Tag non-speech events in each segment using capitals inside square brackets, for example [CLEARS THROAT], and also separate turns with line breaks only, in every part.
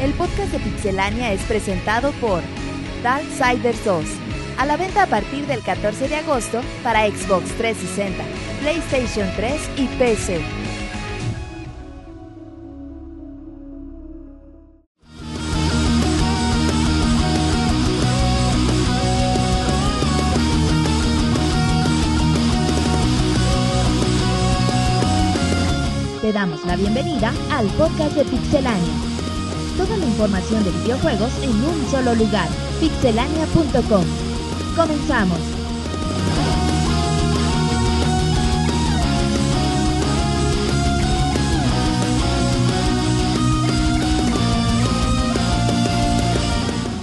El podcast de Pixelania es presentado por Darksiders 2. A la venta a partir del 14 de agosto para Xbox 360, PlayStation 3 y PC. Te damos la bienvenida al podcast de Pixelania. Toda la información de videojuegos en un solo lugar, pixelania.com. Comenzamos.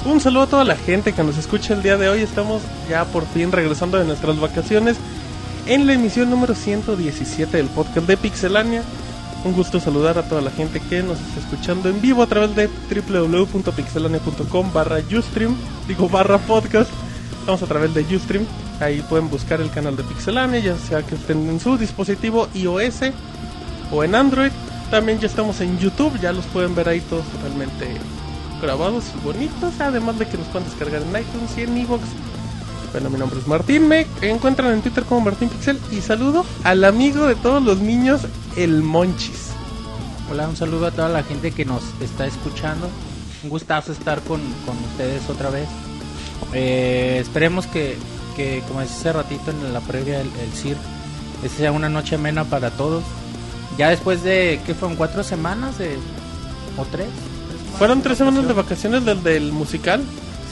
Un saludo a toda la gente que nos escucha el día de hoy. Estamos ya por fin regresando de nuestras vacaciones en la emisión número 117 del podcast de Pixelania. Un gusto saludar a toda la gente que nos está escuchando en vivo a través de www.pixelania.com barra Ustream, digo barra podcast. Estamos a través de Ustream. Ahí pueden buscar el canal de Pixelania, ya sea que estén en su dispositivo iOS o en Android. También ya estamos en YouTube, ya los pueden ver ahí todos totalmente grabados y bonitos. Además de que nos pueden descargar en iTunes y en Evox. Bueno, mi nombre es Martín. Me encuentran en Twitter como Martín Pixel. Y saludo al amigo de todos los niños, el Monchis.
Hola, un saludo a toda la gente que nos está escuchando. Un gustazo estar con, con ustedes otra vez. Eh, esperemos que, que, como decía hace ratito en la previa del el CIR, esta sea una noche amena para todos. Ya después de, ¿qué fueron? ¿Cuatro semanas? De, ¿O tres? semanas
Fueron tres semanas de
vacaciones?
vacaciones del, del musical.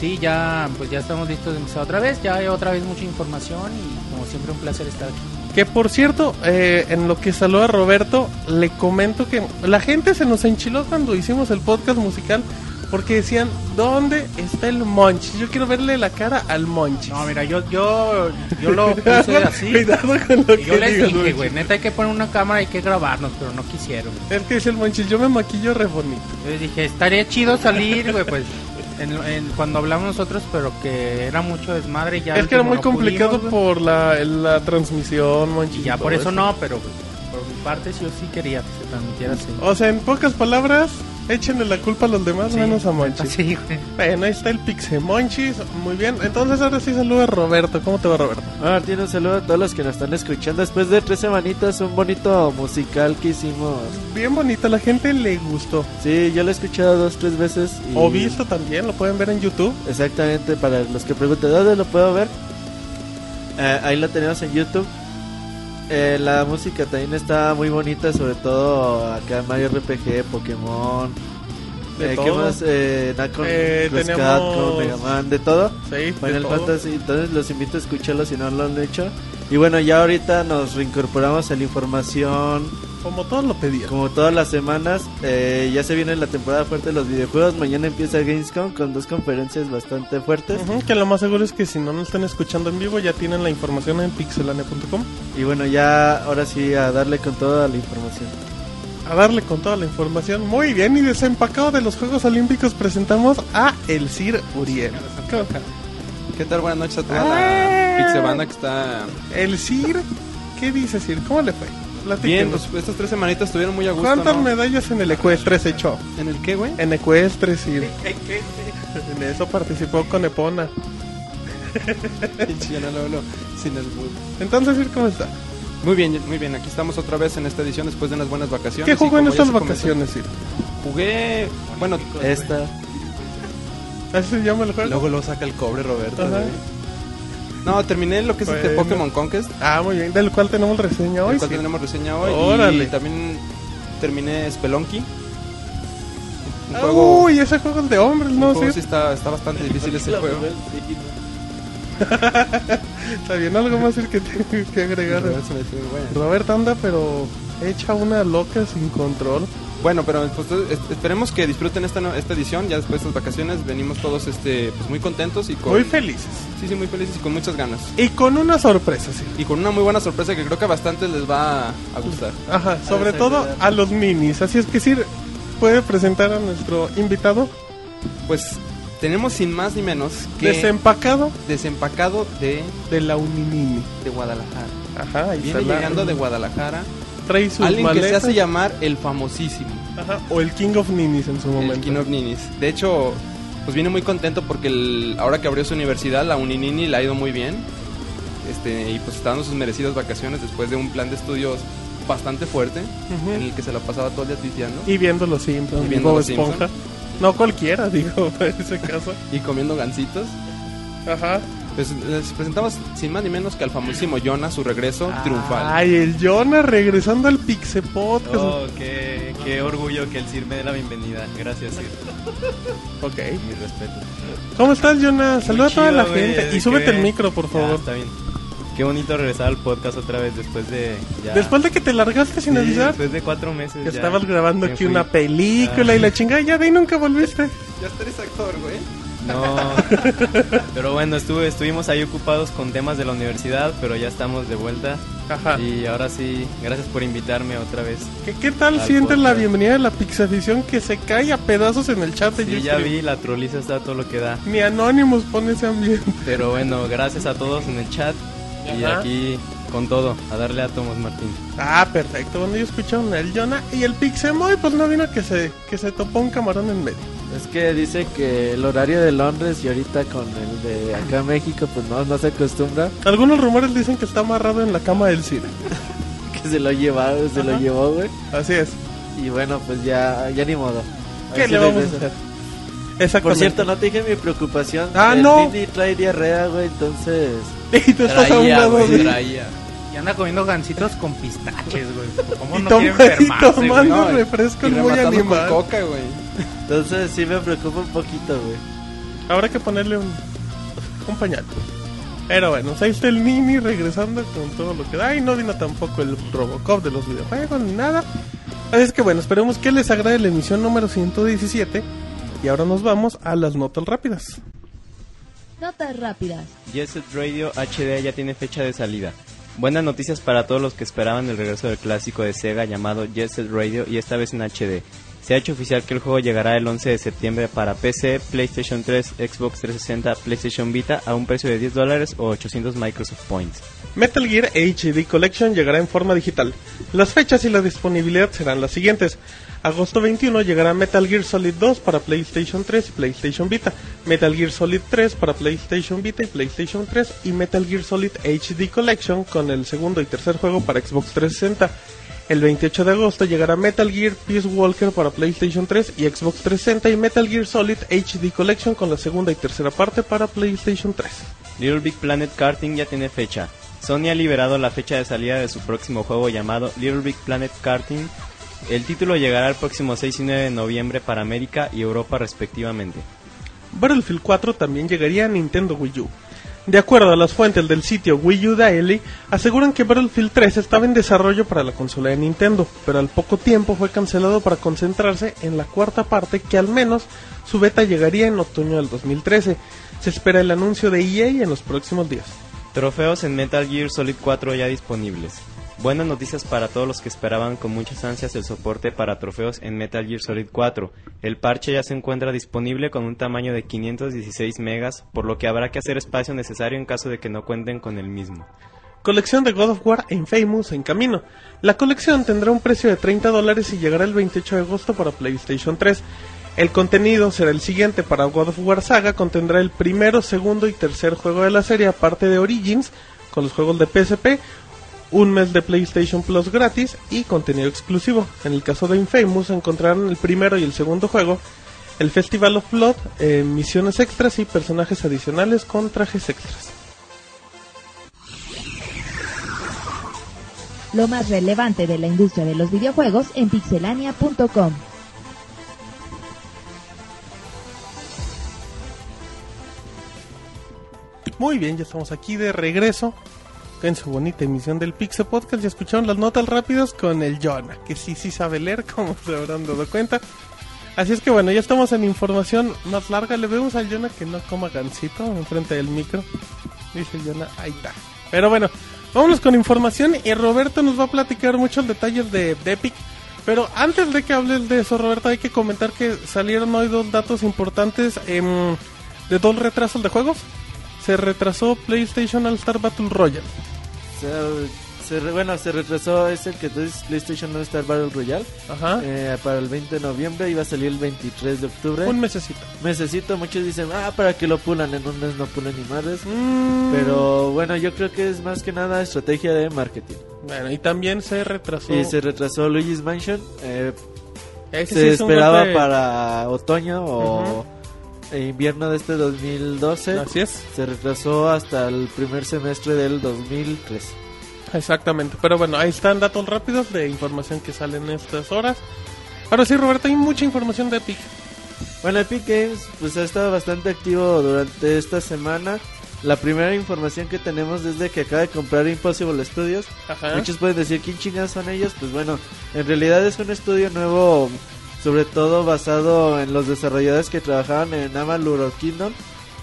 Sí, ya, pues ya estamos listos de empezar otra vez. Ya hay otra vez mucha información y como siempre un placer estar aquí.
Que por cierto, eh, en lo que saluda Roberto, le comento que la gente se nos enchiló cuando hicimos el podcast musical. Porque decían, ¿dónde está el Monchis? Yo quiero verle la cara al Monchis.
No, mira, yo, yo, yo lo puse así.
[LAUGHS] Cuidado con lo
Y
que
Yo les
digas,
dije,
Monchis.
güey, neta hay que poner una cámara y hay que grabarnos, pero no quisieron.
Es que dice el Monchis, yo me maquillo re bonito.
Yo les dije, estaría chido salir, güey, pues en, en- cuando hablamos nosotros, pero que era mucho desmadre. y Ya
es que era
como
muy
no
complicado
pudimos, güey.
por la, la transmisión, Monchis.
Y ya
y
por
todo
eso no, pero pues, por mi parte yo sí quería que se transmitiera así.
O sea, en pocas palabras, échenle la culpa a los demás,
Sí,
menos a
neta,
Monchis.
Sí, güey.
Bueno, ahí está el Pixemonchis. Muy bien. Entonces, ahora sí, saluda a Roberto. ¿Cómo te va, Roberto?
Hola Martín, Ah, un saludo a todos los que nos están escuchando. Después de tres semanitas, un bonito musical que hicimos.
Bien bonito, la gente le gustó.
Sí, yo lo he escuchado dos, tres veces. Y...
O visto también, lo pueden ver en YouTube.
Exactamente, para los que preguntan, ¿dónde lo puedo ver? Eh, ahí lo tenemos en YouTube. Eh, la música también está muy bonita, sobre todo acá en Mario RPG, Pokémon.
De
eh,
todo.
¿Qué más? Eh, Nacon,
Eh,
Cross
tenemos-
Capcom, Mega Man, de todo.
Sí, de
Final
todo.
Fantasy, entonces los invito a escucharlo si no lo han hecho. Y bueno, ya ahorita nos reincorporamos a la información.
Como todos lo pedían.
Como todas las semanas, eh, ya se viene la temporada fuerte de los videojuegos. Mañana empieza Gamescom con dos conferencias bastante fuertes.
Ujú, que lo más seguro es que si no nos están escuchando en vivo, ya tienen la información en pixelania.com.
Y bueno, ya ahora sí a darle con toda la información.
A darle con toda la información. Muy bien, y desempacado de los Juegos Olímpicos, presentamos a El Sir Uriel.
¿Qué tal? Buenas noches a toda
Ah.
la pixebanda que está...
El Sir, ¿qué dice Sir? ¿Cómo le fue?
Bien,
Platíquenos.
pues estas tres semanitas estuvieron muy a gusto,
¿Cuántas
¿no?
medallas en el ecuestre se echó?
¿En el qué,
[LAUGHS]
güey? [LAUGHS]
En ecuestre, Sir. En eso participó con Epona.
Yo no lo hablo sin el mood.
Entonces, Sir, ¿cómo está?
Muy bien, muy bien. Aquí estamos otra vez en esta edición después de unas buenas vacaciones.
¿Qué
Y
jugó
como
en
ya
estas
se comentó-
vacaciones, Sir?
Jugué... Bueno,
Esta.
¿Así se llama el juego?
luego lo saca el cobre, Roberto.
Ajá.
güey. No, terminé lo que es este
Bueno.
Pokémon Conquest.
Ah, muy bien, del cual tenemos reseña
el
hoy.
cual
Sir.
tenemos reseña hoy.
Órale.
Y también terminé Spelunky. Un
Ah,
juego...
Uy, ese juego es de hombres,
un
¿no,
juego sí
Sir?
está, está bastante difícil ese juego.
Está bien, algo más, Sir, que tengo que agregar.
Roberto se me fue, güey.
Robert anda, pero echa una loca sin control.
Bueno, pero pues, es- esperemos que disfruten esta, no- esta edición. Ya después de estas vacaciones venimos todos este, pues, muy contentos y con,
Muy felices.
Sí, sí, muy felices y con muchas ganas.
Y con una sorpresa, Sir.
Y con una muy buena sorpresa que creo que a bastantes les va a, a gustar.
Ajá, sobre
esa
todo
idea.
a los minis. Así es que Sir puede presentar a nuestro invitado
Pues tenemos sin más ni menos que
desempacado
desempacado de,
de la Unimini.
de Guadalajara.
Ajá, ahí
Viene
está la-
llegando de Guadalajara
Trae sus
alguien que se
maletas.
hace llamar el famosísimo.
Ajá, o el King of Ninis en su momento.
El King of Ninis. De hecho, pues viene muy contento porque el- ahora que abrió su universidad, la Uninini le ha ido muy bien. Este, y pues está dando sus merecidas vacaciones después de un plan de estudios bastante fuerte
Ujú.
en el que se la pasaba todo el día tuiteando
Y viendo los Simpsons,
Y viendo
Bob
los
Esponja. No cualquiera, [LAUGHS] digo, en ese caso.
y comiendo gancitos.
Ajá.
Pues les presentamos sin más ni menos que al famosísimo Jonah, su regreso triunfal.
Ay, el Jonah regresando al Pixe Podcast.
Oh, qué, qué orgullo que el Sir me dé la bienvenida. Gracias, Sir.
Ok.
Mi respeto.
¿Cómo estás, Jonah? Saluda
Muy
a toda
chido,
la
güey,
gente.
desde
Y súbete
que-
el micro, por
Ya,
favor.
está bien. Qué bonito regresar al podcast otra vez después de. ya-
Después de que te largaste sin
Sí,
avisar,
Después de cuatro meses.
que
ya.
estabas grabando
me
aquí
fui.
una película
Ah.
y la chingada, ya de ahí nunca volviste.
Ya está eres actor, güey.
No.
[LAUGHS]
pero bueno, estuve, estuvimos ahí ocupados con temas de la universidad, pero ya estamos de vuelta.
Ajá.
Y ahora sí, gracias por invitarme otra vez.
¿Qué, qué tal
Al
sientes la
podcast.
bienvenida de la Pixafición que se cae a pedazos en el chat de
Sí,
YouTube?
ya vi, la troliza está todo lo que da.
Ni Anonymous pone ese ambiente. [LAUGHS]
Pero bueno, gracias a todos en el chat. Y
Ajá.
aquí con todo, a darle a Tomás Martín.
Ah, perfecto. Bueno, yo escucharon el Jonah y el Pixemoy, pues no vino que se, que se topó un camarón en medio.
Es que dice que el horario de Londres y ahorita con el de acá México, pues no, no se acostumbra. [LAUGHS]
Algunos rumores dicen que está amarrado en la cama del cine.
Que se lo lleva, se lo
Ajá.
llevó, güey.
Así es.
Y bueno, pues ya, ya ni modo. A
¿Qué
ver si
le vamos a
regresa.
hacer? Exactamente.
Por cierto, no te dije mi preocupación.
Ah,
el
no.
Nini trae diarrea, güey, entonces.
y tú estás a un
Traía,
lado
güey,
de-
traía.
Y anda comiendo gancitos con pistaches, güey.
[LAUGHS]
¿Cómo
Y
no
toma-
quiere
y
enfermarse, güey?
tomando
No, y-
refresco
Y
muy
rematando con
animal.
coca, güey.
Entonces sí me preocupa un poquito, güey.
Habrá que ponerle un, un pañal. Pero bueno, ahí está el Nini regresando con todo lo que da. Y no vino tampoco el Robocop de los videojuegos ni nada. Así es que bueno, esperemos que les agrade la emisión número 117. Y ahora nos vamos a las notas rápidas.
Notas rápidas.
Jet Set Radio HD ya tiene fecha de salida. Buenas noticias para todos los que esperaban el regreso del clásico de Sega llamado Jet Set Radio y esta vez en HD. Se ha hecho oficial que el juego llegará el 11 de septiembre para PC, PlayStation 3, Xbox 360, PlayStation Vita a un precio de 10 dólares o 800 Microsoft Points.
Metal Gear HD Collection llegará en forma digital. Las fechas y la disponibilidad serán las siguientes. Agosto 21 llegará Metal Gear Solid 2 para PlayStation 3 y PlayStation Vita, Metal Gear Solid 3 para PlayStation Vita y PlayStation 3 y Metal Gear Solid HD Collection con el segundo y tercer juego para Xbox 360. El 28 de agosto llegará Metal Gear Peace Walker para PlayStation 3 y Xbox 360 y Metal Gear Solid HD Collection con la segunda y tercera parte para PlayStation 3.
Little Big Planet Karting ya tiene fecha. Sony ha liberado la fecha de salida de su próximo juego llamado Little Big Planet Karting. El título llegará el próximo 6 y 9 de noviembre para América y Europa respectivamente.
Battlefield 4 también llegaría a Nintendo Wii U. De acuerdo a las fuentes del sitio Wii U Daily, aseguran que Battlefield 3 estaba en desarrollo para la consola de Nintendo, pero al poco tiempo fue cancelado para concentrarse en la cuarta parte que al menos su beta llegaría en otoño del 2013. Se espera el anuncio de EA en los próximos días.
Trofeos en Metal Gear Solid 4 ya disponibles. Buenas noticias para todos los que esperaban con muchas ansias el soporte para trofeos en Metal Gear Solid 4. El parche ya se encuentra disponible con un tamaño de 516 megas, por lo que habrá que hacer espacio necesario en caso de que no cuenten con el mismo.
Colección de God of War en Famous en camino. La colección tendrá un precio de 30 dólares y llegará el 28 de agosto para PlayStation 3. El contenido será el siguiente para God of War Saga, contendrá el primero, segundo y tercer juego de la serie, aparte de Origins, con los juegos de PSP, un mes de PlayStation Plus gratis y contenido exclusivo. En el caso de Infamous encontrarán el primero y el segundo juego, el Festival of Blood, eh, misiones extras y personajes adicionales con trajes extras.
Lo más relevante de la industria de los videojuegos en pixelania.com.
Muy bien, ya estamos aquí de regreso en su bonita emisión del Pixel Podcast. Ya escucharon las notas rápidas con el Jonah, que sí, sí sabe leer, [LAUGHS] como se habrán dado cuenta. Así es que bueno, ya estamos en información más larga. Le vemos al Jonah que no coma gancito enfrente del micro. Dice Jonah, ahí está. Pero bueno, vámonos con información y Roberto nos va a platicar muchos detalles de, de Epic. Pero antes de que hables de eso, Roberto, hay que comentar que salieron hoy dos datos importantes em, de dos retrasos de juegos se retrasó PlayStation All Star Battle Royale.
O sea, se re- bueno, se retrasó, es el que tú dices PlayStation All Star Battle Royale.
Ajá.
eh, para el 20 de noviembre, iba a salir el 23 de octubre.
Un mesecito.
Mesecito, muchos dicen, ah, para que lo pulan, en un mes no pulan ni madres.
Mm,
Pero bueno, yo creo que es más que nada estrategia de marketing.
Bueno, y también se retrasó.
Y se retrasó Luigi's Mansion. eh,
Ese
se
sí es un
esperaba
golpe-
para otoño o e invierno de este 2012.
Así es.
Se retrasó hasta el primer semestre del 2003.
Exactamente, pero bueno, ahí están datos rápidos de información que salen en estas horas. Ahora sí, Roberto, hay mucha información de Epic.
Bueno, Epic Games pues ha estado bastante activo durante esta semana. La primera información que tenemos es de que acaba de comprar Impossible Studios.
Ajá.
Muchos pueden decir quién chingados son ellos, pues bueno, en realidad es un estudio nuevo, sobre todo basado en los desarrolladores que trabajaban en Amalur Kingdom,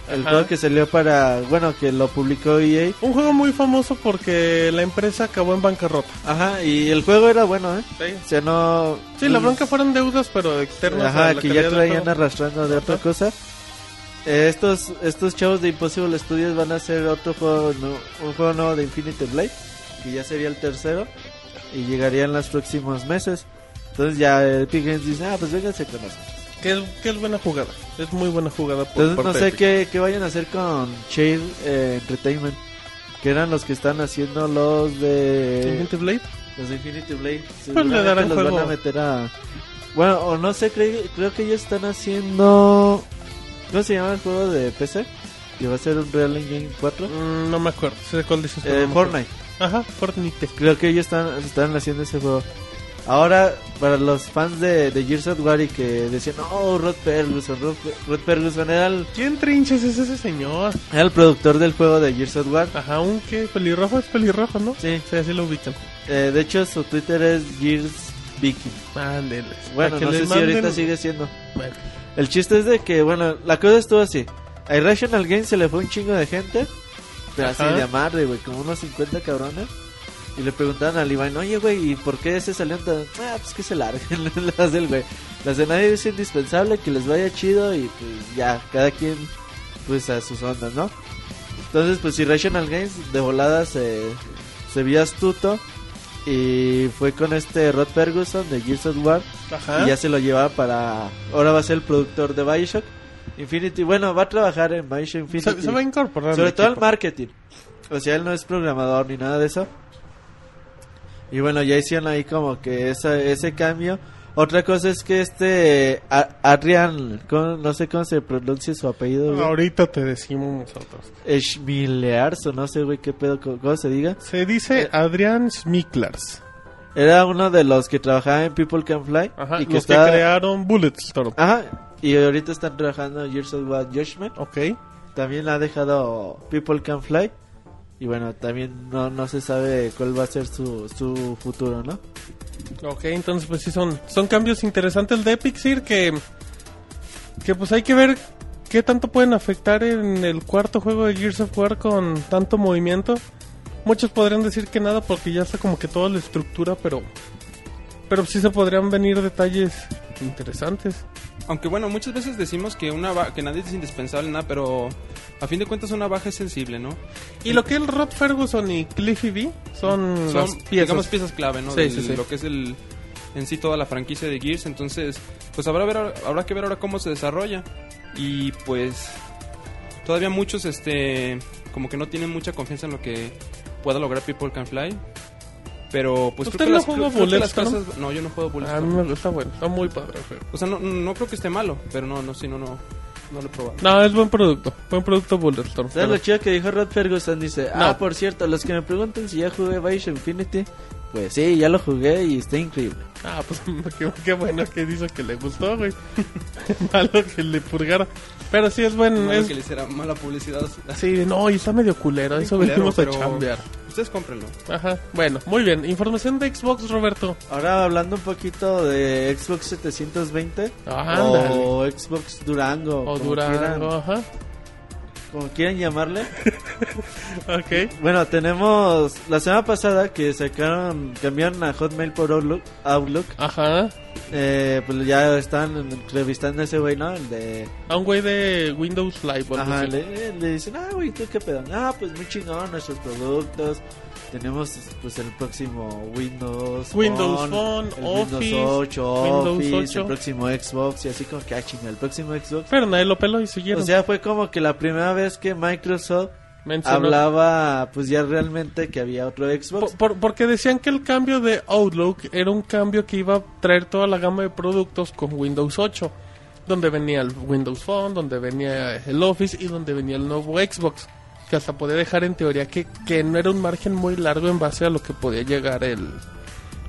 el
Ajá.
juego que salió para, bueno, que lo publicó E EA.
Un juego muy famoso porque la empresa acabó en bancarrota.
Ajá, y el juego era bueno, ¿eh?
Sí,
O sea, no...
la bronca fueron deudas, pero externas. a
Pues- Ajá,
la
que
calidad
ya
del
traían
juego.
arrastrando de otra cosa. Eh, estos, estos chavos de Impossible Studios van a hacer otro juego, nu- un juego nuevo de Infinite Blade, que ya sería el tercero, y llegaría en los próximos meses. Entonces ya Epic Games dice, ah, pues vénganse con nosotros.
Que es, que es buena jugada. Es muy buena jugada. Por
Entonces no
parte
sé
de Epic.
qué, qué vayan a hacer con Shade eh, Entertainment, que eran los que están haciendo los de...
Infinity Blade.
Los de Infinity Blade.
Pues le darán
seguramente los
juego.
van a meter a. Bueno, o no sé, creo, creo que ellos están haciendo. ¿Cómo se llama el juego de PC? Que va a ser un Real Engine 4.
Mm, no me acuerdo. Sé de cuál dices, pero
Eh,
no me acuerdo.
Fortnite.
Ajá, Fortnite.
Creo que ellos están, están haciendo ese juego. Ahora, para los fans de, de Gears of War y que decían, oh, Rod Ferguson, Rod, Rod Ferguson era el,
¿Quién trinches es ese señor?
era el productor del juego de Gears of War.
Ajá, un que pelirrojo es pelirrojo, ¿no?
Sí,
Sí, así lo ubican.
eh, de hecho su Twitter es Gears Viking.
Ándeles.
Bueno,
A que
no
les
sé si
manden-
ahorita sigue siendo.
Bueno,
El chiste es de que, bueno, la cosa estuvo así. A Irrational Games se le fue un chingo de gente. Pero así
Ajá.
de amarre, güey, como unos 50 cabrones. Y le preguntaron al Iván, oye, güey, ¿y por qué se salió tan...? Ah, pues que se larguen [LAUGHS] las del güey. Las de nadie es indispensable, que les vaya chido y pues ya, cada quien pues a sus ondas, ¿no? Entonces, pues Irrational Games de volada se, se vio astuto y fue con este Rod Ferguson de Gears of War
Ajá.
y ya se lo llevaba para. Ahora va a ser el productor de Bioshock Infinity. Bueno, va a trabajar en Bioshock Infinity.
se, se va a incorporar.
Sobre
al
todo el
equipo.
marketing. O sea, él no es programador ni nada de eso. Y bueno, ya hicieron ahí como que esa, ese cambio. Otra cosa es que este A- Adrian, ¿cómo- no sé cómo se pronuncia su apellido, güey.
Ahorita te decimos nosotros.
Schmillears, o no sé, güey, qué pedo, co- cómo se diga.
Se dice
Eh.
Adrián Smiklars.
Era uno de los que trabajaba en People Can Fly.
Ajá,
y que
los
estaba-
que crearon Bulletstorm.
Ajá, y ahorita están trabajando en Years of War Judgment.
Ok.
También la ha dejado People Can Fly. Y bueno, también no, no se sabe cuál va a ser su, su futuro, ¿no?
Ok, entonces pues sí son, son cambios interesantes de Epic Sir que, que pues hay que ver qué tanto pueden afectar en el cuarto juego de Gears of War con tanto movimiento. Muchos podrían decir que nada porque ya está como que toda la estructura, pero pero sí se podrían venir detalles interesantes.
Aunque bueno, muchas veces decimos que una ba- que nadie es indispensable nada, pero a fin de cuentas una baja es sensible, ¿no?
Y lo que es Rob Ferguson y Cliffy B son,
Son
las piezas.
digamos piezas clave, ¿no?
Sí,
Del-
sí, sí.
Lo que es el en sí toda la franquicia de Gears, entonces pues habrá ver, habrá que ver ahora cómo se desarrolla y pues todavía muchos este como que no tienen mucha confianza en lo que pueda lograr People Can Fly. Pero pues
¿Usted
creo que
no
las,
juega
creo que las
Bulletstorm?
cosas- no, yo no juego
A
Bulletstorm.
mí Ah, me gusta, bueno, está muy padre el juego.
O sea, no, no creo que esté malo, pero no no si no no no lo he probado.
No, es buen producto. Buen producto Bulletstorm.
¿Sabes
pero-
lo chido que dijo Rod Ferguson? Dice,
No.
ah, por cierto, los que me preguntan si ya jugué Bioshock Infinity, pues sí, ya lo jugué y está increíble.
Ah, pues [LAUGHS] qué, qué bueno que dijo que le gustó, güey. [LAUGHS] Malo que le purgara. Pero sí es bueno.
No
Mm, es...
que le hiciera mala publicidad. [LAUGHS]
Sí, no, y está medio culero.
Bien
Eso
culero,
venimos a
pero-
chambear.
Ustedes cómprenlo.
Ajá. Bueno, muy bien. Información de Xbox, Roberto.
Ahora hablando un poquito de Xbox 720
Ah,
o Xbox Durango,
O
como, quieran,
Durango, ajá.
como quieran llamarle.
[LAUGHS] ok.
Bueno, tenemos la semana pasada que sacaron, cambiaron a Hotmail por Outlook. Outlook
Ajá.
eh, pues ya están entrevistando a ese güey, ¿no? El de.
A un güey de Windows Live. o algo
Ajá,
así.
le, le dicen, ah, güey, ¿tú qué pedo? Ah, pues muy chingón nuestros productos. Tenemos pues el próximo Windows
Windows Phone,
el
Office,
Windows 8,
Windows
Office,
8.
el próximo Xbox y así como que, ah, chinga, el próximo Xbox.
Pero nadie lo peló y
O
siguieron.
sea, fue como que la primera vez que Microsoft
Mencionó-
hablaba pues ya realmente que había otro Xbox.
Por- por- porque decían que el cambio de Outlook era un cambio que iba a traer toda la gama de productos con Windows 8, donde venía el Windows Phone, donde venía el Office y donde venía el nuevo Xbox, que hasta podía dejar en teoría que, que no era un margen muy largo en base a lo que podía llegar el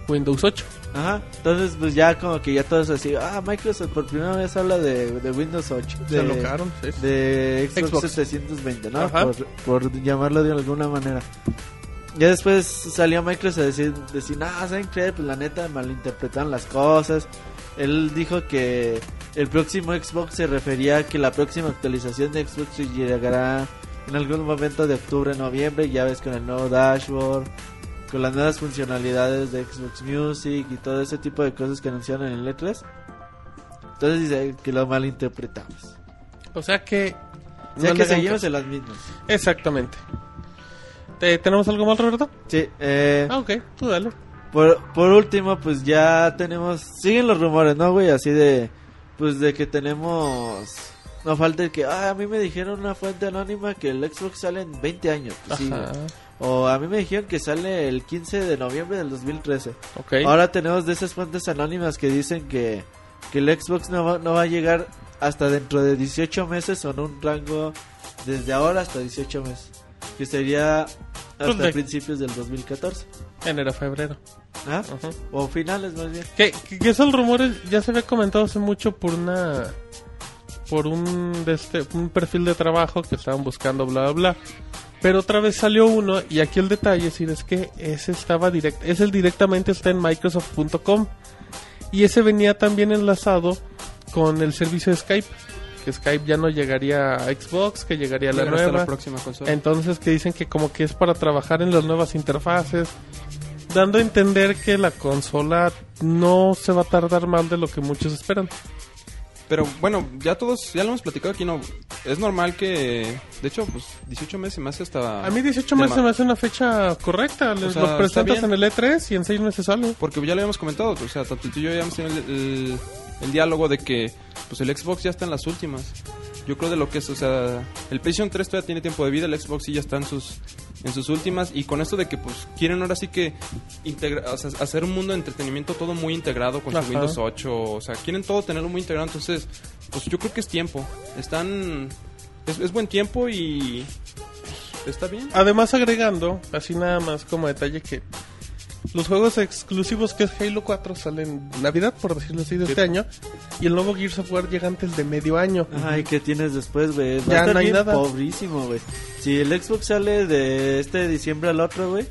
Windows 8.
Ajá, entonces pues ya como que ya todos así, ah, Microsoft por primera vez habla de, de Windows 8,
Se
de,
alocaron, sí.
de Xbox,
Xbox.
720, ¿no?
Ajá.
Por, por llamarlo de alguna manera. Ya después salió Microsoft a decir, decir ah, ¿saben qué? Pues la neta malinterpretaron las cosas. Él dijo que el próximo Xbox se refería a que la próxima actualización de Xbox llegará en algún momento de octubre, noviembre, ya ves con el nuevo dashboard, con las nuevas funcionalidades de Xbox Music y todo ese tipo de cosas que anunciaron en el E3. Entonces dice que lo malinterpretamos.
O sea que...
O sea
no le
que
hagan
seguimos
caso.
en las mismas.
Exactamente. ¿Te- ¿Tenemos algo más, Roberto?
Sí, eh,
Ah, ok, tú dale.
por, por último, pues ya tenemos. Siguen los rumores, ¿no, güey? Así de. Pues de que tenemos. No falta el que. Ah, a mí me dijeron una fuente anónima que el Xbox sale en 20 años. Pues sí,
Ajá,
güey. o a mí me dijeron que sale el 15 de noviembre del 2013.
ok.
Ahora tenemos de esas fuentes anónimas que dicen que, que el Xbox no va, no va a llegar hasta dentro de 18 meses o en un rango desde ahora hasta 18 meses. Que sería hasta
Pues de-
principios del 2014.
Enero, febrero.
¿Ah?
Ajá.
O finales más bien.
Que, que, que esos rumores ya se había comentado hace mucho por una por un de este un perfil de trabajo que estaban buscando bla bla bla. Pero otra vez salió uno y aquí el detalle sí, es que ese estaba directo, ese directamente está en microsoft.com y ese venía también enlazado con el servicio de Skype, que Skype ya no llegaría a Xbox, que llegaría a la
Llegar hasta
nueva.
la próxima consola.
Entonces que dicen que como que es para trabajar en las nuevas interfaces, dando a entender que la consola no se va a tardar más de lo que muchos esperan.
Pero bueno, ya todos, ya lo hemos platicado aquí, ¿no? Es normal que, de hecho, pues 18 meses más hasta...
A mí 18 meses
Dema-
me hace una fecha correcta, les
sea,
los
está
presentas
bien.
en el E3 y en 6 meses sale.
Porque ya lo habíamos comentado, o sea, tanto tú y yo ya hemos tenido el, el- el diálogo de que pues el Xbox ya está en las últimas. Yo creo de lo que es, o sea, el PlayStation 3 todavía tiene tiempo de vida, el Xbox sí ya está en sus, en sus últimas. Y con esto de que pues quieren ahora sí que integra- o sea, hacer un mundo de entretenimiento todo muy integrado con
Ajá.
su Windows 8, o sea, quieren todo tenerlo muy integrado. Entonces, pues yo creo que es tiempo. Están... Es, es buen tiempo y... Está bien.
Además agregando, así nada más como detalle que los juegos exclusivos que es Halo 4 salen Navidad, por decirlo así, de este año, y el nuevo Gears of War llega antes de medio año.
Ay, ¿qué tienes después, güey? Va
Ya
a estar
no hay
bien
nada.
pobrísimo, güey. Si el Xbox sale de este diciembre al otro, güey.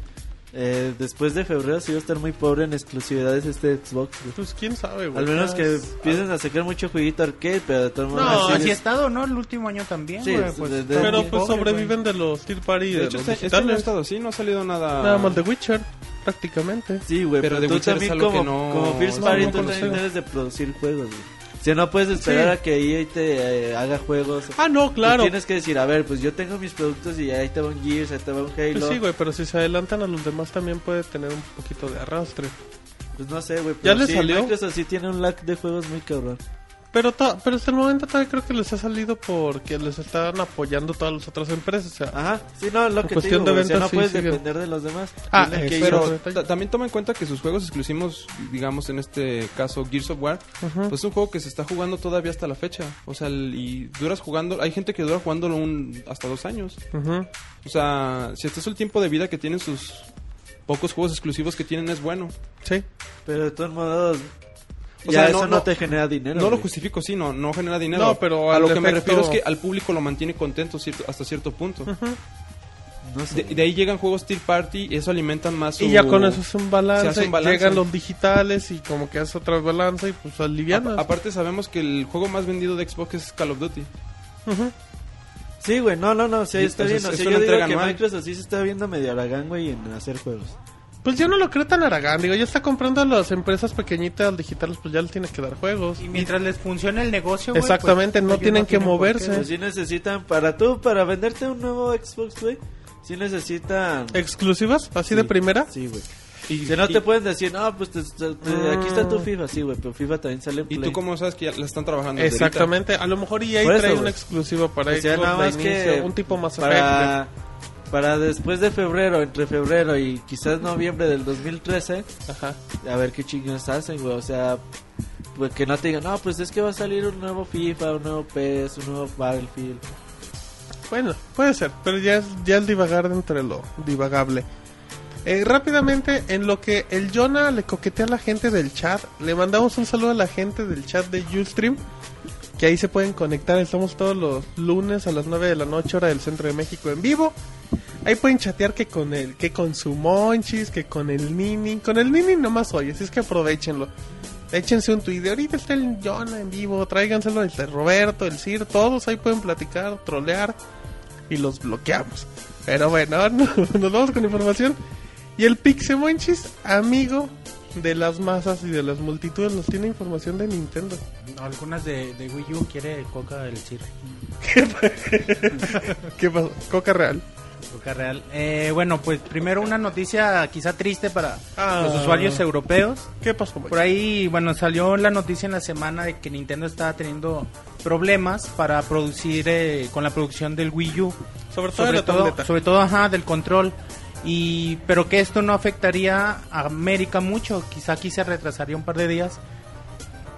eh, después de febrero sí va a estar muy pobre en exclusividades este Xbox, güey.
Pues quién sabe, güey.
Al menos que
Ah,
empiecen a sacar mucho jueguito arcade, pero de todas maneras...
No,
No,
sigues-
así ha estado, ¿no? El último año también,
Sí,
güey,
es-
pues,
de- de-
todo
Pero
bien
pues
pobre,
sobreviven de los third party y
De
de
hecho,
los
este, este año ha
digitales.
estado así, no ha salido nada...
Nada más de Witcher, prácticamente.
Sí, güey,
Pero
pero,
The
tú
Witcher es
también
algo
como,
que no-
como First
no,
Party,
no
tú también
conocemos.
debes de producir juegos, güey. Si no puedes esperar
Sí.
a que EA te eh, haga juegos.
Ah, no,
Tú
claro.
tienes que decir, a ver, pues yo tengo mis productos y ahí te va un Gears, ahí te va un Halo.
Pues sí, güey, pero si se adelantan a los demás también puede tener un poquito de arrastre.
Pues no sé, güey.
¿Ya
pero
le
sí,
salió?
Microsoft sí tiene un lag de juegos muy cabrón.
Pero, to- pero hasta el momento todavía creo que les ha salido porque les están apoyando todas las otras empresas. O sea,
Ajá. Sí, no, lo
En
que
cuestión
te
de
digo, güey, o sea,
ventas,
no
sí,
puedes
sí, bien.
depender de los demás.
Ah,
Tienen
eh,
que ir-
Pero-
Pero ta- también toma en cuenta que sus juegos exclusivos, digamos en este caso Gears of War,
Ujú.
pues es un juego que se está jugando todavía hasta la fecha. O sea, el- y duras jugando, hay gente que dura jugándolo un, hasta dos años.
ujú.
O sea, si este es el tiempo de vida que tienen sus pocos juegos exclusivos que tienen, es bueno.
sí.
Pero de todos modos,
O
ya
sea, no-
eso no,
no-
te genera dinero.
No lo
güey.
justifico, sí, no, no genera dinero.
No, pero
a
al
lo que me
efecto-
refiero es que al público lo mantiene contento cierto- hasta cierto punto.
No sé.
De, de ahí llegan juegos Tier Party y eso alimentan más su-
Y ya con eso es un balance.
se hace un balance.
Llegan los digitales y como que hace otra balanza y pues alivianas.
A- Aparte sabemos que el juego más vendido de Xbox es Call of Duty.
Ujú.
Sí, güey, no, no, no, sí,
Y-
está
o sea,
bien.
es-
o sea,
es
yo
una
digo
entrega
que
anual.
Microsoft sí se está viendo medio aragán, güey, en hacer juegos.
Pues yo no lo creo tan aragán, digo, ya está comprando a las empresas pequeñitas digitales, pues ya le tiene que dar juegos.
Y mientras les funcione el negocio, güey, pues,
Exactamente, no
ellos
tienen que
por qué.
moverse.
Pero sí necesitan, para tú, para venderte un nuevo Xbox, güey, sí necesitan...
¿Exclusivas? ¿Así de
Sí,
primera?
Sí, güey. Si no te pueden decir, no, pues te- te- te- aquí está
Ah.
tu FIFA, sí, güey, pero FIFA también sale en
¿Y
Play.
tú cómo sabes que ya la están trabajando? desde ahorita?
Exactamente, a lo mejor EA
Por eso,
trae una
güey.
exclusiva para
O sea,
Xbox
nada
de
más que
inicio, un tipo más efecto.
para, para después de febrero, entre febrero y quizás noviembre del 2013,
Ajá.
a ver qué chingados hacen, güey. O sea, pues que no te digan, no, pues es que va a salir un nuevo FIFA, un nuevo PES, un nuevo Battlefield.
Bueno, puede ser, pero ya es, ya es divagar entre lo divagable. Eh, rápidamente, en lo que el Jonah le coquetea a la gente del chat, le mandamos un saludo a la gente del chat de Ustream, que ahí se pueden conectar, estamos todos los lunes a las 9 de la noche, hora del centro de México en vivo. Ahí pueden chatear que con el, que con su monchis, que con el Nini, con el Nini nomás hoy, así es que aprovechenlo. Échense un tweet. Ahorita está el Jonah en vivo. Tráiganselo el Roberto, el Sir. Todos ahí pueden platicar, trolear. Y los bloqueamos. Pero bueno, [LAUGHS] no, nos vamos con información. Y el Pixemonchis, amigo de las masas y de las multitudes, nos tiene información de Nintendo.
Algunas de, de Wii U quiere Coca el Sir.
¿Qué pasó? Coca Real.
Coca Real. Eh, bueno, pues primero una noticia quizá triste para
Ah.
los usuarios europeos.
¿Qué pasó? Moy?
Por ahí, bueno, salió la noticia en la semana de que Nintendo estaba teniendo problemas para producir eh, con la producción del Wii U.
Sobre todo de
sobre
la
todo,
tableta.
sobre todo, ajá, del control. Y, pero que esto no afectaría a América mucho. Quizá aquí se retrasaría un par de días.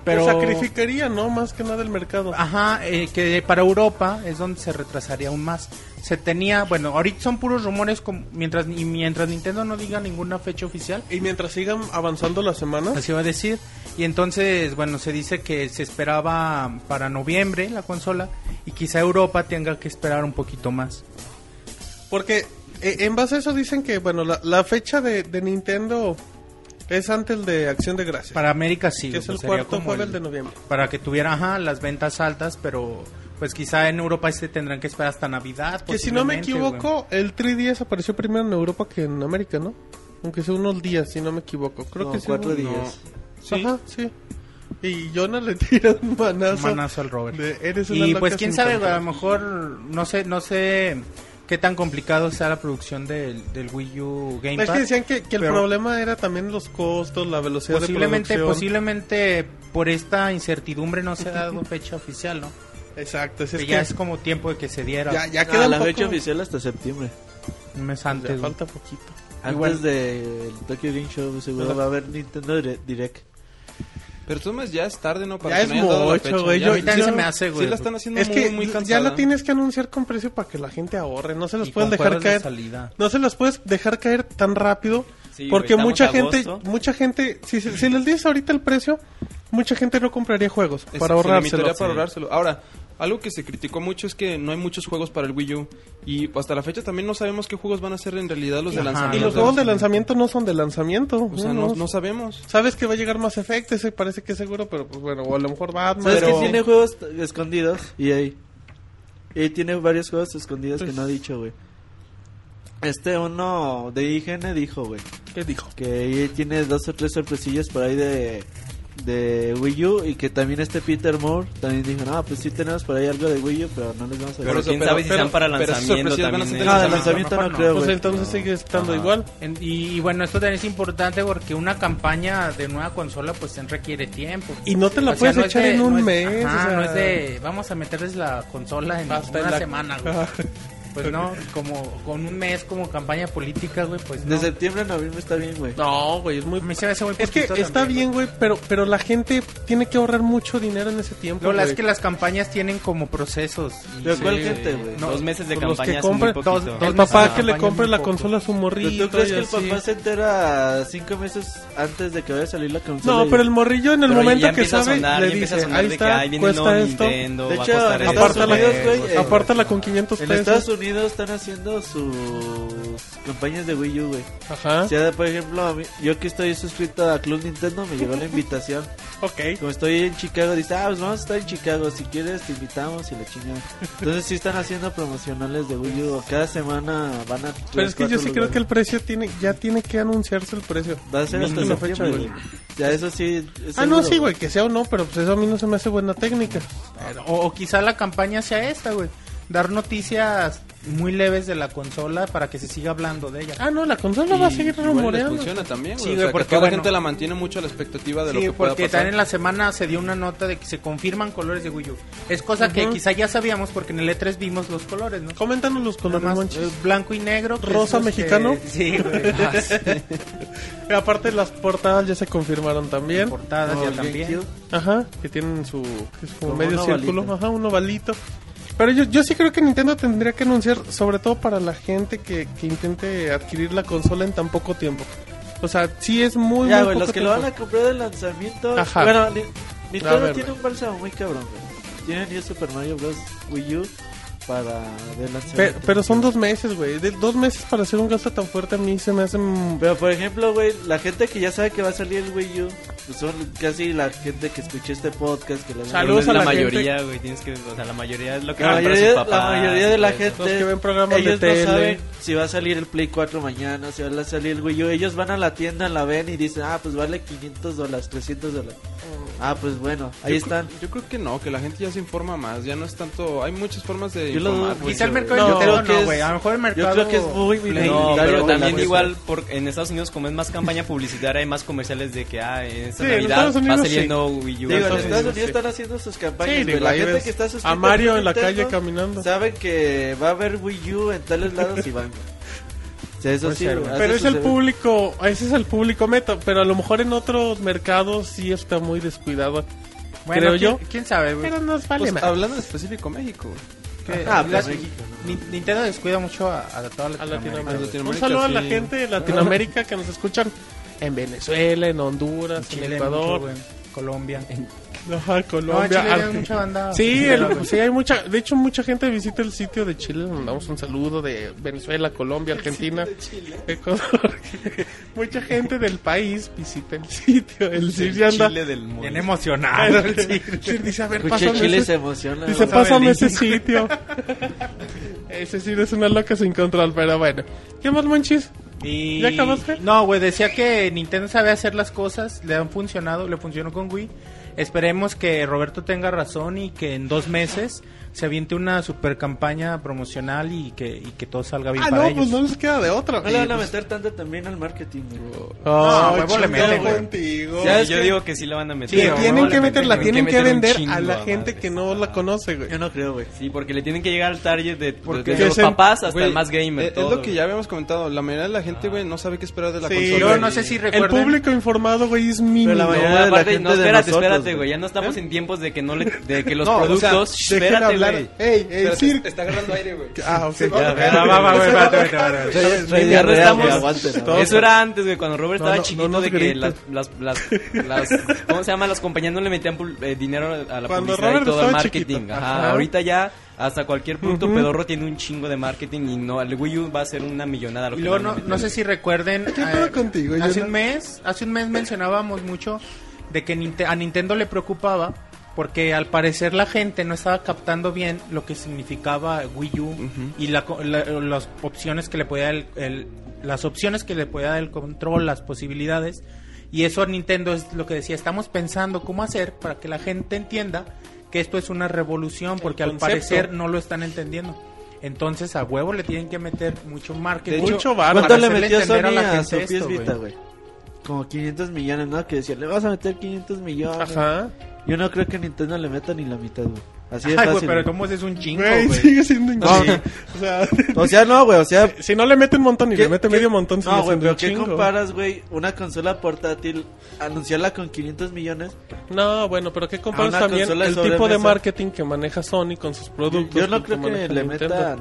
Pero.
Lo sacrificaría, ¿no? Más que nada el mercado.
Ajá, eh, que para Europa es donde se retrasaría aún más. Se tenía, bueno, ahorita son puros rumores como- mientras y mientras Nintendo no diga ninguna fecha oficial.
Y mientras sigan avanzando las semanas,
Así va a decir. Y entonces, bueno, se dice que se esperaba para noviembre la consola y quizá Europa tenga que esperar un poquito más.
Porque eh, en base a eso dicen que, bueno, la, la fecha de, de Nintendo es antes de Acción de Gracias.
Para América sí.
que es
o sea,
el
sería
cuarto
como
jueves
el-
de noviembre.
Para que tuviera ajá, las ventas altas, pero pues quizá en Europa se tendrán que esperar hasta Navidad.
Que si no me
posiblemente, güey.
equivoco, el 3DS apareció primero en Europa que en América, ¿no? Aunque sea unos días, si no me equivoco. Creo
No,
que sí
cuatro
hubo-
días.
Sí. Ajá, sí. Y Jonah le tira un
Un
manazo.
manazo al Robert.
de, "Eres una
Y
loca
pues quién
sin
sabe, güey, a
control".
lo mejor no sé, no sé qué tan complicado sea la producción del, del Wii U Game
Es que
Pass.
decían que, que el
pero-
problema era también los costos, la velocidad
posiblemente,
de producción.
posiblemente por esta incertidumbre no se ha dado fecha oficial, ¿no?
Exacto, [LAUGHS] es,
Que
es
ya
que
es como tiempo de que se diera
ya, ya
Ah,
queda un
la
poco-
fecha oficial hasta septiembre.
un mes
Ya
antes. güey.
falta poquito.
Antes
Igual.
del Tokyo Game Show seguro
Ajá.
va a haber Nintendo Dire- Direct.
Pero tú más ya es tarde, ¿no?
Ya
que
es
no hayan dado la
mucho,
fecha.
güey.
Ya
Yo-
ahorita
Ahorita
yo-
se me hace, güey.
Sí la están haciendo
Es
muy,
que
muy
ya
cansada.
la tienes que anunciar con precio para que la gente ahorre. No se las
Y
puedes
con
dejar
juegos de
caer.
salida.
No se las puedes dejar caer tan rápido.
Sí,
porque
güey,
mucha
estamos a
gente,
agosto.
mucha gente, si, se- si les dices ahorita el precio, mucha gente no compraría juegos
Es-
para
se limitaría
ahorrárselo.
para ahorrárselo. Ahora, algo que se criticó mucho es que no hay muchos juegos para el Wii U. Y hasta la fecha también no sabemos qué juegos van a ser en realidad los de
Ajá.
lanzamiento.
Y los juegos de lanzamiento no son de lanzamiento.
O sea,
no,
no, no sabemos.
Sabes que va a llegar más efecto, ese parece que es seguro, pero pues bueno, o a lo mejor Batman.
¿Sabes
pero- pues,
que tiene juegos t- escondidos? Y ahí. Y tiene varios juegos escondidos que
Pues-
no ha dicho, güey. Este uno de IGN dijo, güey,
¿Qué dijo?
que EA tiene dos o tres sorpresillas por ahí de, de Wii U y que también este Peter Moore también dijo, no, pues sí tenemos por ahí algo de Wii U, pero no les vamos a
Pero
Por eso,
quién sabe si sean para
pero esas
lanzamiento
sorpresas van a
también,
ser
¿eh?
de
No, de
lanzamiento.
lanzamiento no,
no.
creo,
Pues
güey.
entonces sigue estando igual.
En- y, y bueno, esto también es importante porque una campaña de nueva consola pues requiere tiempo.
Y no te la
O sea,
puedes
no es
echar
de-
en
no
un
es-
mes.
ajá,
o sea,
no es de vamos a meterles la consola en
hasta
una
en la- Ah.
semana, güey. Pues no, como con un mes como campaña política, güey, pues no.
De septiembre a noviembre está bien, güey.
No, güey, es muy
A mí se me hace muy
Es que
poquito
está
también,
bien, güey, pero, pero la gente tiene que ahorrar mucho dinero en ese tiempo.
Lo la es
güey.
que las campañas tienen como procesos. y-
¿Pero cuál
Sí.
gente, güey?
No,
dos meses de
por los que
campaña
compran-
es muy poquito.
dos-
El
dos-
papá
Ajá.
que le
Campaña
compre
muy
la
poco.
consola a su morrillo.
¿Tú crees
y
que el
así.
papá se entera cinco meses antes de que vaya a salir la consola?
No, pero el morrillo en el
Pero
momento
ya
que
empieza a
sabe,
sonar,
le
ya empieza
dice,
a sonar
ahí
de que,
está,
"Ay, viene el
cuesta
nuevo
esto,
Nintendo,
De
va a
hecho,
costar
en
esto,
Estados
güey,
Unidos,
güey,
güey,
güey".
eh,
apártala con 500
En
pesos.
Estados Unidos están haciendo sus campañas de Wii U, güey.
Ajá. [LAUGHS]
O sea, por ejemplo, a mí- yo que estoy suscrito a Club Nintendo, me llegó la invitación
Ok.
Como estoy en Chicago, dice, ah, pues vamos a estar en Chicago, si quieres te invitamos y la chingada. Entonces sí están haciendo promocionales de Wii U, cada semana van a...
Pero es que yo sí creo que el precio tiene, ya tiene que anunciarse el precio.
Va a ser hasta
Mínimo.
septiembre, güey. Ya eso sí... es
Ah, no,
seguro,
sí, güey, que sea o no, pero pues eso a mí no se me hace buena técnica.
Pero- O, o quizá la campaña sea esta, güey. Dar noticias muy leves de la consola para que se siga hablando de ella.
Ah, no, la consola va a
Y
seguir
igual les
rumoreando.
funciona también, güey.
Sí,
o
güey,
sea, que
porque,
toda la
bueno.
gente la mantiene mucho a la expectativa de lo
sí,
que pueda
porque
pasar.
también en la semana se dio una nota de que se confirman colores de Wii U. Es cosa que
Ujú.
quizá ya sabíamos porque en el E3 vimos los colores, ¿no?
Coméntanos los colores,
Nada más,
Monchis.
eh, blanco y negro. que
Rosa
esos que-
mexicano.
Sí, güey.
eh.
Y Aparte, las portadas ya se confirmaron también.
Ah,
Portadas
como
ya
el
también.
GameCube.
Ajá, que tienen su que es como
Como
medio
un
círculo,
ovalito.
ajá, un ovalito. Pero yo, yo sí creo que Nintendo tendría que anunciar, sobre todo para la gente que, que intente adquirir la consola en tan poco tiempo. O sea, sí es muy,
Ya,
muy
güey,
poco
los que lo
tiempo.
van a comprar de lanzamiento...
Ajá.
Bueno, ni-
A
Nintendo
ver,
tiene
güey.
un bálsamo muy cabrón, güey. Tienen New Super Mario Bros. Wii U para... de lanzamiento.
Pe- pero son dos meses, güey. De- Dos meses para hacer un gasto tan fuerte a mí se me hace... mm,
Pero por ejemplo, güey, la gente que ya sabe que va a salir el Wii U, pues son casi la gente que escuché este podcast, que la
Saludos
la,
a la
mayoría, güey, tienes que, o sea, la mayoría es lo que
La
compra
mayoría,
su papá,
la mayoría de la
todo eso.
gente,
Los que ven programas
ellos
de tele.
no saben si va a salir el Play 4 mañana, si va a salir el Wii U. Ellos van a la tienda, la ven y dicen, ah, pues vale 500 dólares, 300 dólares. Ah, pues bueno, ahí
Yo
están.
cre- Yo creo que no, que la gente ya se informa más. Ya no es tanto. Hay muchas formas de
Yo lo dudo
informar. güey.
mucho.
Quizá el mercado
No,
de Nintendo
creo que
no,
es-
güey. A lo mejor el mercado.
Yo creo que es muy
No,
minoritario,
pero
güey, la
también
fuerza.
igual por, en Estados Unidos como es más campaña publicitaria hay más comerciales de que ah, en esta
Sí, en
Navidad
Estados Unidos,
va saliendo Wii U.
Digo, en
Estados
Estados
Unidos,
Unidos
sí.
están haciendo sus
Sí,
campañas. güey.
digo,
la
ahí
gente
ves
que está suscrita
a Mario
por
en la
Nintendo
calle caminando.
Saben que va a haber Wii U en tales lados y van. güey. O sea, Ah, eso
Puede
sí,
ser,
güey,
güey.
hace
Pero es
sus
el
eventos.
público, ese es el público meta, pero a lo mejor en otros mercados sí está muy descuidado. creo yo.
¿Quién sabe, güey?
Pero nos vale
Pues,
más.
hablando en específico México, güey.
Que-
Ah,
la-
pues, México,
Ni- Nintendo descuida mucho a, a toda
a
Latinoamérica.
Latinoamérica.
A Latinoamérica,
Un saludo a la
sí.
gente de Latinoamérica que nos escuchan en Venezuela, en Honduras,
Chile,
en
mucho,
Ecuador,
güey. Colombia.
ajá,
No, en
Colombia.
Chile hay
Ar-
mucha banda.
Sí,
Chile,
el-
güey.
sí, hay mucha. De hecho, mucha gente visita el sitio de Chile. Le mandamos un saludo de Venezuela, Colombia, Argentina, Ecuador. [LAUGHS] mucha gente del país visita el sitio. El Siri anda.
Chile del mundo.
Bien emocionado. sí.
El Siri dice: A ver,
Escuché
pásame
Pues Chile
ese-
se emociona.
Dice,
güey.
pásame
Belinda.
ese sitio. ese sitio es una loca sin control, pero bueno. ¿Qué más, Monchis?
Y-
¿Ya acabaste?
No, güey, decía que Nintendo sabe hacer las cosas, le han funcionado, le funcionó con Wii. Esperemos que Roberto tenga razón y que en dos meses se aviente una super campaña promocional y que, y que todo salga bien
Ah, no,
para
pues
ellos.
no les queda de otra.
No le van a meter tanto también al marketing, güey.
Ah,
Ah,
huevo, le
chingado
meten, güey.
contigo.
Sí,
Ya es
yo
que-
digo que sí la van a meter.
Sí,
Le
no,
tienen
no,
que
le
meter, la
meten-
tienen que,
meter un
vender a
chingo,
la
madre.
gente que no la conoce, güey.
Yo no creo, güey.
Sí, porque le tienen que llegar al target de,
Porque-
desde los
Que se-
papás hasta
Güey, eh,
el más gamer.
Es, es
todo,
lo que ya habíamos comentado. La mayoría de la gente, güey, no sabe qué esperar de la
Sí,
consola.
Yo
güey.
no sé si
El
recuerden.
público informado, güey, es mínimo.
Pero la
güey.
mayoría-
No,
de la
aparte,
gente
no,
de
espérate,
nosotros,
espérate,
güey.
güey. Ya no estamos en tiempos de que no le, de que los
¿Eh? No, o sea,
productos. Shh,
dejen
espérate,
hablar.
güey.
Ey, ey,
Espérate,
Sir.
Está agarrando aire, güey.
Ah, ok.
Ya, va, va, va, güey, espérate, espérate, espérate.
ya no estamos-
aguanten,
Todo-
¿no?
Eso era antes, güey, cuando Robert
No,
estaba
no,
chiquito
no nos
de que
grites.
las, las, las- las- ¿cómo se llama? Las compañías no le metían pul- eh, dinero a la
Cuando
publicidad
Robert
y todo al
estaba
marketing.
chiquito.
Ajá,
Ajá.
ahorita ya hasta cualquier producto
Ujú.
pedorro tiene un chingo de marketing y no, el Wii U va a ser una millonada. Lo
Y
que
luego
le
no,
van a
no sé
meter.
si recuerden.
¿Qué
eh,
pedo contigo,
Hace
Jonathan?
un mes, hace un mes mencionábamos mucho de que Ninte- a Nintendo le preocupaba porque al parecer la gente no estaba captando bien lo que significaba Wii U y la co- la- las opciones que le podía dar el, el- las opciones que le podía dar el control, las posibilidades y eso a Nintendo es lo que decía, estamos pensando cómo hacer para que la gente entienda que esto es una revolución porque al
concepto.
parecer no lo están entendiendo. Entonces a huevo le tienen que meter mucho marketing.
De hecho, barba.
¿Cuánto
Para
le
hacerle
metió
entender a
Sony
la
a,
gente
su PS
esto,
Vita,
güey?
güey? Como 500 millones, ¿no? Que decía, le vas a meter 500 millones.
Ajá.
Yo no creo que Nintendo le meta ni la mitad, güey. Así de
Ay, güey,
fácil.
pero
güey.
¿cómo es? Es un chingo,
Güey,
güey.
sigue siendo
No.
increíble. O sea,
O sea, no, güey, o sea...
si no le mete un montón y
¿qué-
le mete
qué-
medio montón, sigue
No, güey,
siendo
pero
un
¿qué
chingo.
comparas, güey? Una consola portátil, anunciarla con 500 millones.
No, bueno, pero ¿qué comparas
A una
también
consola
el
sobre
tipo de
mesa.
marketing que maneja Sony con sus productos?
Yo no
con
creo que
maneja
le
Nintendo?
metan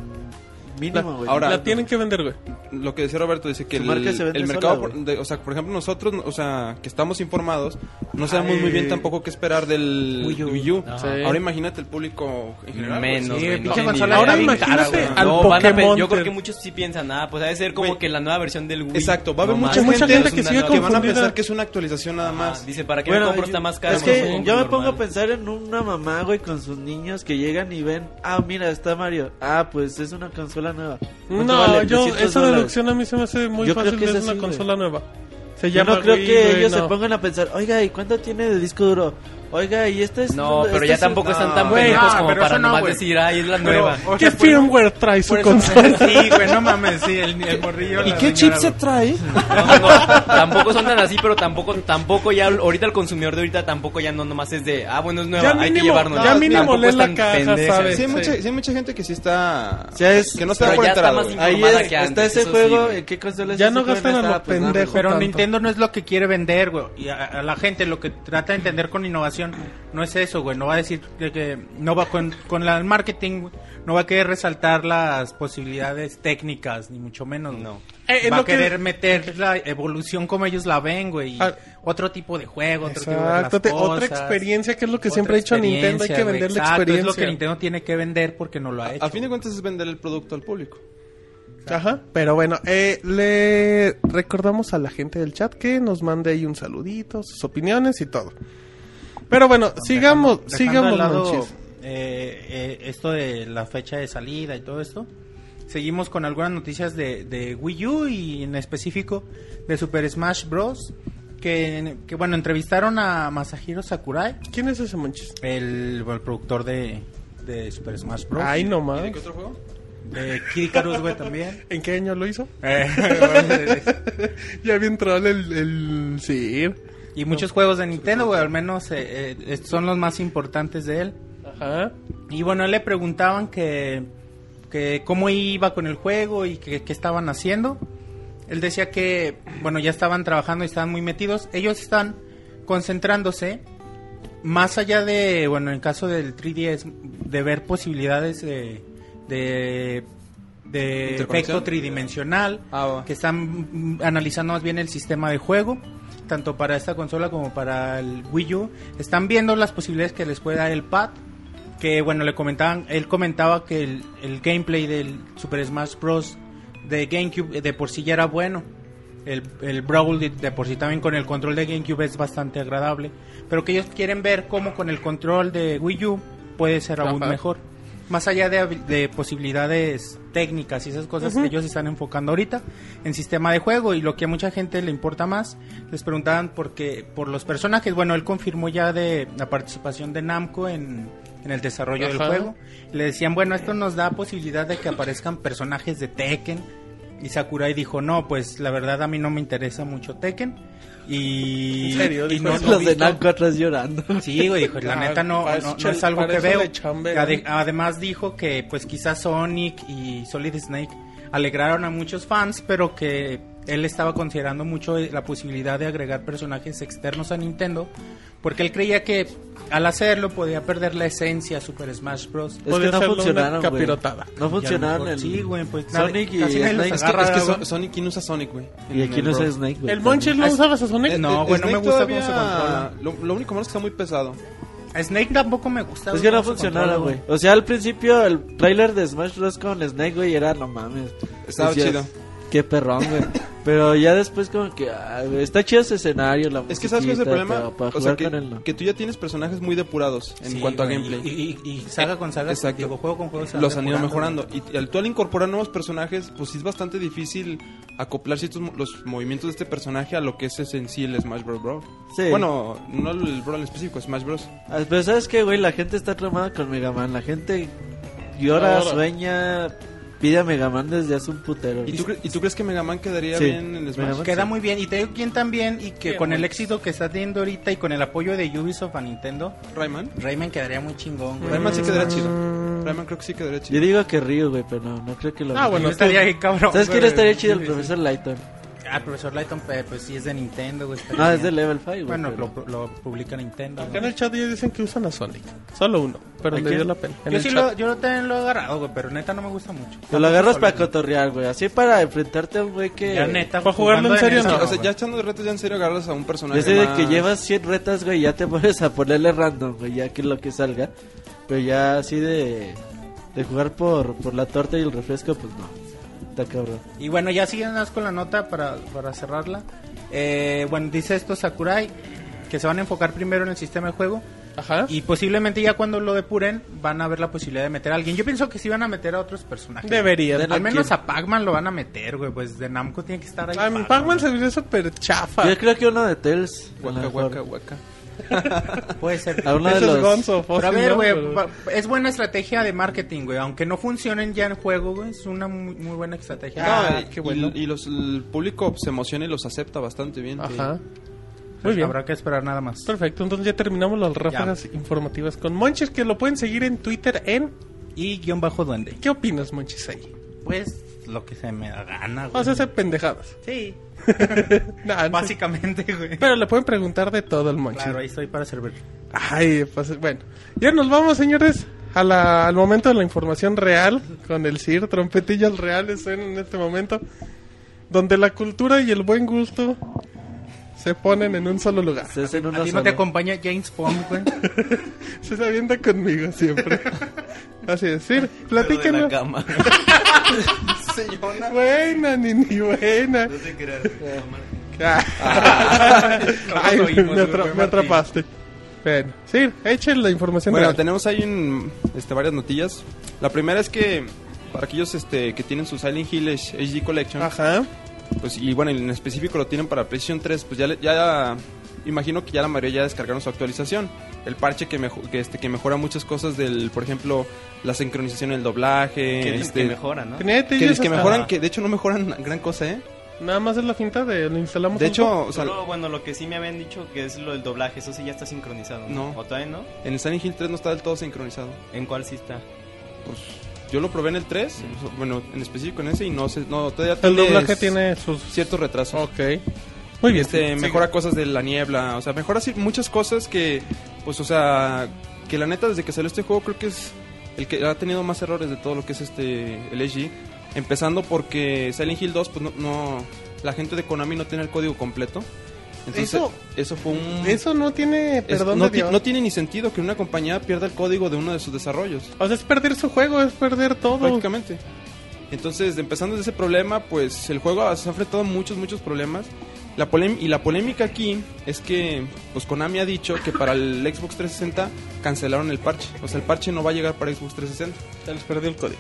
Mínimo, güey.
ahora-
la tienen que vender, güey.
Lo que decía Roberto dice que
Su
el,
marca se vende
el mercado,
sola,
por-
güey.
de- o sea, por ejemplo, nosotros, o sea, que estamos informados, no sabemos
Ay.
muy bien tampoco qué esperar del Wii
Wii
U.
U.
Sí.
Ahora imagínate el público en general. güey.
Menos,
Sí,
güey,
pinche
no,
consola
ni
Ahora
idea.
imagínate
Cara, güey.
al
No, van a pe-
Pokémon.
Yo creo que muchos sí piensan, ah, pues ha de ser como
Güey.
que la nueva versión del Wii.
Exacto, va a haber
No
mucha,
más.
mucha
mucha gente
gente
que
Es
sigue
una-
que van a
confundida.
pensar que es una actualización nada más.
Dice, ¿para qué
Bueno,
me compro
yo-
esta más cara?
es
Mejor
que
compro
yo me
normal.
pongo a pensar en una mamá, güey, con sus niños que llegan y ven, ah, mira, está Mario. Ah, pues es una consola nueva. ¿Cuánto
No,
vale?
yo
300
esa
dólares.
deducción a mí se me hace muy
Yo creo
fácil.
que
Es,
es
una
así, güey.
consola nueva. Se
Yo
llama
no creo
Wii,
que
güey,
ellos se
no.
pongan a pensar, oiga, ¿y cuánto tiene de disco duro? Oiga, ¿y esta es...?
No, pero
esta
ya
es- Ah,
tampoco están tan
no, güey,
pendejos
no,
como
pero
para
eso no,
nomás
güey.
decir, ay, es la
[LAUGHS]
Pero,
nueva.
o
¿Qué
sea, por-
firmware trae su
por eso-
consola?
Sí, güey, no mames, sí, el, el morrillo.
¿Y
la señora,
qué chip se
güey.
trae?
No, no, tampoco son tan así, pero tampoco, tampoco ya, ahorita el consumidor de ahorita tampoco ya no nomás es de, ah, bueno, es nueva,
Ya
hay que
mínimo,
llevarnos.
ya mínimo lees la caja,
Sí,
¿sabes?
hay
Sí.
mucha, sí hay mucha gente que sí está.
Sí, es-
que no está
pero
por
ya está
enterado.
más
güey.
Ahí
Informada
es-
que
está
antes,
ese
eso sí,
juego,
güey.
¿en qué consola es
Ya
ese
no
juego?
gastan a
está,
lo
pues, no,
pendejo.
güey.
Pero
tanto.
Nintendo no es lo que quiere vender, güey. Y a, a la gente lo que trata de entender con innovación no es eso, güey. No va a decir que, que no va con, con la- el marketing, güey, no va a querer resaltar las posibilidades técnicas, ni mucho menos. No.
Eh, es
va
lo
a
que-
querer meter la evolución como ellos la ven, güey. y
Ah.
Otro tipo de juego, otro tipo de las
Exacto, te- otra
cosas,
experiencia que es lo que
otra
siempre ha hecho Nintendo, hay
experiencia,
que
güey,
vender la
exacto,
experiencia.
Es lo que Nintendo tiene que vender porque no lo ha hecho.
A fin de cuentas es vender el producto al público.
Ajá, pero bueno, eh, le recordamos a la gente del chat que nos mande ahí un saludito, sus opiniones y todo. Pero bueno, sigamos,
dejando
sigamos.
de lado
manches.
eh, eh, esto de la fecha de salida y todo esto. Seguimos con algunas noticias de, de Wii U y en específico de Super Smash Bros. Que, que, bueno, entrevistaron a Masahiro Sakurai,
¿Quién es ese manches?
el, el productor de, de Super Smash Bros.
Ay, no
¿Y de
más.
qué otro juego?
De Kid Icarus, güey, también.
[LAUGHS] ¿En qué año lo hizo?
Eh, bueno, de-
ya bien troll el, el Sir.
y muchos juegos de Nintendo, güey, al menos eh, eh, estos son los más importantes de él.
Ajá.
Y bueno, a él le preguntaban que, que cómo iba con el juego y que- qué estaban haciendo. Él decía que, bueno, ya estaban trabajando y estaban muy metidos. Ellos están concentrándose más allá de, bueno, en el caso del 3DS, de ver posibilidades de, de, de
Interconexión.
efecto tridimensional,
Ah, va.
que están mm, analizando más bien el sistema de juego, tanto para esta consola como para el Wii U. Están viendo las posibilidades que les puede dar el pad, que bueno, le comentaban, él comentaba que el, el gameplay del Super Smash Bros. de GameCube eh, de por sí ya era bueno. El, el Brawl de, de por sí también con el control de GameCube es bastante agradable. Pero que ellos quieren ver cómo con el control de Wii U puede ser aún
Ajá.
mejor. Más allá de, habi- de posibilidades técnicas y esas cosas que ellos están enfocando ahorita en sistema de juego y lo que a mucha gente le importa más, les preguntaban porque por los personajes, bueno, él confirmó ya de la participación de Namco en, en el desarrollo del
Ajá.
juego. Le decían, bueno, esto nos da posibilidad de que aparezcan personajes de Tekken. Y Sakurai dijo, no, pues la verdad a mí no me interesa mucho Tekken. Y,
¿En serio?
y
Dijo
no
eso.
lo he
Los de
visto".
Namco atrás llorando. [LAUGHS]
Sí, güey, dijo, la
Ah,
neta no,
para
no-
eso
no es algo
para
que
eso
veo.
le chambea.
Ade- además dijo que pues quizás Sonic y Solid Snake alegraron a muchos fans, pero que él estaba considerando mucho eh, la posibilidad de agregar personajes externos a Nintendo, porque él creía que al hacerlo podía perder la esencia Super Smash Bros.
Es
Podría
que no
hacerlo una
funcionaron, güey.
capirotada.
No funcionaron.
Y a lo mejor
el-
Sí, güey, pues
Sonic y
casi nadie los
Snake.
Es que,
agarra,
es que
güey.
Son- Sonic, ¿quién usa Sonic, güey?
Y
En-
aquí
en
no
Brawl.
es Snake, güey.
¿El Monchis no
Ah,
usabas a Sonic?
Eh,
No,
eh,
güey, no
Snake
me gusta cómo se
todavía- Lo, lo único malo es que está muy pesado.
A Snake tampoco me gusta.
Es
güey,
que no
cómo se
funcionaron,
controla,
güey. O sea, al principio el trailer de Smash Bros. con Snake, güey, era no mames.
Estaba
Decías,
chido.
Qué perrón, güey. Pero ya después como que... ah, güey, está chido ese escenario, la
Es que sabes que es el
musiquita,
problema.
pero Para
O
jugar
sea, que,
con él, no.
que tú ya tienes personajes muy depurados en
Sí,
cuanto a
güey,
gameplay.
Y, y- y saga con saga,
Exacto.
digo, juego con juego, se van
los han ido
depurando,
mejorando. Y, y al- tú al incorporar nuevos personajes, pues sí es bastante difícil acoplar ciertos mo- los movimientos de este personaje a lo que es ese en sí el Smash Bros. Brawl.
Sí.
Bueno, no el Brawl en específico, Smash Bros.
Ah, Pero sabes que, güey, la gente está traumada con Mega Man. La gente llora,
Ahora.
sueña, pide a Mega Man desde hace un putero.
¿Y tú,
güey.
cre- y tú crees que Mega Man quedaría
Sí.
bien en Smash?
Mega Man.
Queda
Sí.
muy bien. Y te digo quién también. Y que con el éxito que está teniendo ahorita y con el apoyo de Ubisoft a Nintendo,
Rayman.
Rayman quedaría muy chingón. güey.
Rayman sí quedaría chido. Rayman creo que sí quedaría
Mm. Yo
chido.
digo que Ryu, güey, pero no, no creo que lo...
Ah,
Yo
bueno,
estaría ahí, cabrón.
¿Sabes quién
güey.
estaría chido? El
Sí,
profesor Lighton.
sí. Ah, profesor Lighton, pe- pues sí es de Nintendo, güey. está
No, Ah, es de
bien.
Level 5, güey.
Bueno,
pero-
lo, lo publica Nintendo.
Acá en
¿no?
el chat ellos dicen que usan a Sonic. Solo uno, pero
¿A
le
quién?
dio la pena. En
Yo
el
sí
chat.
lo, yo lo también lo he agarrado, güey, pero neta no me gusta mucho.
Te lo agarras para
Solo,
cotorrear, güey. Así para enfrentarte a un güey que.
güey. Ya neta.
¿Para jugarlo en serio?
Sí,
No,
o sea, ya echando retos ya en serio agarras a un personaje
Desde de
más-
que llevas 100 retas, güey, ya te [LAUGHS] pones a ponerle random, güey, ya que lo que salga. Pero ya así de, de jugar por, por la torta y el refresco, pues no. Está cabrón.
Y bueno, ya siguiendo con la nota para, para cerrarla. Eh, bueno, dice esto Sakurai, que se van a enfocar primero en el sistema de juego.
Ajá.
Y posiblemente ya cuando lo depuren van a ver la posibilidad de meter a alguien. Yo pienso que sí van a meter a otros personajes.
Deberían.
Al menos a Pac-Man lo van a meter, güey. Pues de Namco tiene que estar ahí.
A Ah, mi
Pac-Man.
Pac-Man se vio súper chafa.
Yo creo que uno de Tails. a lo
Huaca,
mejor.
huaca, huaca.
Puede ser.
A uno de
Ese es
los.
Gonzo,
Pero a
fósil,
ver,
¿no?
güey,
Pero-
pa- es buena estrategia de marketing, güey. Aunque no funcionen ya en juego, güey, es una muy, muy buena estrategia.
No,
Ah,
y-
qué bueno.
Y, y los, el público se emociona y los acepta bastante bien.
Ajá.
Pues
Muy bien.
Habrá que esperar nada más.
Perfecto, entonces ya terminamos las ráfagas informativas con Monches, que lo pueden seguir en Twitter en...
Y guión bajo duende.
¿Qué opinas, Monches, ahí?
Pues lo que se me da gana, güey.
O sea, hacer pendejadas.
sí,
Nah, no.
básicamente, güey.
Pero le pueden preguntar de todo al Monches.
Claro, ahí estoy para servir.
Ay, pues bueno. Ya nos vamos, señores, a la- al momento de la información real, con el CIR, trompetillas reales en este momento, donde la cultura y el buen gusto se ponen en un solo lugar.
Se hacen
A
unos
ti no te
solos.
acompaña James Bond, güey.
Se sabienta conmigo siempre. Así es, CIR,
Pero de la
platíquenme.
cama.
Buena, Nini, buena.
No te creas.
Ah. [LAUGHS] Ay,
Nosotros oímos,
me, atra-
güey,
me
Martín.
atrapaste. Bueno, sí, echen la información.
Bueno,
real.
tenemos ahí un- este, varias notillas. La primera es que para aquellos este, que tienen su Silent Hill HD Collection,
Ajá.
pues y bueno, en específico lo tienen para PlayStation 3, pues ya, le- ya imagino que ya la mayoría ya descargaron su actualización. El parche que, mejo- que, este, que mejora muchas cosas del, por ejemplo, la sincronización, el doblaje,
Que
este,
que mejora, ¿no?
Tenía
que,
detalles
que
hasta-
mejoran, que de hecho no mejoran gran cosa, ¿eh?
Nada más es la finta de lo instalamos.
De
un
hecho,
poco.
o sea,
Solo, bueno, lo que sí me habían dicho que es lo del doblaje, eso sí ya está sincronizado.
No.
¿O todavía no?
en el Silent Hill 3 no está del todo sincronizado.
¿En cuál sí está?
Pues yo lo probé en el 3, pues, bueno, en específico en ese y no sé, no todavía
el
tiene
doblaje
s-
tiene sus.
ciertos retrasos.
Ok. Muy bien.
Este,
sí.
mejora cosas de la niebla, o sea, mejora así muchas cosas que, pues, o sea, que la neta desde que salió este juego creo que es el que ha tenido más errores de todo lo que es este el EG. Empezando porque Silent Hill 2, pues no, no- la gente de Konami no tiene el código completo. Entonces,
Eso-
eso, fue un...
Eso no tiene.
es-
Perdón,
no,
de
ti-
Dios.
no tiene ni sentido que una compañía pierda el código de uno de sus desarrollos.
O sea, es perder su juego, es perder todo.
Prácticamente. Entonces, empezando desde ese problema, pues el juego se ha enfrentado a muchos, muchos problemas. La polem- y la polémica aquí es que, pues Konami ha dicho que para el Xbox 360 cancelaron el parche. O sea, el parche no va a llegar para Xbox 360.
Se les perdió el código.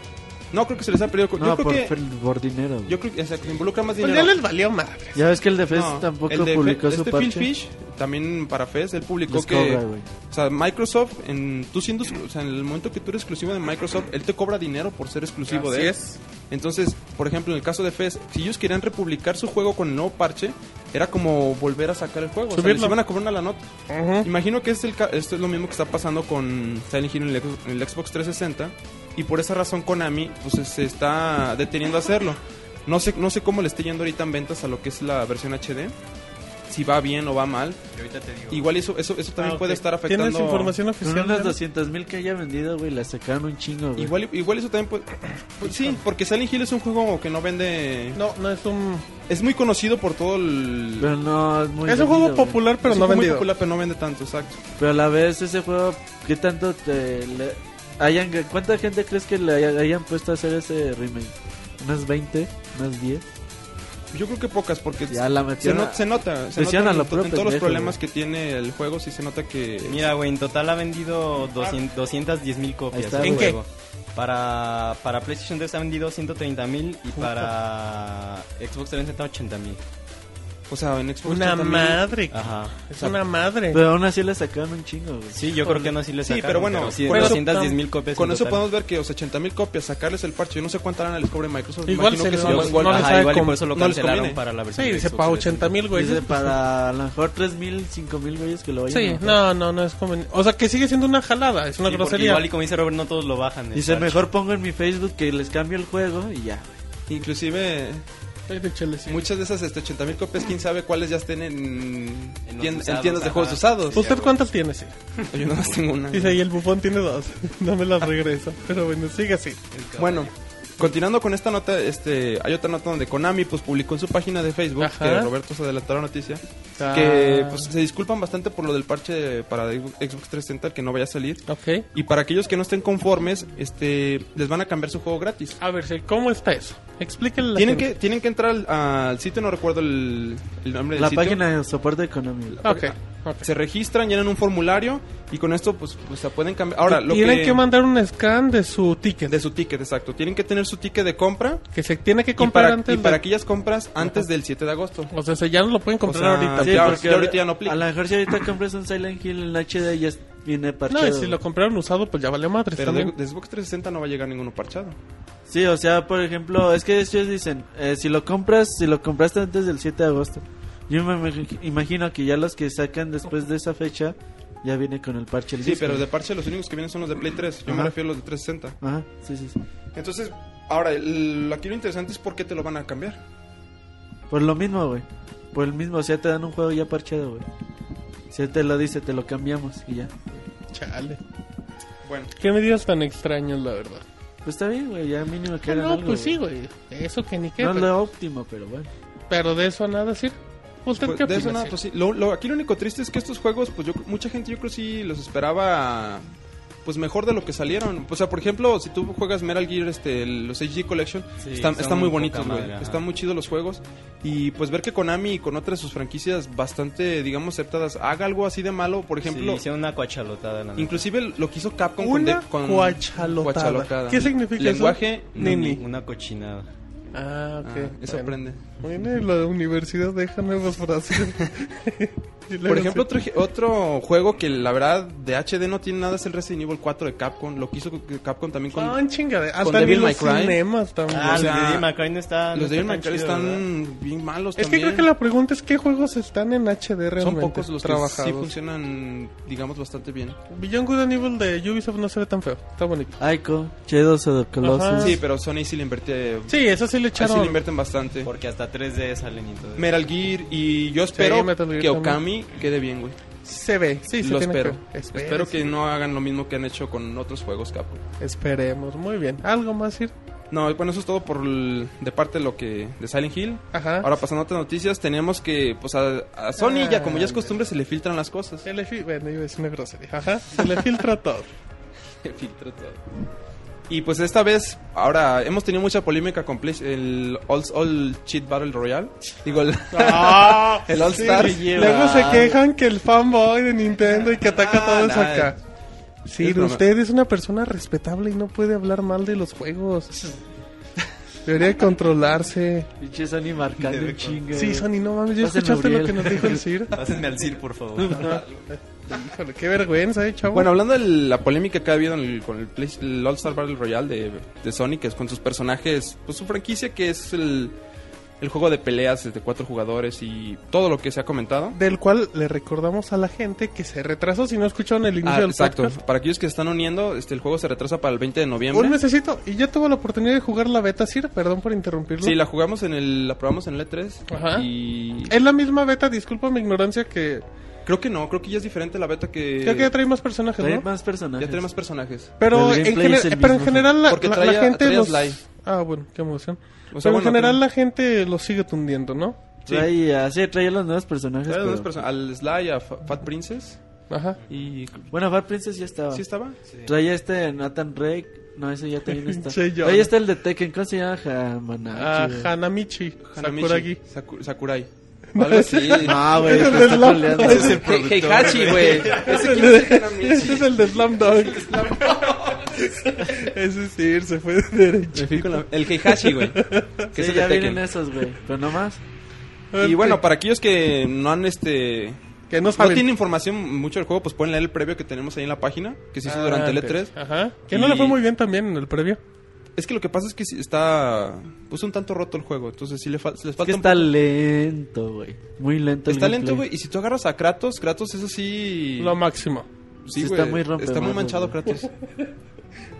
No creo que se les ha perdido. co-
No,
yo,
por,
creo que,
por dinero. güey.
yo creo que, o sea, que involucra más
Pues
dinero.
ya les valió madre.
Ya ves que el de Fez
No,
tampoco
el de Fe-
publicó su
este Phil
parche.
Fish, también para Fez, él publicó
Les
que...
cobra, güey.
O sea, Microsoft, en, tú siendo, o sea, en el momento que tú eres exclusivo de Microsoft, él te cobra dinero por ser exclusivo
Así
de él.
es.
Entonces, por ejemplo, en el caso de FES, si ellos querían republicar su juego con el nuevo parche, era como volver a sacar el juego. O sea,
Subirlo.
les iban a cobrar una la nota.
Ujú.
Imagino que es el ca- esto es lo mismo que está pasando con Silent Hill en el, Xbox- en el Xbox 360. Y por esa razón Konami pues, se está deteniendo a hacerlo. No sé, no sé cómo le esté yendo ahorita en ventas a lo que es la versión HD. Si va bien o va mal.
Yo ahorita te digo.
Igual eso, eso, eso también
Ah,
puede
ok.
estar afectando...
¿Tienes información oficial?
Son unas
Adrián?
200 mil que haya vendido, güey. La sacaron un chingo, güey.
Igual, igual eso también puede... pues sí, porque Silent Hill es un juego que no vende...
No, no es un.
Es muy conocido por todo el...
Pero no, es muy.
es un
vendido,
juego
güey.
popular, pero
es un
no
juego muy
vendido.
popular, pero no vende tanto, exacto.
Pero a la vez ese juego, ¿qué tanto te le hayan cuánta gente crees que le haya- hayan puesto a hacer ese remake? ¿Unas 20? ¿Unas 10?
Yo creo que pocas, porque
Ya la
se,
metieron.
no- se nota. Se
Decían
nota
a
en,
lo
to-
puro
en todos los
pendejo,
problemas
güey.
que tiene el juego, sí se nota que...
Mira, güey, en total ha vendido 200 210 mil copias.
está,
del
¿En qué?
juego. Para, para PlayStation 3 ha vendido 130 mil y para Xbox 360 80 mil.
o sea, en Xbox
Una
80.000.
madre.
Ajá.
Es una madre.
Pero aún así le sacaron un chingo, güey.
Sí, yo creo que no sí le
Sí,
sacaron.
pero bueno,
sí,
con eso-
210 mil copias.
Con
en
eso
total.
podemos ver que, o sea, 80 mil copias, sacarles el parche, yo no sé cuánto harán les cobre Microsoft.
Igual
imagino
se
que
les
sea
va-
buen golpe.
no les
Ajá,
sabe
igual y
cómo-
por eso
no
lo
les
cancelaron
conviene.
para la versión
Sí,
de
dice [LAUGHS]
Xbox
para
360.
80 mil, güey.
Dice para a lo mejor 3 mil, 5 mil güeyes que lo vayan a
Sí,
bajar.
no, no, no es conveniente. O sea, que sigue siendo una jalada, es una
Sí, porque
grosería.
Igual y como dice Robert, no todos lo bajan. el
Dice,
parche.
mejor pongo en mi Facebook que les cambio el juego y ya.
Inclusive,
Ahí de chale, sí.
Muchas de esas este, 80 mil copias, quién sabe cuáles ya estén en,
En los
tien- en
usados,
tiendas de
ajá.
juegos usados.
Sí,
¿Usted cuántas tiene, sí?
Yo nomás tengo una.
Dice ahí el bufón tiene dos. [LAUGHS] No me las regresa. Pero bueno, sigue así.
Bueno, continuando con esta nota, este, hay otra nota donde Konami pues publicó en su página de Facebook
Ajá.
que Roberto se adelantó la noticia
Ah.
que pues, se disculpan bastante por lo del parche para Xbox 360 que no vaya a salir
Ok.
y para aquellos que no estén conformes, este, les van a cambiar su juego gratis.
A ver, sí, ¿cómo está eso? Explíquenle a la
Tienen
gente.
que, tienen que entrar al, al sitio, no recuerdo el, el nombre del
La
sitio.
página de soporte económico.
Ok, ok.
Se registran, llenan un formulario y con esto pues, pues se pueden cambiar. Ahora, lo
tienen que...
que,
mandar un scan de su ticket.
de su ticket, exacto. Tienen que tener su ticket de compra
Que se tiene que
y
comprar
para-
antes
y para
de-
aquellas compras antes del 7 de agosto.
O sea, se- ya no lo pueden comprar
O sea,
ahorita.
sí,
pero-
ahora- ya ahorita ya no aplica.
A lo mejor si ahorita compras un Silent Hill en HD ya es- viene
No,
parchado.
y si lo compraron usado, pues ya valió madre.
Pero de,
también.
de Xbox 360 no va a llegar ninguno parchado.
Sí, o sea, por ejemplo, es que ellos dicen, eh, si lo compras, si lo compraste antes del 7 de agosto, yo me imag- imagino que ya los que sacan después de esa fecha ya viene con el parche el
Sí,
disco.
pero de parche los únicos que vienen son los de Play 3. Yo me
Ajá.
refiero a los de 360.
Ajá, sí, sí, sí.
Entonces, ahora, el- aquí lo interesante es por qué te lo van a cambiar.
Por lo mismo, güey. Por el mismo, o sea, te dan un juego ya parchado, güey. Si te lo dice, te lo cambiamos y ya.
Chale.
Bueno,
Qué medidas tan extrañas, la verdad.
Pues está bien, güey, ya mínimo que
Ah,
hagan
no,
algo,
pues sí,
güey.
güey. Eso que ni qué.
No es
pero,
lo óptimo, pero bueno.
pero de eso a nada, sí. ¿Usted
pues,
qué opina?
de eso nada,
Sir?
pues sí. Lo, lo- aquí lo único triste es que estos juegos, pues yo mucha gente yo creo sí los esperaba pues mejor de lo que salieron. O sea, por ejemplo, si tú juegas Metal Gear, este, el- los HG Collection,
Sí,
están,
son
están muy
poca
bonitos, güey.
madre, ajá.
Están muy chidos los juegos. Y pues ver que Konami y con otras de sus franquicias bastante, digamos, aceptadas, haga algo así de malo, por ejemplo...
Sí, hicieron una coachalotada. la neta.
Inclusive lo que hizo Capcom con
Una
de- con
cuachalotada.
cuachalotada.
¿Qué significa
Lenguaje
eso?
Una-
Nini.
Una cochinada.
Ah, ok.
Ah, eso
Bueno.
aprende.
Bueno, y la universidad deja nuevas
[LAUGHS]
frases. [LAUGHS] Y luego
Por ejemplo,
sí.
otro, je- otro juego que la verdad de HD no tiene nada es el Resident Evil 4 de Capcom. Lo que hizo que Capcom también con...
Ah, en chingade.
con
Hasta ni
Devil
los
May Cry.
cinemas también.
Ah,
o sea,
los de Devil May Cry no están.
los de Devil May Cry
chidos, ¿verdad?
están bien malos
es que
también.
creo que la pregunta es qué juegos están en HD realmente.
Son pocos los que sí
trabajados. Ah.
funcionan, digamos, bastante bien.
Beyond Good and Evil de Ubisoft no se ve tan feo. Está bonito.
Aiko, Shadows of the Colossus.
Ajá.
Sí, pero Sony sí le invierte...
Sí, eso sí le
ahí sí
echaron.
le invierten bastante.
Porque hasta 3D salen y todo. eso.
Metal Gear y yo espero
Metal Gear
que
también.
Okami quede bien, güey.
se ve. Sí, se
lo
tiene
espero.
que-
Espero que no hagan lo mismo que han hecho con otros juegos Capcom.
Esperemos. Muy bien. ¿Algo más, ir?
No, bueno, eso es todo por el- de parte de lo que de Silent Hill.
Ajá.
Ahora pasando a otras noticias, tenemos que pues a, a Sony ya como Ah, ya es costumbre se le filtran las cosas.
Se le fil- Bueno, iba a decir una grosería. Ajá. Se le filtra todo.
[LAUGHS] Se filtra todo. Y pues esta vez, ahora hemos tenido mucha polémica con Play- el All, All Cheat Battle Royale. Digo, el, el All Star.
Luego se quejan que el fanboy de Nintendo y que ataca a todos
nah,
acá. Sí,
Ah, eh. es broma.
usted es una persona respetable y no puede hablar mal de los juegos. Debería controlarse.
Pinche Sony marcando un chingo.
Sí,
güey.
Sony, no mames, ¿ya
Pásenme,
escuchaste lo que
Uriel.
nos dijo el Sir?
Pásenme al CIR, por favor.
Híjole, qué vergüenza, eh, chavo.
[LAUGHS] Bueno, hablando de la polémica que ha habido en el- con el, Play- el All Star Battle Royale de, de Sony, que es con sus personajes, pues su franquicia que es el, el juego de peleas de cuatro jugadores y todo lo que se ha comentado.
del cual le recordamos a la gente que se retrasó si no escucharon el inicio
Ah,
del
exacto.
podcast.
Para aquellos que se están uniendo, este, el juego se retrasa para el 20 de noviembre.
Un mesecito, y yo tuve la oportunidad de jugar la beta, Sir, perdón por interrumpirlo.
Sí, la jugamos en el, la probamos en el E3
Ajá.
y
Es la misma beta, disculpa mi ignorancia, que
creo que no, creo que ya es diferente la beta que
creo que ya trae más personajes,
Trae
¿no?
más personajes.
ya tiene más personajes.
Pero
El
en,
gameplay
gener-
es el
eh, pero en
mismo.
general la,
Porque
la- la
traía-
gente
traía
los...
Sly.
Ah, bueno, qué emoción.
O sea,
pero en
bueno,
general
trae-
la gente los sigue tundiendo, ¿no?
Trae, ah, sí, trae a los nuevos personajes.
Trae a dos
pero-
perso- al Sly, a Fa- Fat Princess
Ajá.
y
Bueno, Fat Princess ya
Ah.
estaba.
¿sí estaba?
Trae a este Nathan Drake. No, ese ya también está.
Sí, yo.
Trae este el de Tekken. ¿Cómo se llama? Hamanachi,
A
güey.
Ah, Hanamichi,
Hanamichi,
Sakuragi. Ah, [LAUGHS]
Saku- Sakurai. O algo así.
No,
[LAUGHS]
güey.
Ese es
te
el
está
Lord.
troleando.
Ese es
[LAUGHS] Hey- Heihachi, güey.
Ese es el de Slam
[LAUGHS]
Dunk. Ese sí, se fue de derecho.
Me fui con la- el Heihachi, güey. Que es
Sí,
el de
ya vienen
Tekken.
esos, güey. Pero no más.
Y bueno, para aquellos que no han este
que no
no
saben.
tienen información mucho del juego, pues pueden leer el previo que tenemos ahí en la página, que se hizo
Ah,
durante el E
ok.
E3.
Ajá. Que no le
Y-
fue muy bien también en el previo.
Es que lo que pasa es que sí está pues un tanto roto el juego, entonces sí le fal- les
Es
falta
que
un
está
poco.
lento, güey. Muy lento. el
Está lento,
gameplay.
güey. Y si tú agarras a Kratos, Kratos es así.
Lo máximo.
sí,
Sí,
güey,
está muy
Está muy
rompemadre,
manchado
güey.
Kratos.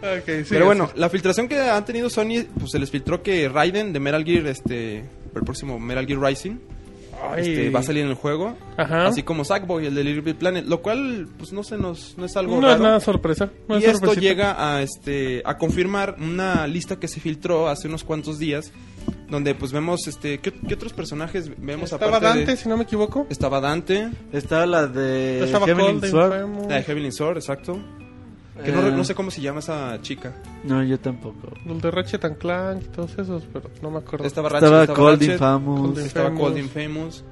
Ok, sí.
Pero bueno, la filtración que han tenido Sony, pues se les filtró que Raiden de Metal Gear este, para el próximo Metal Gear Rising.
Ay. Ah.
Este, va a salir en el juego.
Ajá.
Así como Sackboy, el de Little Big Planet. Lo cual, pues no se nos. No es algo.
No
raro.
es nada sorpresa. No es
y esto
sorpresita.
llega a este a confirmar una lista que se filtró hace unos cuantos días donde pues vemos este qué, qué otros personajes vemos
Estaba
aparte
Dante,
de- este,
si no me equivoco.
estaba Dante
Estaba la de
Estaba
Heavenly
Cold,
Sword.
enfermo.
la de Ah, Heavenly Sword exacto que no,
Eh.
re- no sé cómo se llama esa chica
No, yo tampoco.
El de Ratchet and Clank y todos esos, pero no me acuerdo.
estaba Ratchet,
Estaba Cold
Ratchet,
Infamous.
Cold
estaba Cold
Infamous.
Infamous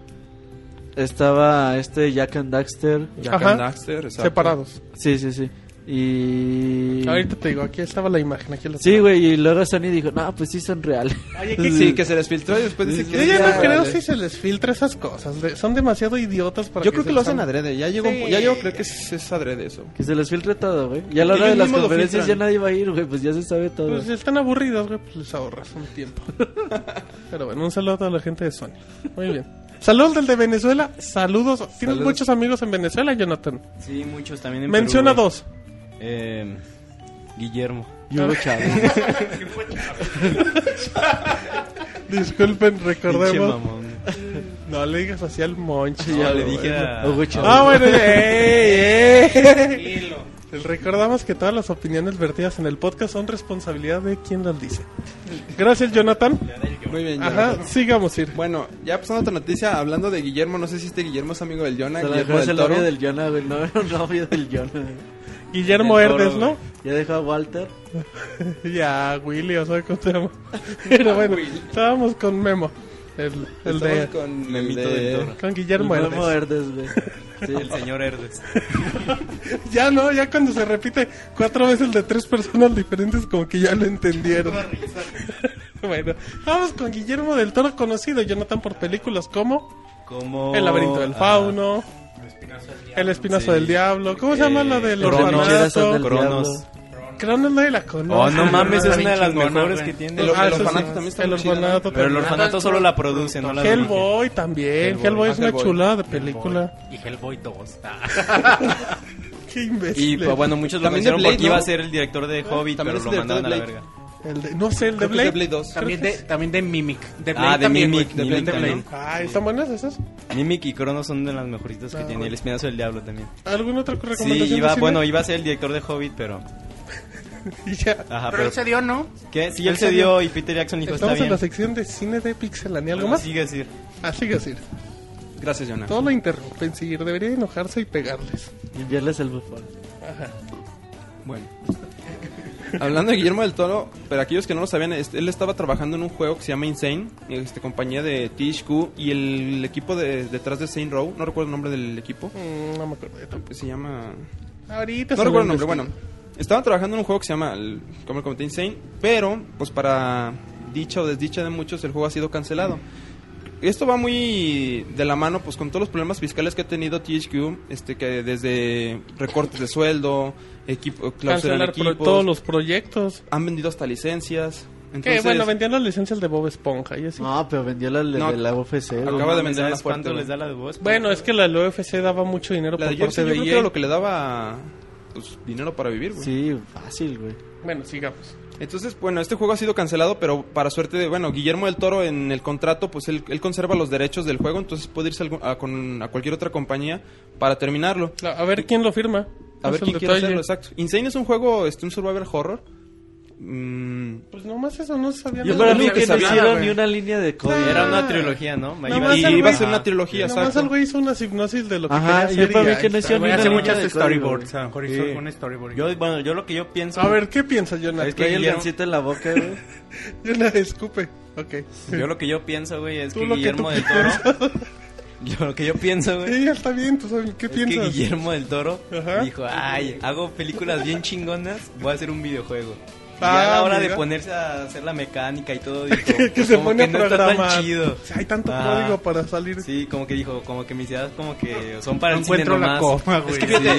Estaba este Jack and Daxter.
Jack
Ajá.
and Daxter exacto.
Separados.
Sí, sí, sí. Y.
Ahorita te digo, aquí estaba la imagen, aquí la
Sí, güey, y luego Sony dijo, no, pues sí son reales.
sí que se les filtró y después dice
Yo
que
ya no
Vale.
creo si se les filtra esas cosas. de- son demasiado idiotas para
yo creo
se
que lo
les
hacen
han-
adrede ya llegó
Sí.
ya yo creo que es, es adrede eso
Que se les filtre todo, güey. Y a la
Ellos
hora de las
mismos lo
conferencias ya
filtran.
nadie va a ir, güey, pues ya se sabe todo.
Pues si están aburridos, güey, pues les ahorras un
[LAUGHS]
tiempo. Pero bueno, un saludo a toda la gente de Sony. Muy bien. Saludos del de Venezuela. Saludos. Tienes
Saludos.
muchos amigos en Venezuela, Jonathan.
Sí, muchos también. en
Menciona
Perú, güey.
dos.
Eh, Guillermo.
Y Hugo Chávez.
[LAUGHS]
Disculpen,
Pinche
recordemos.
mamón.
No le digas así al monche.
No,
ya,
le
güey.
dije a...
Hugo
Ah,
Chávez.
bueno, ey, ey. Recordamos que todas las opiniones vertidas en el podcast son responsabilidad de quien las dice. Gracias, Jonathan.
muy bien
Ajá,
Jonathan.
sigamos ir.
bueno ya pasando a otra noticia hablando de Guillermo no sé si este Guillermo es amigo del Jonah
Se la
Guillermo
dejó
del
ese
Toro.
novio del Jonah, güey. No [LAUGHS] era un novio del Jonah. güey.
Guillermo
Del Toro,
Herdes, ¿no?
Ya dejó a Walter.
Ya, Willy, o sea, ¿cómo te llamo? [LAUGHS] Pero bueno, estábamos con Memo. El, el
Estamos
de.
con
Memito
el de-
del Toro.
Con Guillermo Herdes.
Guillermo Herdes, güey. Sí.
[LAUGHS]
El señor Herdes.
Ya no, ya cuando se repite cuatro veces el de tres personas diferentes, como que ya lo entendieron. [LAUGHS] bueno, vamos con Guillermo del Toro, conocido Jonathan por películas como
Oh,
Como...
El laberinto del
ah,
fauno, El espinazo
Sí.
del diablo, ¿cómo se llama
Eh,
la del
Cronos.
Las
orfanato?
rancheras del-
Cronos.
Cronos nadie la conoce.
Oh, no mames, es una de las
chingona,
mejores
güey.
que tiene.
El, el
Ah, eso sí.
orfanato también está
El
muy chida, ¿no?
orfanato
Pero el
también.
orfanato solo la produce, no la dirige.
Hellboy también, Hellboy,
Hellboy.
es
Ah,
una
Hellboy.
chulada de película.
Y Hellboy 2. Ah.
[LAUGHS] Qué imbécil.
Y pues, bueno, muchos lo
También de
mencionaron
Blade,
porque iba a
¿no?
ser el director de
También
Hobbit, pero
es
lo
el
mandaron a la
director de
verga.
El de- no sé, el de
Creo que es
Blade.
de Blade 2.
También, de, también de Mimic. De
Ah, de
también,
Mimic,
güey, de
Mimic
Blade
también.
también.
Ah, ¿están buenas esas?
Mimic y Cronos son de las mejoritas
Ah,
que tiene. Y el espinazo del diablo también.
¿Alguna otra recomendación?
Sí,
de
iba,
cine?
bueno, iba a ser el director de Hobbit, pero.
[LAUGHS] Y ya.
Ah,
Pero
Ajá, pero.
él se dio, ¿no?
¿Qué? Sí, él se dio y Peter Jackson dijo: Está
Estamos en
bien.
la sección de cine de Pixelania. ¿Algo
Bueno,
más?
Sigue así.
Así que así.
Gracias, Jonah.
Todo lo interrumpen. Sí, debería enojarse y pegarles.
Y enviarles el bufón.
Bueno. Hablando de Guillermo del Toro, para aquellos que no lo sabían, este, él estaba trabajando en un juego que se llama Insane, este, compañía de THQ y el equipo de, detrás de Saint Row, no recuerdo el nombre del equipo,
Mm, no me acuerdo de tampoco.
se llama...
Ahorita
No
se
recuerdo el
lo
nombre,
investigo.
bueno. Estaba trabajando en un juego que se llama, el- como el comenté, Insane, pero pues para dicha o desdicha de muchos el juego ha sido cancelado. Esto va muy de la mano pues con todos los problemas fiscales que ha tenido THQ, este que desde recortes de sueldo, equipo, clausuran
Cancelar pro-
equipos,
todos los proyectos.
han vendido hasta licencias.
Que
Entonces, Ah.
bueno, vendían las licencias de Bob Esponja y así.
No, pero vendió la de
No,
de la UFC. güey.
Acaba de
¿Sabes
vender la fuerte,
¿Cuánto
güey.
les da la de voz?
Bueno, es que la del UFC daba mucho dinero
la de
por
Jersey,
parte
yo
de E
creo que era
EA.
lo que le daba pues, dinero para vivir, güey.
Sí, fácil, güey.
Bueno, sigamos.
Entonces, bueno, este juego ha sido cancelado, pero para suerte de, bueno, Guillermo del Toro en el contrato, pues él, él conserva los derechos del juego, entonces puede irse algu- a, con, a cualquier otra compañía para terminarlo.
La- A ver quién lo firma.
A
Es
ver
el
quién quiere
detalle.
hacerlo, exacto. Insane es un juego, este, un survivor horror. Mm,
Pues nomás eso, no sabía
Yo
nada.
para
lo
mí
único
que
que
no
sabía,
hicieron
güey.
ni una línea de código.
Era una trilogía, ¿no?
Nada más
y
el
iba a
güey-
ser una trilogía,
Nomás
exacto.
el güey hizo una hipnosis de lo que
Ajá,
quería
yo
hacer. y
para mí
ahí
que
está.
no hicieron ni
Voy a
una
hacer
línea
muchas
de
storyboards.
código,
A lo mejor
Sí.
hizo un storyboard.
Yo, bueno, yo lo que yo pienso.
A ver, ¿qué piensas, Jonah?
güey.
Es
Trae el
Guillermo-
gancito en la boca, güey.
Jonah, escupe. Ok.
Yo lo que yo pienso, güey, es
Tú
que
lo que
Guillermo
tú
del Toro. [LAUGHS] Yo lo que yo pienso, güey.
[LAUGHS] Sí, está bien, tú sabes, ¿qué
es que
piensas?
Guillermo del Toro
Ajá.
dijo, ay, hago películas bien chingonas, voy a hacer un videojuego. Y
Ah,
ya a la hora
mira.
de ponerse a hacer la mecánica y
[LAUGHS]
todo, dijo,
[LAUGHS]
"Pues
que se
como
pone
que
a
no está
programar.
tan chido.
O sea, hay tanto
Ah.
código para salir.
Sí, como que dijo, como que mis ideas como que son para
No
el cine
encuentro la
nomás.
coma, güey.
Es que fíjate,
De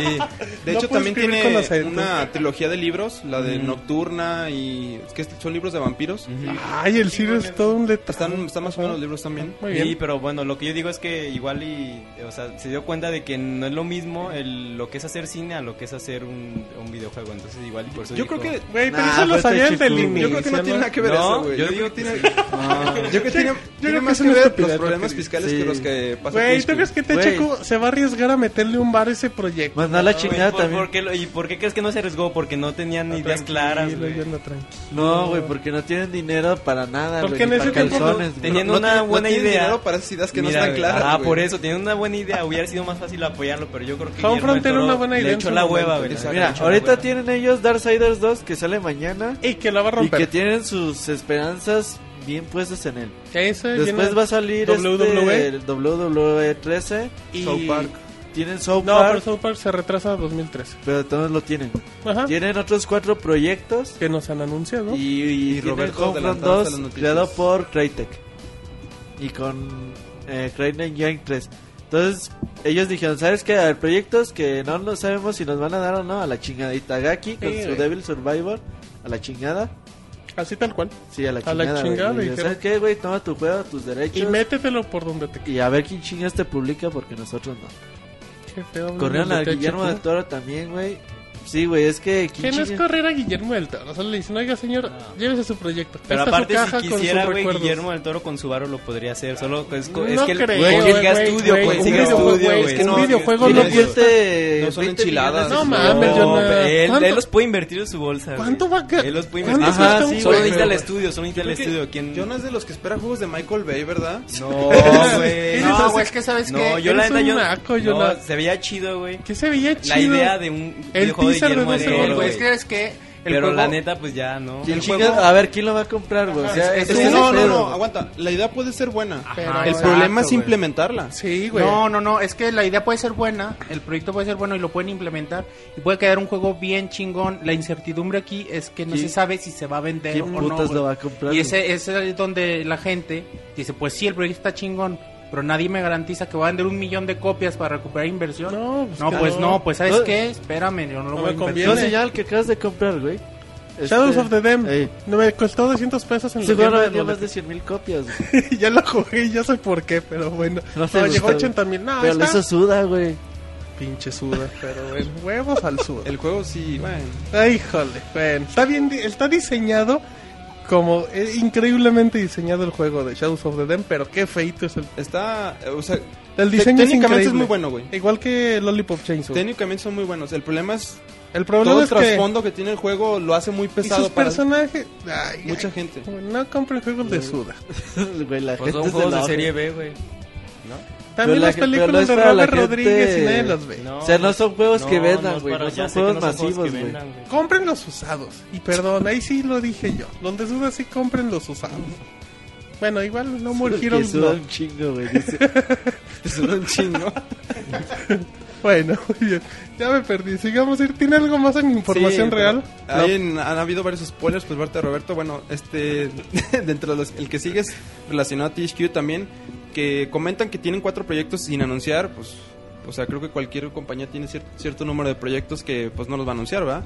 No
hecho,
puedo
también
escribir con
tiene
los acentos.
una trilogía de libros, la de Nocturna y... Es que son libros de vampiros. Ah,
Ay, el Ciro es todo un letal.
Están, están más o menos los libros también.
Muy
Sí,
bien.
pero bueno, lo que yo digo es que igual y, o sea, se dio cuenta de que no es lo mismo el, lo que es hacer cine a lo que es hacer un, un videojuego, entonces igual y por eso
Yo
dijo,
creo que...
Güey, pero
Nah,
eso se lo sabían del inicio.
Yo creo que no tiene nada que ver eso, güey.
yo
Yo,
digo
creo
tiene.
que- yo creo que tiene,
creo que
tiene más
es
que
una
ver los
estupidez lo
problemas
que-
fiscales
sí.
que los que pasa
Güey, ¿tú
Kingsfield.
crees que te
Güey.
Checo se va a arriesgar a meterle un bar a ese proyecto?
Mandar la
Güey,
chingada
¿por-
también.
por qué lo- ¿Y por qué crees que no se arriesgó? Porque no tenían
No,
ideas
tranquilo,
claras,
yo
güey.
ando tranquilo.
No, güey, porque no tienen dinero para nada, güey.
Porque en
ni
ese
para
tiempo no
calzones, güey.
tenían
No
una
tiene- no
buena
tiene
idea.
dinero para esas ideas que
Mira,
no están claras.
Ah,
güey.
por eso, tiene una buena idea. Hubiera sido más fácil apoyarlo, pero yo creo que.
Home
Guillermo del
Front era
Toro
una buena idea
Le
en
echó
su
la
momento,
hueva, güey.
exacto.
Le
Mira,
echó la
ahorita
hueva.
tienen ellos Darksiders 2 que sale mañana
Y que la va a
y que
romper.
tienen sus esperanzas bien puestas en él.
Que eso
Después
viene-
va a salir
WWE.
este, el WWE 13 y
South Park.
tienen South
No, pero
Park,
South Ah. Park se retrasa a 2013.
pero todos lo tienen.
Ajá.
Tienen otros cuatro proyectos
Que nos han anunciado.
y, y,
Y
tienen
Roberto
Homefront
adelantado hasta
2
las noticias.
creado por Crytek y con eh, Crytek Young 3. Entonces ellos dijeron, ¿sabes qué? Hay proyectos que no, no sabemos si nos van a dar o no a la chingada. Itagaki con
Sí,
su
güey.
Devil Survivor a la chingada.
Así tal cual.
Sí, a la
A la
chingada. güey.
chingada,
Y dijeron,
dijeron.
¿Sabes qué, güey? Toma tu juego, tus derechos.
Y métetelo por donde te
Y a ver quién chingas te publica porque nosotros no.
quede.
Corrieron a Guillermo del
Toro.
Toro también, güey. Sí, güey, es que...
Que
¿quién
no es
chinga-
correr a Guillermo del Toro. O sea, le dicen, oiga, señor, llévese su proyecto.
Ah. Pero
Esta es
aparte,
su caja
si
con
quisiera,
sus
güey,
recuerdos.
Guillermo del Toro con su varo lo podría hacer. Solo es, co-
No
es que el
creo,
güey, consiga
güey,
estudio,
güey,
güey. Consiga
un
estudio,
videojuego,
güey.
es que no- videojuego
¿Quién
no pues,
invierte
No son
20
enchiladas.
millones?
No mames,
No,
yo no-
él,
¿Cuánto?
él los puede invertir de su bolsa. güey.
¿Cuánto va a ca-
Él los puede
¿Cuánto
invertir.
Ajá, cuesta un sí,
solo
güey,
necesita
pero-
el estudio, solo necesita el estudio. ¿Quién?
Yo no es de los que espera juegos de Michael Bay, ¿verdad?
No, güey.
No,
No, güey, es que sabes
No,
que.
yo la
eres
neta,
un
yo.
naco, yo
no,
no-
se veía chido, güey.
Que se veía chido.
La idea de un
El
videojuego de
teaser de no
Guillermo del
sé qué,
güey,
Toro, güey.
es que es que. el
Pero la
juego-
neta, pues ya, ¿no?
¿Quién
El
chinga-
juego-
A ver, ¿quién lo va a comprar, güey? O sea,
es-
ese
Es
es
que
el
Este, no, no,
pedo,
no,
güey.
aguanta. La idea puede ser buena.
Ah,
Pero
el
exacto,
problema es
güey.
implementarla.
Sí, güey.
No, no, no, es que la idea puede ser buena, el proyecto puede ser bueno y lo pueden implementar y puede quedar un juego bien chingón. La incertidumbre aquí es que no
¿Quién-
se sabe si se va a vender o
¿Quién
no.
putas
güey.
lo va a comprar?
y
güey?
ese, ese es donde la gente dice, pues sí, el proyecto está chingón, pero nadie me garantiza que va a vender un millón de copias para recuperar inversión.
No, pues, claro.
pues no, pues ¿sabes
No.
qué? Espérame, yo no lo
No
voy a
me
invertir.
viene.
¿Cómo se llama el que acabas de comprar, güey?
pues,
Shadows
Este-
of the Dam.
eh.
Ey.
No, me costó 200 pesos en la
Seguro
tienda de
pues,
vendió más
boletos.
de 100 mil copias, güey.
[LAUGHS] ya lo jugué y ya sé por qué, pero bueno. No,
No te
llegó
gusta,
80 mil. No,
Pero le
Ah, está
hizo suda, güey.
pinche suda. Pero bueno, huevos al suda.
El juego sí, bueno.
Ay, jole. Bueno, está bien, di- está diseñado como eh, increíblemente diseñado el juego de Shadows of the Dam, pero qué feito es el.
Está, eh, o sea,
El diseño es
técnicamente es
increíble.
muy bueno, güey.
Igual que Lollipop Chainsaw.
técnicamente son muy buenos. El problema es
el
todo
problema
el
es que
trasfondo que... tiene el juego lo hace muy
y
pesado
sus
para
personajes. Ay,
mucha
ay,
gente.
No compren juegos de Suda.
[LAUGHS] Güey, la
Pues
gente
son
se
juegos
la
de
odia.
[LAUGHS] serie B, güey.
También
la
las
gen- pero
películas
no es
de
para la
Robert
gente-
Rodríguez y nadie las ve.
No,
O sea, no son juegos que vendan,
es
güey. No,
para- ya
son
sé que
juegos
no son
masivos,
juegos que
güey.
vendan, güey.
Compren los usados. Y perdón, ahí sí lo dije yo. Donde suda sí compren los usados. Bueno, igual no More
Que
Heroes no.
suda un chingo, güey. dice.
[LAUGHS] Es
[LAUGHS]
un chingo.
Bueno, [LAUGHS] muy bien. Ya me perdí. Sigamos a ir. ¿Tiene algo más en información
Sí, pero
real?
ahí en- han habido varios spoilers por parte de Roberto. Bueno, este. [LAUGHS] dentro de los. El que sigue es relacionado a THQ también. Que comentan que tienen cuatro proyectos sin anunciar. Pues. O sea, creo que cualquier compañía tiene cier- cierto número de proyectos que pues no los va a anunciar, ¿verdad?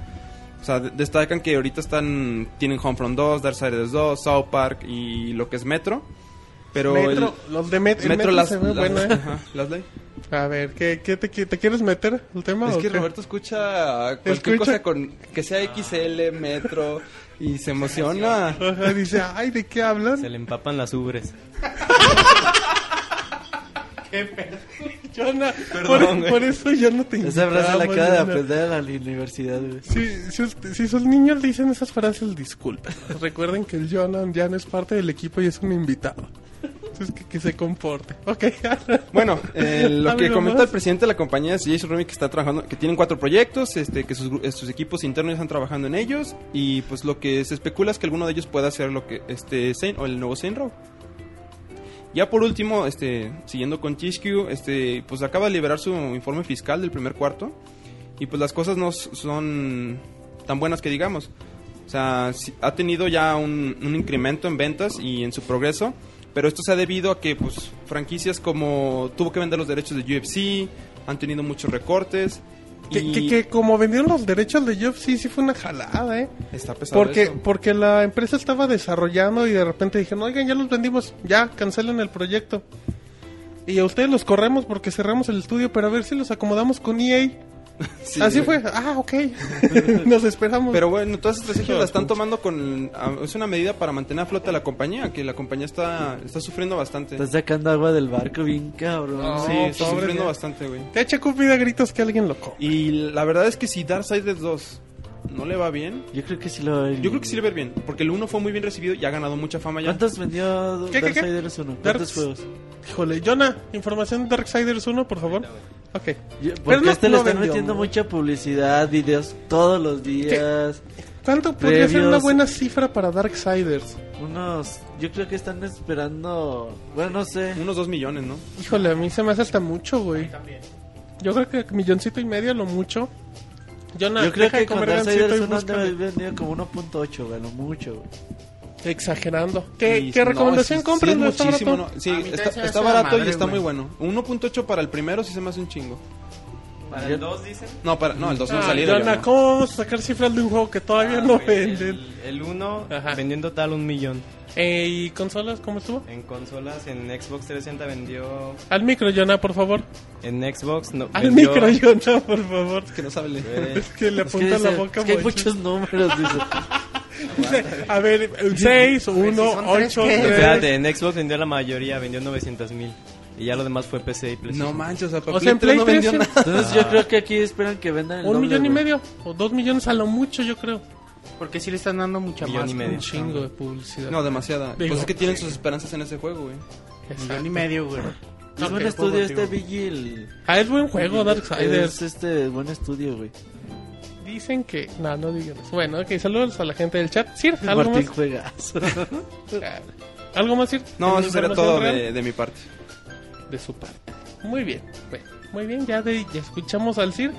O sea, de- destacan que ahorita están. Tienen Homefront 2, Darksiders 2, South Park y lo que es Metro. Pero.
Metro, los de Met
el-
el Metro,
las,
se ve
las-
bueno,
[LAUGHS]
¿eh?
ajá, las ley.
A ver, ¿qué, qué te, qui- te quieres meter el tema?
Es
o
que
qué?
Roberto escucha cualquier
Escucha.
cosa con que sea XL, metro y se emociona.
[LAUGHS] Ajá, dice, ay, ¿de qué hablan?
Se le empapan las ubres.
[LAUGHS] Yo no-
Perdón,
por,
güey.
por eso yo no te
Esa frase la
invitaba,
acaba de
no.
aprender a la universidad, güey.
Si, si, usted- si sus niños dicen esas frases, disculpen. Recuerden que el Jonan ya no es parte del equipo y es un invitado. Entonces que, que se comporte. Ok, [LAUGHS]
Bueno, eh, lo que
Háblame
comenta
más.
el presidente de la compañía es Jason Rubin que está trabajando, que tienen cuatro proyectos, este, que sus, gru- sus equipos internos están trabajando en ellos y pues lo que se especula es que alguno de ellos pueda hacer lo que este Saint o el nuevo Saint Row. Ya por último, este, siguiendo con THQ, este, pues acaba de liberar su informe fiscal del primer cuarto y pues las cosas no s- son tan buenas que digamos. O sea, sí- ha tenido ya un, un incremento en ventas y en su progreso, pero esto se ha debido a que pues franquicias como tuvo que vender los derechos de UFC, han tenido muchos recortes
Que,
y
que- que como vendieron los derechos de Job, sí, sí fue una jalada, ¿eh?
está pesado
Porque,
esto.
porque la empresa estaba desarrollando y de repente dijeron, oigan, ya los vendimos, ya, cancelen el proyecto. Y a ustedes los corremos porque cerramos el estudio, pero a ver si los acomodamos con EA.
Sí,
Así
güey.
fue. Ah, ok. [LAUGHS] Nos esperamos.
Pero bueno, todas esas estrategias
No,
las están tomando con... ah, Es una medida para mantener a flote a la compañía, que la compañía está, está sufriendo bastante.
Estás sacando agua del barco bien
Pues
cabrón.
No.
sí, está
pobre
sufriendo
de-
bastante, güey.
THQ pide a gritos que alguien lo compre.
Y la verdad es que si Darksiders 2 no le va bien,
Yo creo que sí lo va a ver.
yo creo que sí le va a ir bien, porque el 1 fue muy bien recibido y ha ganado mucha fama ya.
¿Cuántos vendió
¿Qué, qué, qué?
Darksiders 1? ¿Cuántos
Darks-
juegos?
Híjole, Jonah, información de Darksiders 1, por favor. Ok.
Yo-
Pero
Porque
no-
este le
no
están
vendió,
metiendo
¿no?
mucha publicidad, videos todos los días.
¿Cuánto podría ser una
Previos.
buena cifra para Darksiders?
Unos. Yo creo que están esperando. Bueno, no sé.
Unos 2 millones, ¿no?
Híjole, a mí se me hace hasta mucho, güey. Yo creo que milloncito y medio, lo mucho. Jonah,
Yo creo
deja
que
de
con
comer gansito
Darksiders
y
1 han de
búscale.
haber vendido como 1.8, güey, lo mucho, güey.
Exagerando. ¿Qué,
Y-
¿qué
no,
recomendación
sí-
compren?
sí,
¿No
es
está
muchísimo,
barato?
¿no? Sí,
A mí también
está,
se me hace
está
la
barato y
madre,
está
güey.
muy bueno. 1.8 para el primero sí se me hace un chingo.
Para el 2, dicen.
No, para, no el 2 no ha
Ah,
salido.
Jonah,
yo no.
¿cómo vamos a sacar cifras de un juego que todavía [LAUGHS]
Ah,
no
güey,
venden?
El 1
Ajá.
vendió en total un millón.
Eh, ¿Y consolas cómo estuvo?
En consolas, en Xbox 360 vendió.
Al micro, Jonah, por favor.
En Xbox no.
Al
vendió-
micro, Jonah, por favor.
Que no sabe leer.
Güey,
Es que le
Es que,
apunta la
dice-
boca
es que hay
mucho.
muchos números, dice.
Dice, a ver, 6, 1,
son tres,
8,
¿qué?
[LAUGHS] Espérate, en Xbox vendió la mayoría, vendió 900 mil. Y ya lo demás fue PC y
No
PlayStation.
manches, o sea, para
O sea, en
Play 3 no vendió
PlayStation,
nada.
Entonces yo creo que aquí esperan que vendan el
un
doble,
millón y
güey.
medio, o dos millones a lo mucho, yo creo.
Porque sí le están dando mucha
Millón
más.
y
Un
medio.
chingo de publicidad.
No, demasiada.
Digo,
pues es que tienen sus esperanzas en ese juego, güey.
Millón y medio, güey.
Es
Ok,
buen estudio este Vigil.
Ah, es buen juego,
Es
Darksiders.
este buen estudio, güey.
Dicen que. No, no digan eso. Bueno, ok, saludos a la gente del chat. Sir, ¿algo
Martín
más?
juega.
Ah, ¿Algo más, Sir?
No,
¿Alguna
eso será
información
todo
real?
de, de mi parte.
de su parte. Muy bien, bueno, muy bien, ya, de- ya escuchamos al CIR.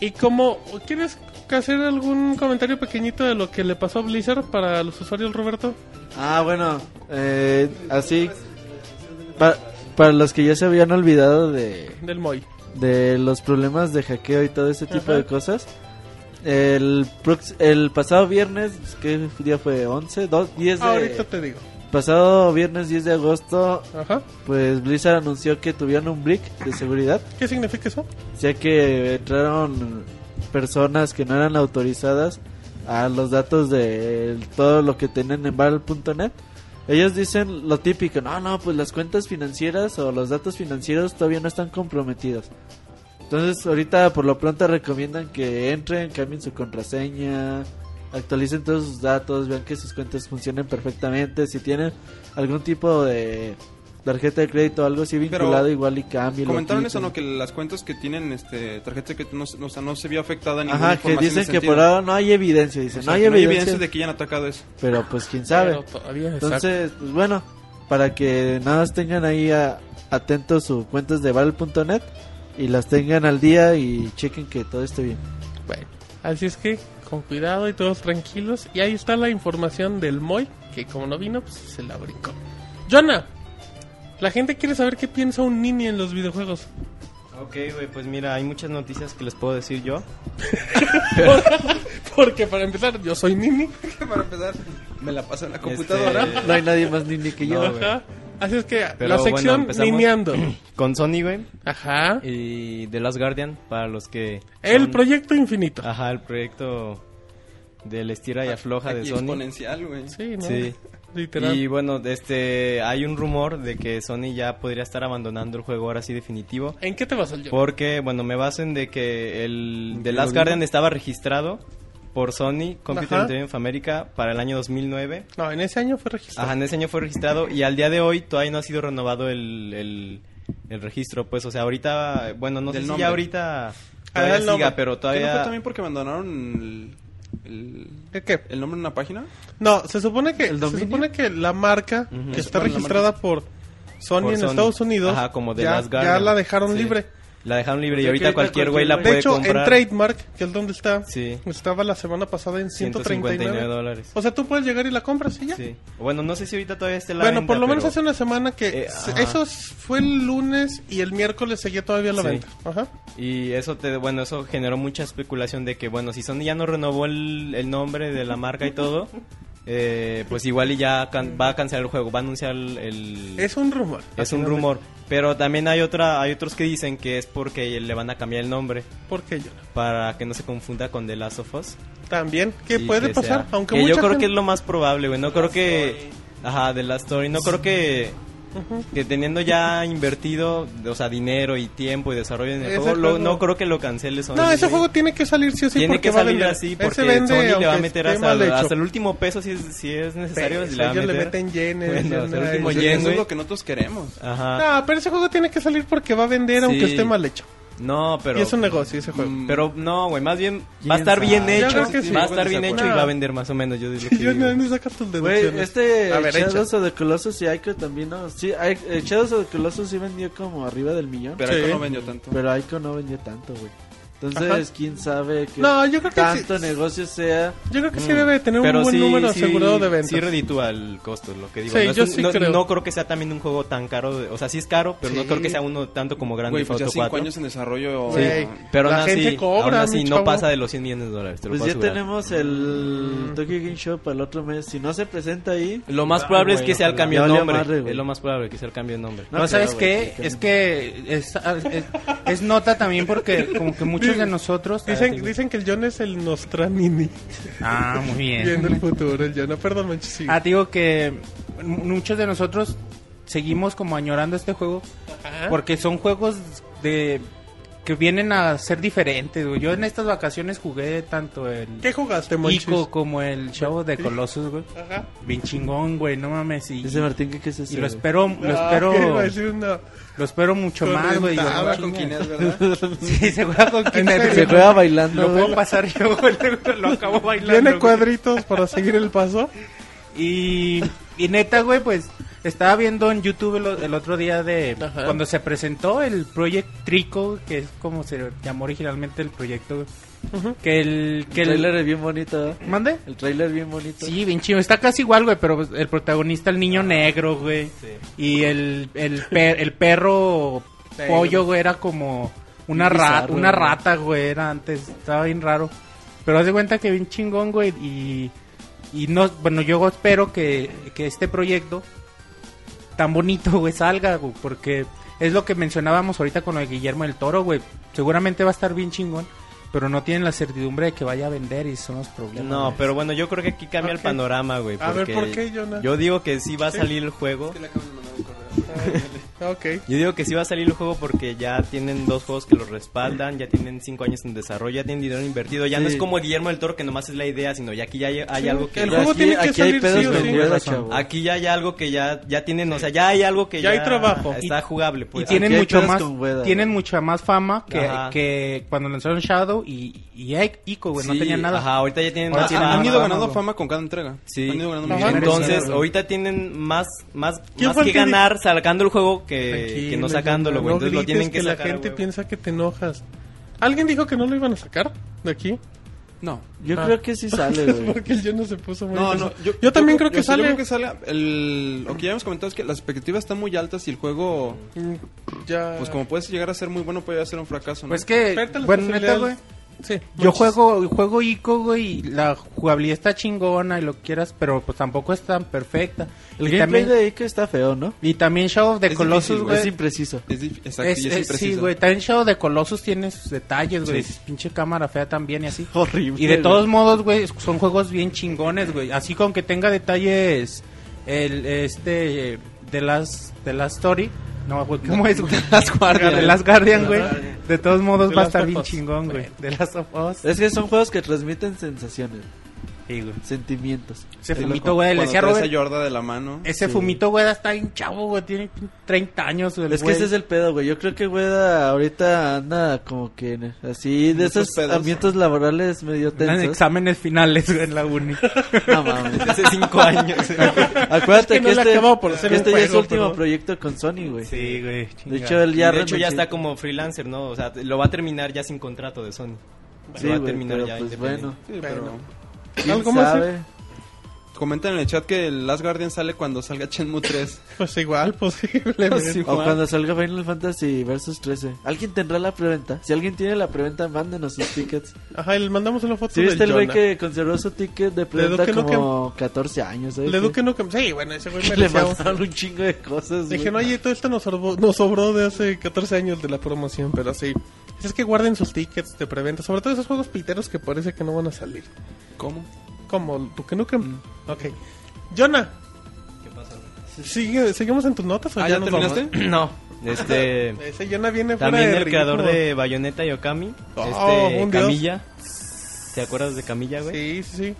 Y como, ¿quieres hacer algún comentario pequeñito de lo que le pasó a Blizzard para los usuarios, Roberto?
Ah, bueno, eh, así. Para, para los que ya se habían olvidado de,
Del Moy.
de los problemas de hackeo y todo ese tipo
Ajá.
de cosas, el, prox- el pasado viernes, pues, ¿qué día fue? ¿11? ¿2? ¿10 de.?
Ah, Ahorita te digo.
Pasado viernes 10 de agosto,
Ajá.
pues Blizzard anunció que tuvieron un brick de seguridad,
¿Qué significa eso?
ya que entraron personas que no eran autorizadas a los datos de todo lo que tienen en Battle.net. Ellos dicen lo típico, no, no, pues las cuentas financieras o los datos financieros todavía no están comprometidos. Entonces ahorita por lo pronto recomiendan que entren, cambien su contraseña, actualicen todos sus datos, vean que sus cuentas funcionen perfectamente, si tienen algún tipo de tarjeta de crédito o algo así
Pero,
vinculado igual y cambien.
Comentaron eso, ¿no? Que las cuentas que tienen este, tarjeta que no, se- o sea, no se vio afectada ninguna
Ajá, que
información en
dicen
ese
que
sentido.
por ahora no hay evidencia, dicen,
O sea,
no hay
que
evidencia,
de que ya han atacado eso.
pero pues quién sabe.
Pero todavía, exacto.
Entonces, pues bueno, para que nada más tengan ahí a- atentos sus cuentas de Val.net y las tengan al día y chequen que todo esté bien.
Bueno, así es que con cuidado y todos tranquilos. Y ahí está la información del Moy, que como no vino, pues se la brincó. Joana, la gente quiere saber qué piensa un nini en los
[LAUGHS]
videojuegos.
Ok, güey, pues mira, hay muchas noticias que les puedo decir yo.
Porque para empezar, yo soy nini.
[LAUGHS] para empezar, me la paso en la
Este, computadora.
computadora.
No hay nadie más ni, ni que yo.
No, güey.
Ajá. Así es que
Pero
la
bueno,
sección
empezamos. [CLEARS THROAT]
nineando.
Con Sony, güey.
Ajá.
Y The Last Guardian, para los que.
El
son- Ah,
proyecto infinito.
Ajá, el proyecto del estira y afloja de
Y
Sony.
exponencial, güey.
Sí, ¿no?
Sí.
Literal.
Y bueno, este, hay un rumor de que Sony ya podría estar abandonando el juego ahora sí definitivo.
¿En qué te vas al yo?
Porque, bueno, me baso en de que el The Last Guardian estaba registrado por Sony Computer
Ajá.
Entertainment of America para el año 2009.
No, en ese año fue registrado.
Ajá, en ese año fue registrado y al día de hoy todavía no ha sido renovado el, el, el registro. Pues, o sea, ahorita, bueno, no sé
Del
si
nombre.
ya ahorita
Ah,
todavía
del nombre.
siga, pero
¿Qué no fue
todavía...
también porque abandonaron el, el,
¿De qué?
el nombre en una página?
No, se supone que
¿El
se
dominio?
supone que la marca que está registrada por Sony
Por
en
Sony.
Estados Unidos
Ajá, como The
ya,
Last Guardian.
ya la dejaron
Sí.
libre.
La dejaron libre
Creo
y
que
ahorita
ahorita
cualquier güey la
cualquier
puede
De hecho, en
comprar.
Trademark, que es donde está,
Sí.
estaba la semana pasada en 139.
159 dólares.
O sea, tú puedes llegar y la compras y ya.
Sí. Bueno, no sé si ahorita todavía esté la
Bueno,
venta,
por lo menos
pero-
hace una semana que
Eh,
se-
ajá.
eso fue el lunes y el miércoles seguía todavía la
Sí.
venta. Ajá.
Y eso te, bueno, eso
[LAUGHS]
generó mucha especulación de que, bueno, si Sony ya no renovó el, el nombre de la marca y todo,
eh, pues igual y ya can- va a cancelar el juego, va a anunciar el... el-
Es un rumor.
es un rumor. Pero también hay, otra, hay otros que dicen que es porque le van a cambiar el nombre
Porque yo no.
para que no se confunda con The Last of Us.
También, que
Y
puede
que
pasar.
sea.
Aunque
Que
mucha
yo creo
gente-
que es lo más probable, güey. No creo que... Ajá, de la story. No creo que... Que teniendo ya invertido, o sea, dinero y tiempo y desarrollo en el
Ese
juego, lo-
juego-
no creo que lo cancele Sony.
No, ese
güey.
juego tiene que salir sí o sí
tiene
porque
que
va a
salir
vender.
así
Ese
porque
vende,
Sony le va a
aunque
meter
esté
hasta,
mal hecho.
hasta el último peso si es, si es necesario.
Pero
le va a
ellos le
meter.
meten yenes.
Bueno,
yenes,
hasta el
ay,
último
yo-
Porque
yen,
eso es
güey.
lo que nosotros queremos.
Ajá.
No, pero ese juego tiene que salir porque va a vender aunque
Sí.
esté mal hecho.
No, pero...
y es un negocio ese juego.
Mm,
Pero no, güey, más bien va a
¿Quién
estar
sabe?
bien
Yo
hecho.
creo que sí.
Va a estar bien hecho y
No.
va a vender más o menos. Yo digo
[LAUGHS] [LAUGHS]
que
yo no,
digo.
no sacas tus
Güey,
deducciones.
este
A ver,
Shadows of the Colossus y Icon también no. Sí, I- eh, Shadows of the Colossus sí vendió como arriba del millón. Pero,
Pero
Sí.
eso no vendió tanto.
Icon no vendió tanto, güey. Entonces,
Ajá.
quién sabe que
No, yo creo que
tanto
sí.
negocio sea.
Yo creo que sí debe de tener un buen número asegurado de ventas.
Mm, Sí reditúa el costo, lo que digo.
Sí,
no, es
yo
un-
sí
no-
creo.
no creo que sea también un juego tan caro. de- o sea, sí es caro, pero no
Sí.
creo que sea uno tanto como Grande
Güey, pues ya
Theft Auto
5
4.
años en desarrollo.
Sí.
eh,
Pero
La
aún así,
gente cobra,
aún así
mi
no
chavo.
pasa de los 100 millones de dólares. te lo
Pues
puedo
ya
asegurar.
tenemos el Tokyo Game Show para el otro mes. Si no se presenta ahí,
Lo más probable es que sea el cambio
Ah,
de
Ya valió
nombre.
madre, güey.
es lo más probable que sea el cambio de nombre.
No,
No creo,
¿sabes
güey,
qué? Es que es, ah, es- es nota también porque como que muchos de nosotros...
Ah,
Dicen, dicen que el John es el Nostranini.
Ah, muy
Viendo el
bien.
futuro, el John. No, Perdón, manches. sí.
Ah, te digo que m- muchos de nosotros seguimos como añorando este juego
Ajá.
porque son juegos de que vienen a ser diferentes. güey. Yo en estas vacaciones jugué tanto el
¿Qué jugaste, manches?
Ico como el Chavo de Colossus, güey.
Ajá.
Bien chingón, güey, no mames. Y,
dice Martín que qué es eso.
y lo espero, lo
Ah, ¿qué iba a
espero,
decir? No.
lo espero mucho
Con
más, güey. y lo
ventana,
voy a
con
chingar.
¿quién
[LAUGHS]
es, verdad?
Sí, se juega con Kinect.
Se juega bailando,
Lo puedo
güey.
pasar yo, [LAUGHS] güey, Lo acabo bailando.
Tiene
güey.
cuadritos para seguir el paso.
Y, y neta, güey, pues estaba viendo en YouTube el, o- el otro día de
Ajá.
cuando se presentó el Project Trico, que es como se llamó originalmente el proyecto. güey. Que el. Que
El trailer
el
es bien bonito. ¿eh?
¿Mande?
El trailer bien bonito.
Sí, bien chido. Está casi igual, güey, pero el protagonista, el niño negro, güey. Y el, el, per- el perro pollo, güey, era como una
Bien
rata,
bizarro,
una
güey.
rata, güey, era antes. Estaba bien raro. Pero haz de cuenta que bien chingón, güey. Y, y no, bueno, yo espero que, que este proyecto tan bonito, [LAUGHS] güey, salga, güey, porque es lo que mencionábamos ahorita con lo de Guillermo del Toro, güey. Seguramente va a estar bien chingón, pero no tienen la certidumbre de que vaya a vender y son los problemas.
No,
güey.
pero bueno, yo creo que aquí cambia
Ok.
el panorama, güey.
A ver,
porque
¿por qué, Jonah?
Yo digo que sí va a salir el juego.
Ok.
Yo digo que sí va a salir el juego porque ya tienen dos juegos que lo respaldan, ya tienen cinco años en desarrollo, ya tienen dinero invertido. Ya no
Sí.
es como Guillermo del Toro que nomás es la idea, sino ya aquí ya hay, hay algo que...
El
Ya
juego
aquí-
tiene que
aquí hay
salir sí
pedos
o
con
sí.
ruedas,
Tienes razón.
chavo.
Aquí ya hay algo que ya, ya tienen, o sea, ya hay algo que
Ya
ya...
hay trabajo.
Está jugable, pues.
y tienen
aquí hay
mucho
pedos
más
con Weda,
tienen
güey.
mucha más fama que,
Ajá.
que cuando lanzaron Shadow y, y Ike- Ico, güey, pues, no
Sí,
tenían nada.
Ajá, ahorita ya tienen
Ahora
más
tienen
fama.
Han ido
Ah,
ganando
güey.
fama con cada entrega.
Sí.
Han ido ganando
Ajá.
mucha fama.
Entonces,
Ajá.
ahorita tienen más, más,
¿Quién
más
fue el
que
que dijo?
ganar sacando el juego que,
Tranquilo,
que no sacándolo, güey.
no
Entonces lo
grites
tienen que,
la
sacar,
gente
güey.
piensa que te enojas. ¿Alguien dijo que no lo iban a sacar de aquí?
No.
Yo
Ah.
creo que sí sale,
[LAUGHS]
güey.
Porque el yo no se puso muy
No, no,
nervioso. yo, también creo que
yo sí,
sale.
yo creo que sale el- lo que ya hemos comentado es que las expectativas están muy altas y el juego,
Mm, Ya.
pues como puede llegar a ser muy bueno, puede ser un fracaso. ¿no?
Pues que,
Experta en las
bueno, neta, güey,
posibilidades. Sí, pues,
yo
muchas.
juego, juego Ico, güey, y la jugabilidad está chingona y lo que quieras, pero pues tampoco es tan perfecta.
El
y,
gameplay
también,
de Ico está feo, ¿no?
y también Shadow of the
Es
Colossus,
difícil,
güey.
Es impreciso.
Es dif- exacto,
es-
y es
es- sí,
impreciso.
güey, también Shadow de Colossus tiene sus detalles, güey, dices, pinche cámara fea también y así. [LAUGHS]
Horrible.
Y de todos modos, güey, son juegos bien chingones, güey. Así con que tenga detalles el este de las de las story, no, güey, ¿cómo es? güey?
Las guardias.
De las Guardian, güey. De todos modos
De
va a
las
estar bien
Us.
chingón, güey. De las of Us.
Es que son juegos que transmiten sensaciones,
Sí, güey.
sentimientos.
Ese
Sí,
fumito,
loco.
güey, le
Cuando
decía a
traes
Robert.
a Yorda de la mano.
Ese
Sí.
fumito, güey, está bien chavo, güey. Tiene 30 años, güey. el
Es que ese
güey.
es el pedo, güey. Yo creo que Weda ahorita anda como que en- así de
Muchos
esos
pedos.
ambientes laborales medio
Andan en
tensos.
exámenes finales, güey, en la uni.
No
[LAUGHS]
mames.
Hace cinco años.
Acuérdate
Es que no
que,
le
este,
acababa por hacer
que
un
este ya es su
juego,
último
pero-
proyecto con Sony, güey.
Sí, güey.
De
chinga.
hecho, él ya
de hecho,
renunció.
ya está como freelancer, ¿no? O sea, lo va a terminar ya sin contrato de Sony. Lo
Sí,
va a
güey,
terminar
pero
ya
pues
independiente.
Ah,
bueno.
Sí, pero-
¿Quién
¿Algo más,
sabe?
Comentan en el chat que el Last Guardian sale cuando salga Shenmue 3.
Pues igual, [LAUGHS]
Pues
posiblemente.
igual.
O cuando salga Final Fantasy Versus 13. ¿Alguien tendrá la preventa? Si alguien tiene la preventa, mándenos sus
[LAUGHS]
tickets.
Ajá, y le mandamos una foto
Si
del
viste el güey
Jonah.
que conservó su ticket de preventa
Duke Nukem.
como 14 años? ¿sabes
Le
qué?
duque no cam- Sí, bueno, ese güey
Que [LAUGHS] le
merecía un-
mandaron un chingo de cosas.
Dije, no,
güey.
oye, todo esto nos sobró, nos sobró de hace 14 años de la promoción, pero sí. Es que guarden sus tickets de preventa, sobre todo esos juegos piteros que parece que no van a salir.
¿Cómo? Mm.
Como tu que Ok. Jonah. ¿Qué pasa? ¿Sigue, ¿Seguimos en tus notas o
Ah,
ya,
¿ya
nos
terminaste? Mm.
No,
[LAUGHS]
este...
vamos? Ese Jonah viene fuera
También
de
el creador
ritmo.
de Bayonetta y Okami,
Oh,
este,
un dios.
Camilla. ¿Te acuerdas de Camilla,
Sí,
güey?
sí, sí.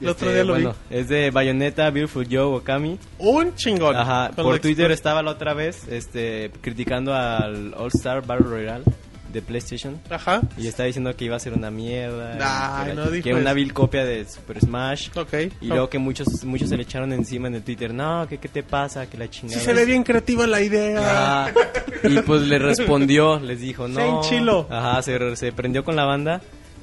El
Este,
otro día lo
bueno, Es de Bayonetta, Beautiful Joe, Okami.
vi. Un chingón.
Ajá,
Con
por
la
Twitter
expo-
estaba la otra vez este, criticando al All Star Battle Royale de PlayStation.
Ajá.
Y estaba diciendo que iba a ser una mierda.
Ay,
que era-
no dijo
que era una
eso.
vil copia de Super Smash.
Ok.
Y luego que muchos muchos se le echaron encima en el Twitter. No, que qué te pasa, que la
Sí
chingada.
se ve bien creativa la idea.
Ah, y pues le respondió, les dijo, no.
Se enchiló.
Ajá, se, se prendió con la banda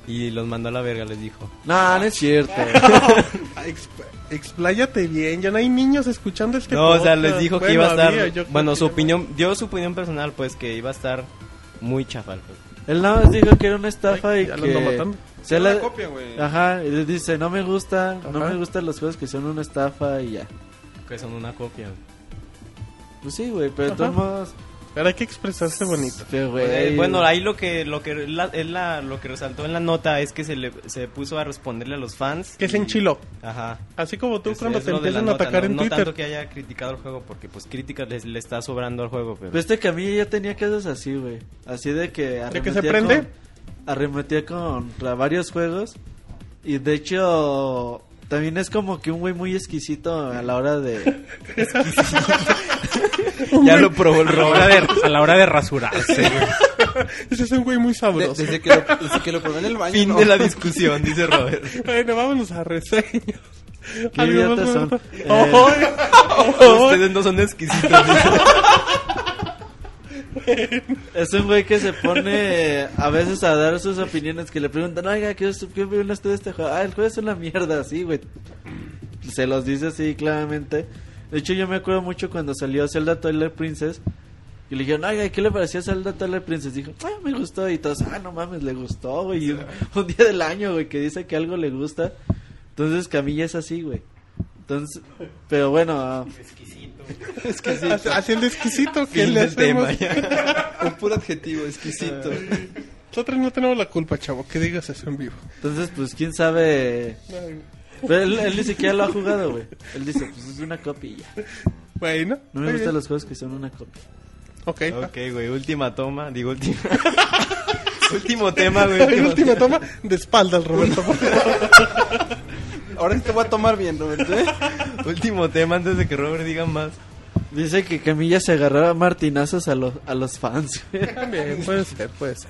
y los mandó a la verga, les dijo.
No, no es
[LAUGHS]
cierto.
Exp- Ah, Expláyate bien, ya no hay niños escuchando este
No, o sea,
podcast.
les dijo que
Bueno,
iba a estar.
había, yo creo
bueno,
que
su
ya-
opinión, dio su opinión personal, pues que iba a estar muy chafal. pues.
Él nada más dijo que era una estafa
Ay,
y
ya lo
que...
ando matando.
Se
Era
la- Ah.
una copia, güey.
Ajá, y le dice, no me gusta, no
Ajá.
me gustan los juegos que son una estafa y ya.
Que son una copia. güey.
Pues sí, güey, pero de todos
Ajá.
modos...
Pero hay que expresarse bonito.
que, güey,
Eh, bueno, ahí lo que lo que la- él la- lo que resaltó en la nota es que se le se puso a responderle a los fans.
Que se
y-
enchiló.
Ajá.
Así como tú
Es-
cuando
es
te
lo de la
empiezan a
nota,
atacar
no,
en
no
Twitter.
tanto que haya criticado el juego porque pues críticas les- le está sobrando al juego, pero
Pero este Camilla ya tenía casos así, güey. Así de que
¿De que se
arremetía
prende?
con- arremetía contra varios juegos. Y de hecho, también es como que un güey muy exquisito a la hora de...
ya lo probó el
A la
Robert.
hora de, a la hora de rasurarse, güey.
Ese es un güey muy
De-
sabroso.
desde, que lo, desde que lo probé en el baño.
Fin
no.
de la discusión, dice Robert.
Bueno, vámonos a reseñas.
Qué
Algo más
idiotas son.
bonito.
Eh.
[LAUGHS]
Ay, ay.
Ustedes no son exquisitos.
Es un güey que se pone eh, a veces a dar sus opiniones que le preguntan, oiga, ¿qué, es- qué opina usted de este juego? Ah, el juego es una mierda, sí, güey. Se los dice así claramente. De hecho, yo me acuerdo mucho cuando salió Zelda Twilight Princess. Y le dijeron, oiga, ¿qué le pareció Zelda Twilight Princess? Dijo, ah, me gustó. Y todos, ah, no mames, le gustó, güey. Y Un, un día del año, güey, que dice que algo le gusta. Entonces, Camilla es así, güey. Entonces, pero bueno,
Haciendo exquisito que
Fin
le
del tema,
hacemos.
Un puro adjetivo exquisito.
Nosotros no tenemos la culpa, chavo, que digas eso en vivo.
entonces, pues, quién sabe. Pero él, él ni siquiera lo ha jugado, güey. Él dice, pues es una copia y ya.
Bueno,
No
muy
me gustan
bien.
los juegos que son una copia.
Ok.
Ah,
[LAUGHS]
Ok, güey, última toma, digo última. último tema, güey.
Ay,
último
última toma de
[LAUGHS]
espaldas, Roberto. por favor.
Ahora sí te voy a tomar bien, Roberto. ¿eh?
tema. Último tema antes de que Robert diga más.
Dice que Camilla se agarraba a martinazos a los, a los fans, güey.
[LAUGHS] También, puede ser, puede ser.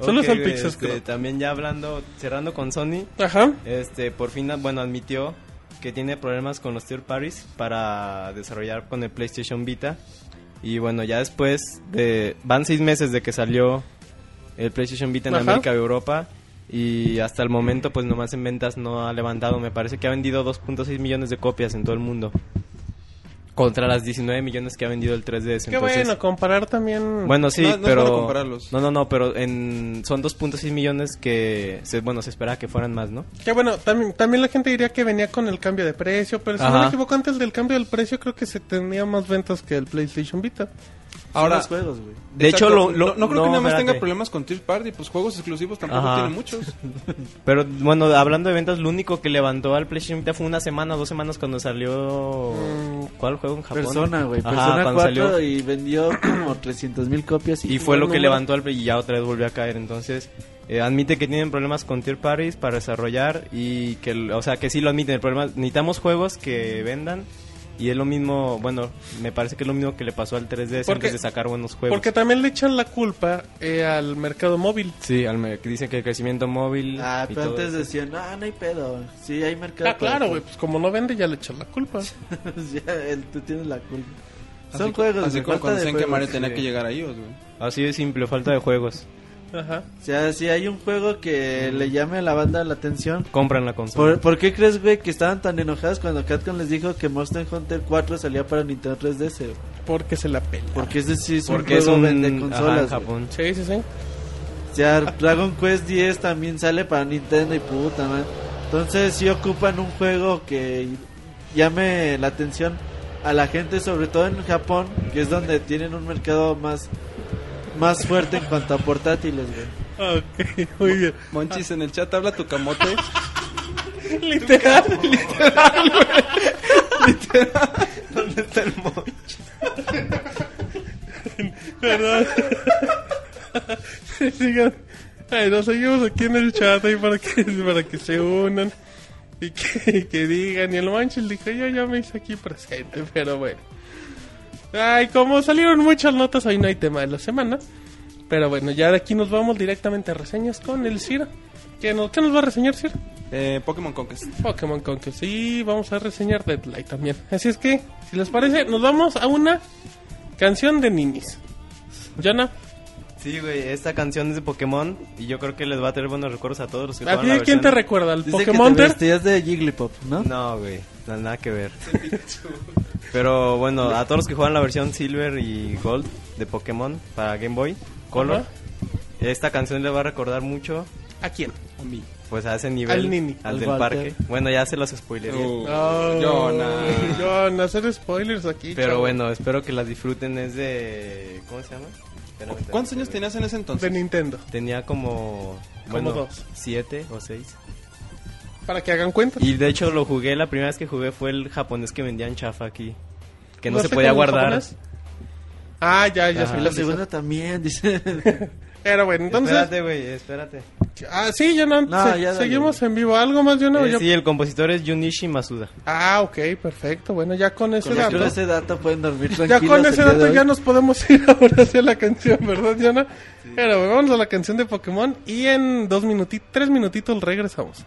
Solo
Ok,
son
güey,
pixels,
este,
creo.
También ya hablando, cerrando con Sony,
Ajá.
este, por fin, bueno, admitió que tiene problemas con los third parties para desarrollar con el PlayStation Vita. Y bueno, ya después de... Van seis meses de que salió el PlayStation Vita en
Ajá.
América y Europa. Y hasta el momento, pues nomás en ventas no ha levantado. Me parece que ha vendido 2.6 millones de copias en todo el mundo. Contra las 19 millones que ha vendido el 3DS.
Qué
Entonces,
bueno, comparar también.
bueno, sí,
No- no es
pero.
bueno compararlos.
No, no, no, pero en, son 2.6 millones que. Se, bueno, se esperaba que fueran más, ¿no?
Que bueno, también, también la gente diría que venía con el cambio de precio, pero si no
Ajá.
me equivoco, antes del cambio del precio creo que se tenía más ventas que el PlayStation Vita.
Ahora,
los juegos, güey.
De
exacto,
hecho, lo, lo-
no, no creo que nada más
espérate.
tenga problemas con Third Party. Pues juegos exclusivos tampoco
Ajá.
tiene muchos.
Pero bueno, hablando de ventas, lo único que levantó al PlayStation Vita fue una semana, dos semanas cuando salió. ¿Cuál juego en Japón?
Mm. Persona, güey.
Ajá,
Persona
cuando
4
salió.
y vendió como 300 mil copias.
Y fue lo que
no,
levantó al y ya otra vez volvió a caer. Entonces, eh, admite que tienen problemas con Tier Paris para desarrollar y que, el- o sea, que sí lo admiten. El problema, necesitamos juegos que vendan y es lo mismo, bueno, me parece que es lo mismo que le pasó al 3DS
Porque-
antes de sacar buenos juegos.
Porque también le echan la culpa eh, al mercado móvil.
Sí, al me- que dicen que el crecimiento móvil.
Ah,
y
pero
todo
antes
eso.
decían, ah, no hay pedo. Sí, hay mercado.
Ah, claro,
para [LAUGHS]
güey, pues como no vende ya le echan la culpa.
todos". Ya, él- tú tienes la culpa.
Así
Son
co-
juegos,
Así
güey,
como
falta
cuando
de
decían que
juegos,
Mario tenía
güey.
que llegar a ellos, güey.
Así de simple, falta de juegos.
Ajá.
O sea, si hay un juego que
Mm.
le llame a la banda la atención.
Compran la consola.
¿Por, por qué crees, güey, que estaban tan enojadas cuando Capcom les dijo que Monster Hunter 4 salía para Nintendo 3DS? güey?
Porque se la pela.
Porque es decir, [LAUGHS] es
Porque
un
es
juego
un
vende
ajá,
consolas.
en
güey.
Japón.
Sí, sí, sí.
O sea, Dragon Quest 10 también sale para Nintendo y puta, man. Entonces, si ocupan un juego que llame la atención a la gente, sobre todo en Japón, que es donde tienen un mercado más más fuerte en cuanto a portátiles, güey.
Ok, [LAUGHS] muy bien.
Monchis, en el chat habla tu camote.
Literal, literal, güey.
¿Dónde está el monchi?
Perdón. [LAUGHS] Sigan. Ay, nos seguimos aquí en el chat ahí para que, [LAUGHS] para que se unan y que, y que digan. Y el Manchil dijo, yo ya me hice aquí presente, [LAUGHS] pero bueno. Ay, como salieron muchas notas, hoy no hay tema de la semana. Pero bueno, ya de aquí nos vamos directamente a reseñas con el Ciro. ¿Qué nos, qué nos va a reseñar, Ciro?
Eh, Pokémon Conquest.
Pokémon Conquest. Y vamos a reseñar Deadlight también. Así es que, si les parece, nos vamos a una canción de ninis. Jana,
Sí, güey, esta canción es de Pokémon y yo creo que les va a traer buenos recuerdos a todos los que
¿a
jugaron
ti
la
quién
versión-
te recuerda? ¿Al
Dice
Pokémon
que te vestías de Jigglypuff, ¿no?
No, güey, no, nada que ver. Pero bueno, a todos los que juegan la versión Silver y Gold de Pokémon para Game Boy Color,
Ajá.
esta canción les va a recordar mucho,
¿A quién?
pues a ese nivel,
Al Nini.
al
Al
del
Walter.
parque. Bueno, ya se los spoileré.
Uh,
Oh,
Jonah.
Jonah, hacer spoilers aquí.
Pero
chavo.
bueno, espero que las disfruten. Es de. ¿Cómo se llama? Espérame,
¿Cuántos
espérame.
años tenías en ese
De
entonces?
Nintendo.
Tenía como. Bueno,
dos.
Siete o seis.
Para que hagan cuenta.
Y de hecho lo jugué, la primera vez que jugué fue el japonés que vendían chafa aquí. Que no, se
sé
podía
cómo en
guardar.
japonés. Ah, ya, ya. sé
Ajá.
Y
cuál
la
es
segunda
esa.
también, [LAUGHS] dice.
Pero bueno, entonces.
Espérate, güey, espérate.
Ah, sí, Jonah.
No,
se-
ya dale.
seguimos en vivo. ¿Algo más, Jonah? o
Eh,
ya-
Sí, el compositor es Junichi Masuda.
Ah, ok, perfecto. Bueno, ya con ese
Con
dato.
ese dato pueden dormir
Ya
tranquilos.
con
el
ese
día de
dato
hoy.
ya nos podemos [LAUGHS] ir ahora hacia la canción, ¿verdad, Diana? Pero bueno, vamos a la canción de Pokémon y en dos minutitos, tres minutitos regresamos.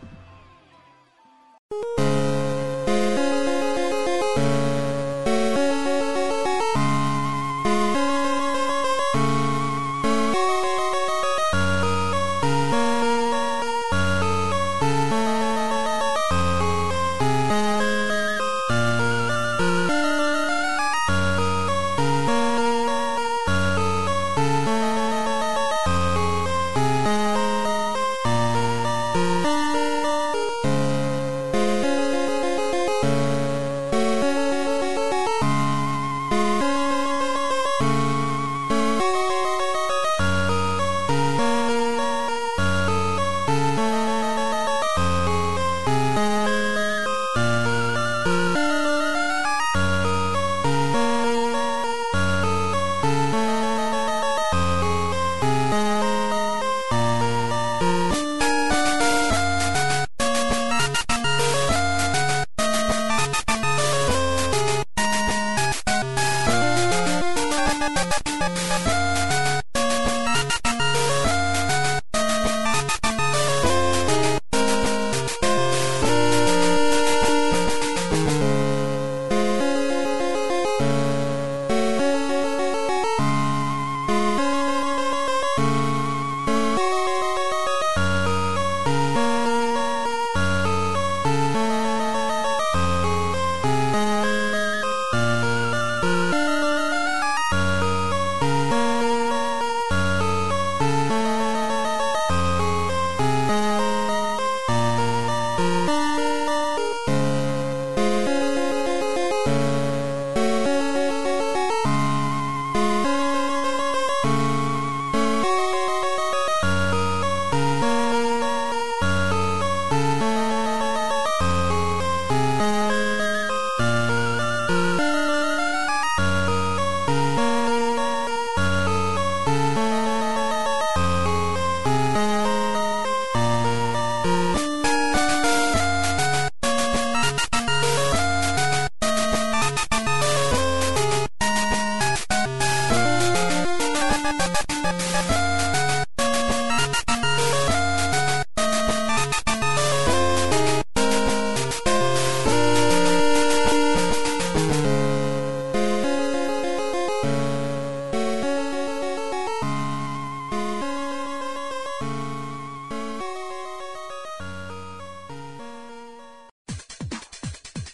「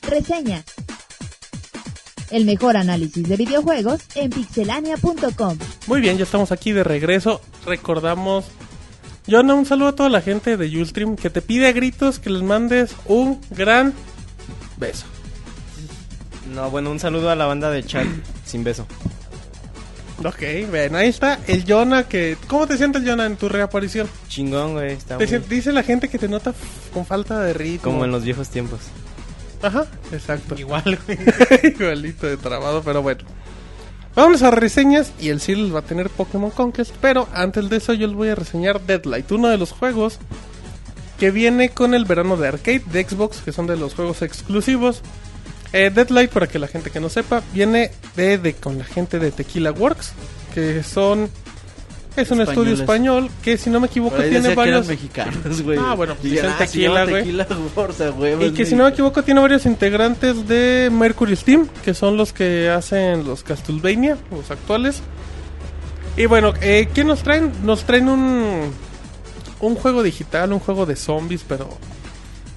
Reseña. El mejor análisis de videojuegos en pixelania.com.
Muy bien, ya estamos aquí de regreso. Recordamos. Jonah, un saludo a toda la gente de Ustream que te pide a gritos que les mandes un gran beso.
No, bueno, un saludo a la banda de chat [CLEARS THROAT] sin beso.
Ok, ven, ahí está el Jonah que... ¿Cómo te sientes, Jonah, en tu reaparición?
Chingón, güey. Está
Te
muy-
sien- dice la gente que te nota f- con falta de ritmo.
Como en los viejos tiempos.
Ajá, exacto. Igual, [LAUGHS] Igualito de trabado, pero bueno. Vamos a reseñas y el Cyril va a tener Pokémon Conquest, pero antes de eso yo les voy a reseñar Deadlight, uno de los juegos que viene con el verano de arcade de Xbox, que son de los juegos exclusivos. Eh, Deadlight, para que la gente que no sepa, viene de, de- con la gente de Tequila Works, que son es un estudio
Españoles.
español que si no me equivoco
Por ahí
tiene
decía que eran
varios
mexicanos, güey.
Ah, bueno, pues
Dije,
dicen
"Ah, sí, llevan
tequila,
tequila, Forza, güey.
Y
pues,
que
sí.
si no me equivoco tiene varios integrantes de Mercury Steam, que son los que hacen los Castlevania, los actuales. Y bueno, eh, ¿qué nos traen? Nos traen un, un juego digital, un juego de zombies, pero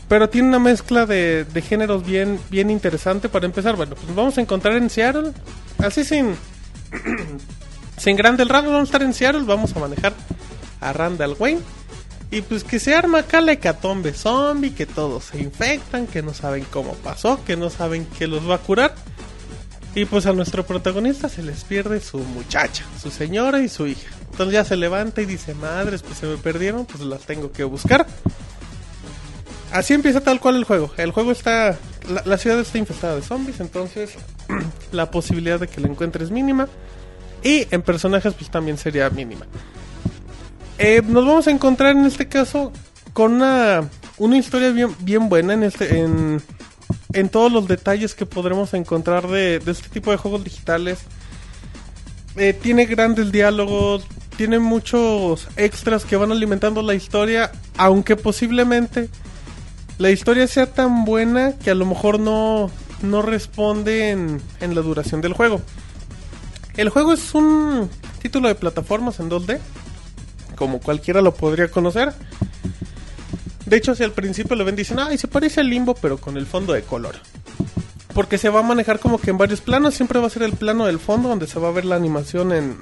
pero tiene una mezcla de, de géneros bien, bien interesante para empezar. Bueno, pues nos vamos a encontrar en Seattle, así sin, [CLEARS THROAT] sin grande el rango, vamos a estar en Seattle, vamos a manejar a Randall Wayne. Y pues que se arma acá la hecatombe zombie, que todos se infectan, que no saben cómo pasó, que no saben que los va a curar. Y pues a nuestro protagonista se les pierde su muchacha, su señora y su hija. Entonces ya se levanta y dice, madres, pues se me perdieron, pues las tengo que buscar. Así empieza tal cual el juego. El juego está... La, la ciudad está infestada de zombies, entonces [CLEARS THROAT] la posibilidad de que la encuentres es mínima. Y en personajes pues también sería mínima. Eh, nos vamos a encontrar en este caso con una, una historia bien, bien buena en, este, en, en todos los detalles que podremos encontrar de, de este tipo de juegos digitales. Eh, tiene grandes diálogos, tiene muchos extras que van alimentando la historia, aunque posiblemente la historia sea tan buena que a lo mejor no, no responde en, en la duración del juego. El juego es un título de plataformas en 2D como cualquiera lo podría conocer. De hecho, si al principio lo ven, dicen, ay, se parece al limbo, pero con el fondo de color. Porque se va a manejar como que en varios planos, siempre va a ser el plano del fondo donde se va a ver la animación en,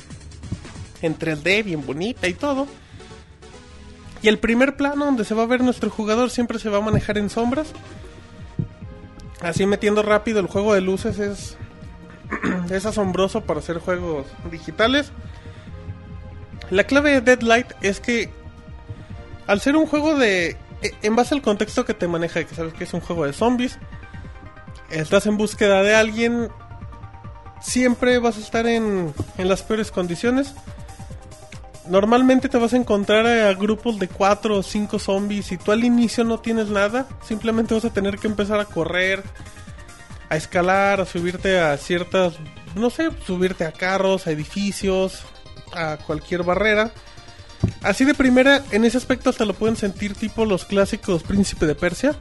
en 3D, bien bonita y todo. Y el primer plano donde se va a ver nuestro jugador siempre se va a manejar en sombras. Así metiendo rápido el juego de luces es, [CLEARS THROAT] es asombroso para hacer juegos digitales. La clave de Deadlight es que al ser un juego de... e- En base al contexto que te maneja, que sabes que es un juego de zombies, estás en búsqueda de alguien, siempre vas a estar en, en las peores condiciones. Normalmente te vas a encontrar a grupos de 4 o 5 zombies y tú al inicio no tienes nada, simplemente vas a tener que empezar a correr, a escalar, a subirte a ciertas, no sé, subirte a carros, a edificios, a cualquier barrera. Así de primera, en ese aspecto hasta lo pueden sentir tipo los clásicos Príncipe de Persia,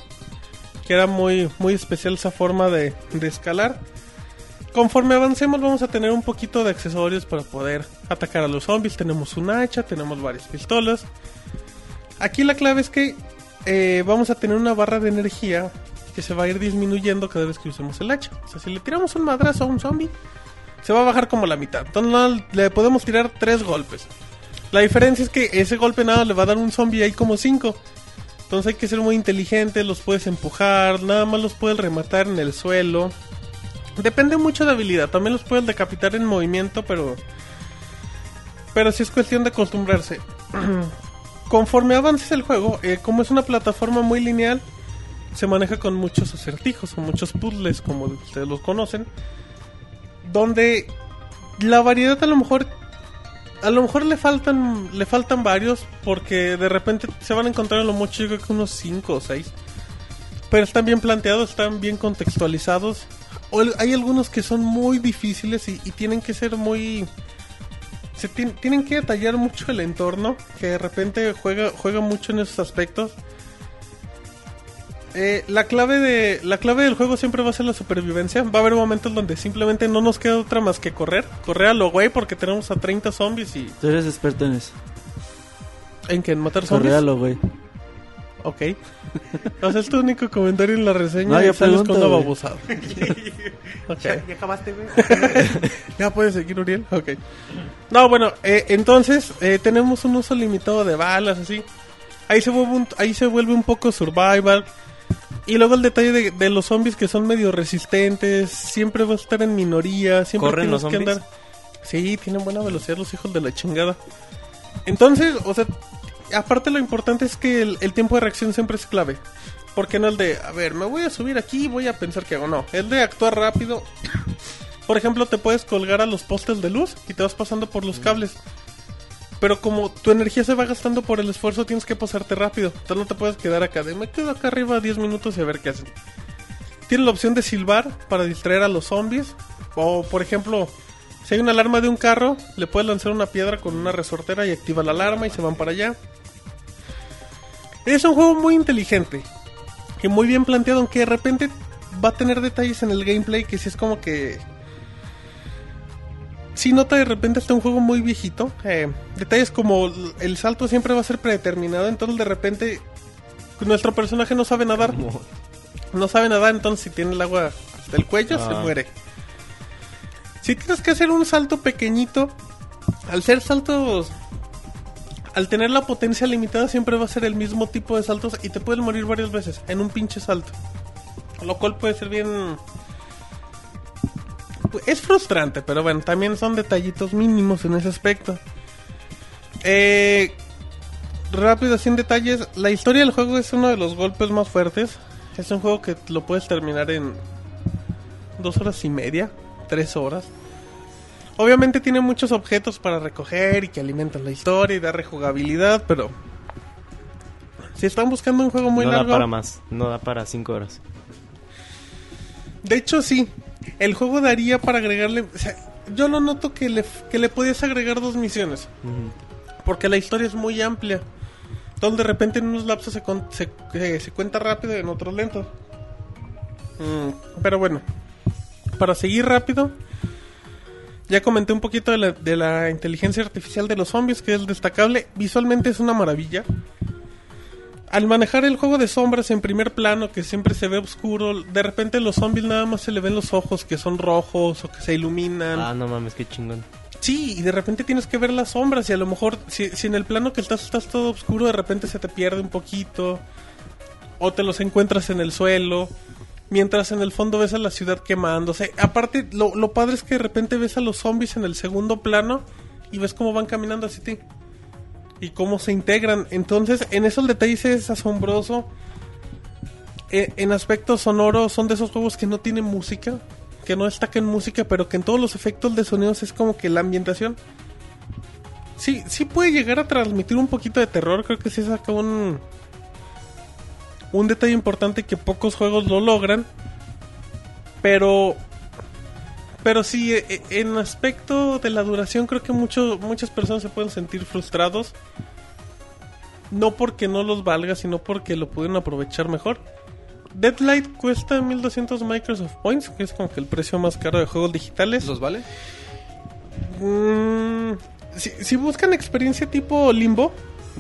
que era muy, muy especial esa forma de, de escalar. Conforme avancemos vamos a tener un poquito de accesorios para poder atacar a los zombies. Tenemos un hacha, tenemos varias pistolas. Aquí la clave es que eh, vamos a tener una barra de energía que se va a ir disminuyendo cada vez que usemos el hacha. O sea, si le tiramos un madrazo a un zombie, se va a bajar como la mitad. Entonces no, le podemos tirar tres golpes. La diferencia es que ese golpe nada le va a dar un zombie y hay como cinco. Entonces hay que ser muy inteligente, los puedes empujar, nada más los puedes rematar en el suelo. Depende mucho de habilidad, también los puedes decapitar en movimiento, pero... Pero sí es cuestión de acostumbrarse. [CLEARS THROAT] Conforme avances el juego, eh, como es una plataforma muy lineal, se maneja con muchos acertijos o muchos puzzles, como ustedes los conocen donde la variedad a lo mejor a lo mejor le faltan le faltan varios porque de repente se van a encontrar a lo mucho yo creo que unos 5 o 6 pero están bien planteados están bien contextualizados O el- hay algunos que son muy difíciles y, y tienen que ser muy se tien- tienen que detallar mucho el entorno que de repente juega juega mucho en esos aspectos eh, la clave de la clave del juego siempre va a ser la supervivencia. Va a haber momentos donde simplemente no nos queda otra más que correr. Correr a lo güey porque tenemos a 30 zombies y
Tú eres experto en eso.
en que en matar zombies.
Corréalo, güey.
Ok. O sea, es tu único comentario en la reseña
No,
y
yo
sales
pregunto,
con una
güey.
babosada. Ok.
Ya, ya acabaste,
[LAUGHS]
güey.
[LAUGHS] ¿Ya puedes seguir, Uriel? Ok. No, bueno, eh, entonces eh, tenemos un uso limitado de balas, así. Ahí se vuelve un, ahí se vuelve un poco survival. Y luego el detalle de, de los zombies que son medio resistentes, siempre va a estar en minoría, siempre
¿Corren
tienes
los
que
zombies?
andar. Sí, tienen buena velocidad los hijos de la chingada. Entonces, o sea, aparte lo importante es que el, el tiempo de reacción siempre es clave. Porque no el de, a ver, me voy a subir aquí y voy a pensar que hago. No, el de actuar rápido. Por ejemplo, te puedes colgar a los postes de luz y te vas pasando por los cables. Pero como tu energía se va gastando por el esfuerzo, tienes que pasarte rápido. Entonces no te puedes quedar acá de, me quedo acá arriba 10 minutos y a ver qué hacen. Tienes la opción de silbar para distraer a los zombies. O, por ejemplo, si hay una alarma de un carro, le puedes lanzar una piedra con una resortera y activa la alarma y se van para allá. Es un juego muy inteligente y muy bien planteado, aunque de repente va a tener detalles en el gameplay que si es como que... Si nota de repente está un juego muy viejito, eh, detalles como l- el salto siempre va a ser predeterminado, entonces de repente nuestro personaje no sabe nadar. No sabe nadar, entonces si tiene el agua hasta el cuello se muere. Si tienes que hacer un salto pequeñito, al ser saltos al tener la potencia limitada siempre va a ser el mismo tipo de saltos y te pueden morir varias veces en un pinche salto. Lo cual puede ser bien... pues, Es frustrante, pero bueno, también son detallitos mínimos en ese aspecto. Eh, rápido, sin detalles, la historia del juego es uno de los golpes más fuertes. Es un juego que lo puedes terminar en dos horas y media, tres horas. Obviamente tiene muchos objetos para recoger y que alimentan la historia y da rejugabilidad, pero si están buscando un juego muy
no
largo,
da para más, no da para 5 horas.
de hecho, sí. El juego daría para agregarle. o sea, yo lo noto que le, que le podías agregar dos misiones. Porque la historia es muy amplia. Entonces, de repente, en unos lapsos se, con- se, eh, se cuenta rápido y en otros lento. Mm, pero bueno, para seguir rápido, ya comenté un poquito de la, de la inteligencia artificial de los zombies, que es destacable. Visualmente es una maravilla. Al manejar el juego de sombras en primer plano, que siempre se ve oscuro, de repente los zombies nada más se le ven los ojos que son rojos o que se iluminan.
Ah, no mames, qué chingón.
Sí, y de repente tienes que ver las sombras y a lo mejor si, si en el plano que estás estás todo oscuro, de repente se te pierde un poquito o te los encuentras en el suelo, mientras en el fondo ves a la ciudad quemándose. Aparte, lo, lo padre es que de repente ves a los zombies en el segundo plano y ves cómo van caminando hacia ti y cómo se integran. Entonces, en esos detalles es asombroso. Eh, en aspecto sonoro, son de esos juegos que no tienen música, que no destacan música, pero que en todos los efectos de sonidos es como que la ambientación. Sí, sí puede llegar a transmitir un poquito de terror, creo que sí saca un. Un detalle importante que pocos juegos lo logran. Pero. Pero sí, e- e- en aspecto de la duración, creo que mucho- muchas personas se pueden sentir frustrados. No porque no los valga, sino porque lo pudieron aprovechar mejor. Deadlight cuesta 1200 Microsoft Points, que es como que el precio más caro de juegos digitales.
¿Los vale?
Mm, si, si buscan experiencia tipo limbo,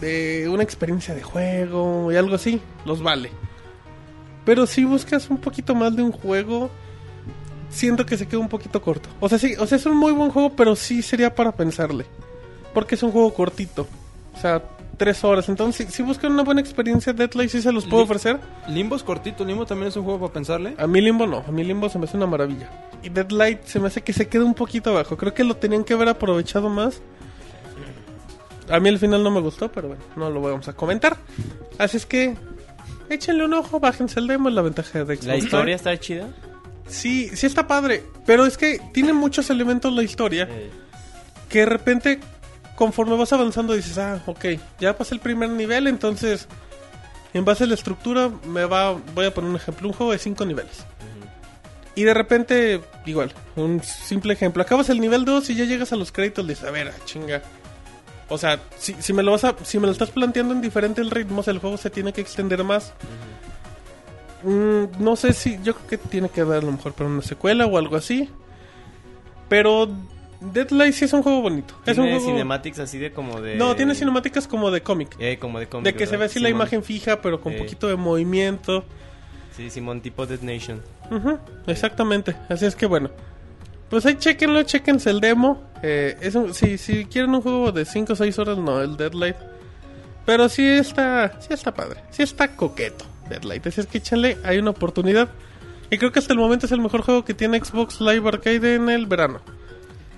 de una experiencia de juego y algo así, los vale. Pero si buscas un poquito más de un juego, siento que se queda un poquito corto. O sea, sí, o sea, es un muy buen juego, pero sí sería para pensarle. Porque es un juego cortito. O sea, tres horas. Entonces, si, si buscan una buena experiencia, Deadlight sí se los puedo
Li-
ofrecer.
Limbo es cortito, Limbo también es un juego para pensarle.
A mí Limbo no, a mí Limbo se me hace una maravilla. Y Deadlight se me hace que se queda un poquito abajo. Creo que lo tenían que haber aprovechado más. A mí el final no me gustó, pero bueno, no lo vamos a comentar. Así es que échenle un ojo, bájense el demo, es la ventaja de Xbox.
¿La
Live.
historia está chida?
Sí, sí está padre, pero es que tiene muchos elementos la historia
Eh,
que de repente conforme vas avanzando dices, ah, ok, ya pasé el primer nivel, entonces en base a la estructura me va, voy a poner un ejemplo, un juego de cinco niveles. Y de repente, igual, un simple ejemplo, acabas el nivel 2 y ya llegas a los créditos, dices, a ver, ah, chinga. O sea, si, si me lo vas a, si me lo estás planteando en diferentes ritmos, el juego se tiene que extender más. Mm, no sé si. Yo creo que tiene que haber a lo mejor para una secuela o algo así. Pero Deadlight sí es un juego bonito. Es un
Tiene
juego...
cinematics así de como de.
No, tiene cinemáticas como de cómic.
Eh, como de cómic,
de que se ve
¿verdad?
así la
Simón.
imagen fija, pero con
Eh.
poquito de movimiento.
Sí, Simón, tipo Dead Nation.
Ujú, exactamente. Así es que bueno. Pues ahí chequenlo, chequense el demo. Eh, es un- si, si quieren un juego de 5 o 6 horas, no, el Deadlight. Pero sí está, sí está padre. Sí está coqueto Deadlight. Así es que échale, hay una oportunidad. Y creo que hasta el momento es el mejor juego que tiene Xbox Live Arcade en el verano.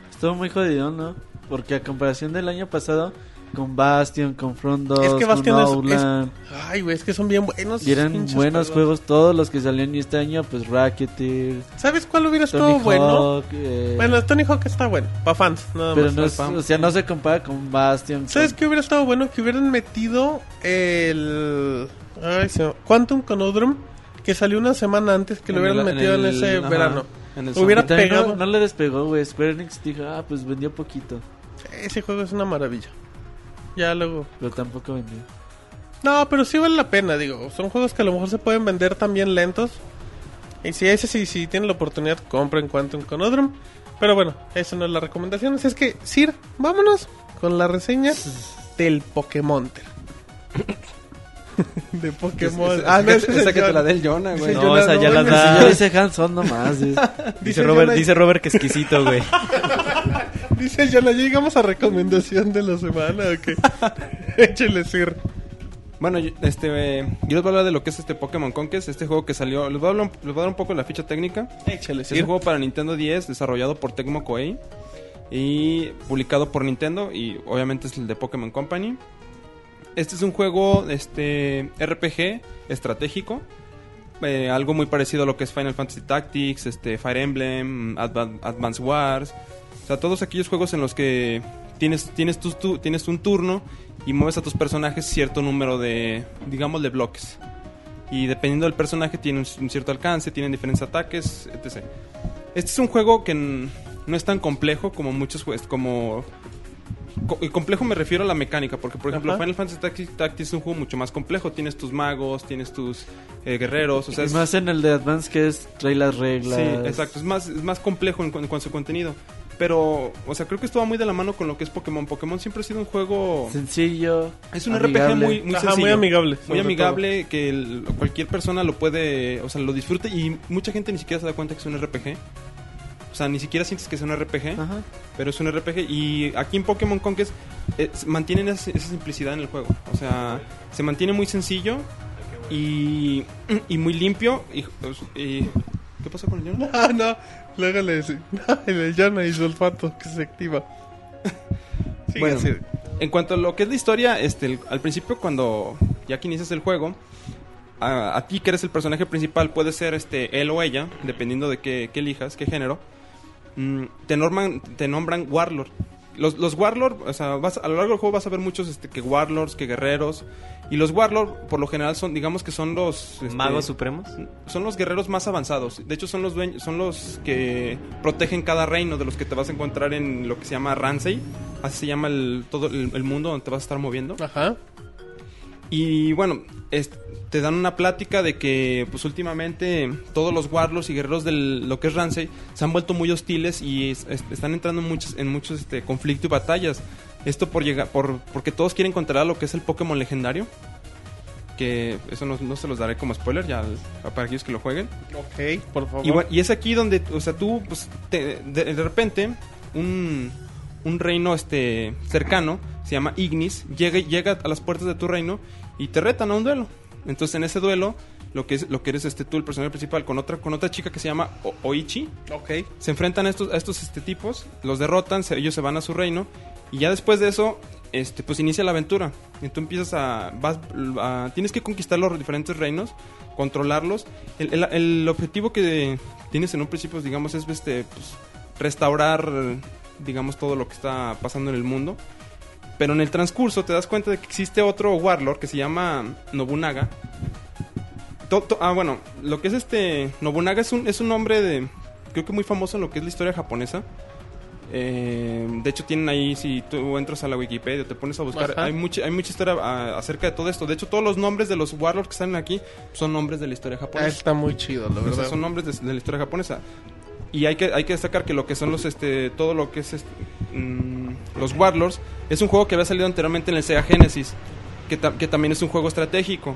Estuvo muy jodido, ¿no? Porque a comparación del año pasado, con Bastion, con Front 2,
Es que Bastion
con
es- es-
Outland,
Ay, güey, es que son bien buenos.
y eran
pinches
buenos
juegos.
juegos todos los que salieron este año, pues Racketeer,
¿Sabes cuál hubiera estado
Tony
bueno?
Hawk, eh,
Bueno, Tony Hawk está bueno, para fans, nada
pero
más.
no
para
es-
fans.
o sea, no se compara con Bastion.
¿Sabes
con-
qué hubiera estado bueno? Que hubieran metido el. Ay, se me- Quantum Conodrum, que salió una semana antes, que lo
En
hubieran
el- en
metido en,
el-
ese
ajá,
verano.
en el
Hubiera
Y también no-
pegado.
No, le despegó, güey. Square Enix dijo, ah, pues vendió poquito,
Ese juego es una maravilla. Ya luego.
pero tampoco vendió. [LAUGHS]
No, pero sí vale la pena, digo. Son juegos que a lo mejor se pueden vender también lentos. Y si ese sí, si tienen la oportunidad, compren Quantum Conodrum. Pero bueno, eso no es la recomendación. Así es que, Sir, vámonos con la reseña del
[LAUGHS]
Pokémon. De Pokémon.
Ah,
no, ese es el
esa que te
John.
la dé el Jonah, güey.
Sí,
No, esa ya la
mames.
da. Ah.
Si yo dice Hanson nomás.
[LAUGHS]
es-
Dice Robert,
Jonah-
dice Robert que exquisito,
[LAUGHS]
güey.
Dice Jonah, ya llegamos a recomendación de la semana, ¿o
[LAUGHS]
qué? [LAUGHS] Échale, Sir.
Bueno, yo- este, eh, yo les voy a hablar de lo que es este Pokémon Conquest, este juego que salió. Les voy a, hablar, un- les voy a dar un poco de la ficha técnica.
Échale,
Es un juego para Nintendo 10 desarrollado por Tecmo Koei y publicado por Nintendo y obviamente es el de Pokémon Company. Este es un juego este, RPG estratégico, eh, algo muy parecido a lo que es Final Fantasy Tactics, este, Fire Emblem, Advan- Advance Wars, o sea, todos aquellos juegos en los que tienes, tienes, tus tu- tienes un turno y mueves a tus personajes cierto número de, digamos, de bloques. Y dependiendo del personaje tiene un, un cierto alcance, tienen diferentes ataques, etc. Este es un juego que n- no es tan complejo como muchos juegos, como... co- y complejo me refiero a la mecánica, porque por ejemplo
Ajá.
Final Fantasy Tactics, Tactics es un juego mucho más complejo, tienes tus magos, tienes tus eh, guerreros, o sea,
y
es-
más en el de Advance que es trae las reglas.
Sí, exacto. Es más, es más complejo en, cu- en cuanto a su contenido. Pero, o sea, creo que esto va muy de la mano con lo que es Pokémon. Pokémon siempre ha sido un juego...
Sencillo.
Es un RPG
amigable.
muy, muy
Ajá,
sencillo.
muy amigable,
Muy
sobre
amigable, que el- cualquier persona lo puede, o sea, lo disfrute y mucha gente ni siquiera se da cuenta que es un RPG. O sea, ni siquiera sientes que es un RPG,
Ajá.
pero es un RPG. Y aquí en Pokémon Conquest eh, s- mantienen esa, esa simplicidad en el juego. O sea, se mantiene muy sencillo y, y muy limpio. Y, y- ¿Qué pasó con el Jonah?
[LAUGHS] Ah, no. Luego le dice, [LAUGHS] no, el Jonah y su olfato que se activa. Sigue,
Bueno.
Sir.
En cuanto a lo que es la historia, este, el- al principio cuando ya que inicias el juego, a, a ti que eres el personaje principal, puede ser este él o ella, dependiendo de qué, qué elijas, qué género, mm, te, norman, te nombran Warlord. Los, los Warlord, o sea, vas- a lo largo del juego vas a ver muchos este, que Warlords, que guerreros, y los Warlord por lo general son, digamos que son los... este,
Magos Supremos.
son los guerreros más avanzados. De hecho, son los dueños, son los que protegen cada reino de los que te vas a encontrar en lo que se llama Ransei. Así se llama el, todo el, el mundo donde te vas a estar moviendo.
Ajá.
Y bueno, es- te dan una plática de que pues últimamente todos los warlords y guerreros de lo que es Ransei se han vuelto muy hostiles y es- es- están entrando en muchos, en muchos este, conflictos y batallas. Esto por llegar, por, porque todos quieren controlar lo que es el Pokémon legendario. Que eso no, no se los daré como spoiler ya para aquellos que lo jueguen.
Ok, por favor.
Y, bueno, y es aquí donde, o sea, tú, pues, te- de, de repente, un, un reino este, cercano, se llama Ignis, llega, llega a las puertas de tu reino y te retan a un duelo. Entonces, en ese duelo, lo que, es, lo que eres este, tú, el personaje principal, con otra, con otra chica que se llama O- Oichi,
Ok.
se enfrentan a estos, a estos este, tipos, los derrotan, se- ellos se van a su reino y ya después de eso, este, pues inicia la aventura. Y tú empiezas a, vas, a- Tienes que conquistar los diferentes reinos, controlarlos. El, el- el objetivo que tienes en un principio, digamos, es este, pues, restaurar, digamos, todo lo que está pasando en el mundo. Pero en el transcurso te das cuenta de que existe otro Warlord que se llama Nobunaga. To- to- ah, bueno, lo que es este. Nobunaga es un, es un hombre de. Creo que muy famoso en lo que es la historia japonesa. Eh, de hecho, tienen ahí, si tú entras a la Wikipedia, te pones a buscar.
Ajá.
Hay mucha, hay mucha historia ah, acerca de todo esto. De hecho, todos los nombres de los Warlords que salen aquí son nombres de la historia
Ah,
japonesa.
está muy chido, la
O sea,
verdad.
son nombres de, de la historia japonesa. Y hay que, hay que destacar que lo que son los, este, todo lo que es este, mm, los Warlords, es un juego que había salido anteriormente en el Sega Genesis, que, ta- que también es un juego estratégico.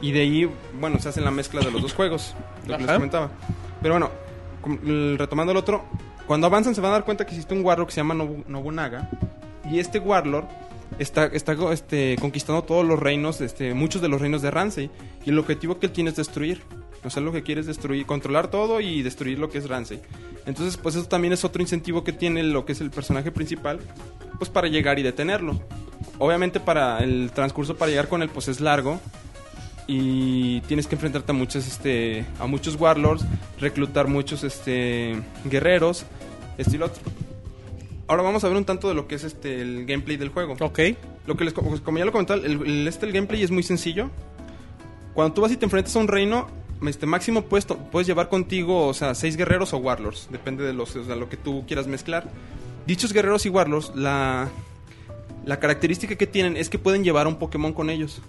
Y de ahí, bueno, se hace la mezcla de los dos juegos, lo que les
Ajá.
comentaba. Pero bueno, com- l- retomando el otro, cuando avanzan se van a dar cuenta que existe un Warlord que se llama Nobu- Nobunaga. Y este Warlord está, está go- este, conquistando todos los reinos, este, muchos de los reinos de Ramsey. Y el objetivo que él tiene es destruir. O sea, lo que quiere es destruir, controlar todo y destruir lo que es Ramsey. Entonces, pues eso también es otro incentivo que tiene lo que es el personaje principal, pues para llegar y detenerlo. Obviamente para el transcurso para llegar con él, pues es largo. Y tienes que enfrentarte a muchos, este, a muchos warlords, reclutar muchos este, guerreros, estilo otro. Ahora vamos a ver un tanto de lo que es este, el gameplay del juego.
Ok.
Lo que les, co- como ya lo comentaba, el, el- este el gameplay es muy sencillo. Cuando tú vas y te enfrentas a un reino, este máximo puedes, to- puedes llevar contigo, o sea, seis guerreros o warlords, depende de los, o sea, lo que tú quieras mezclar. Dichos guerreros y warlords, la, la característica que tienen es que pueden llevar un Pokémon con ellos.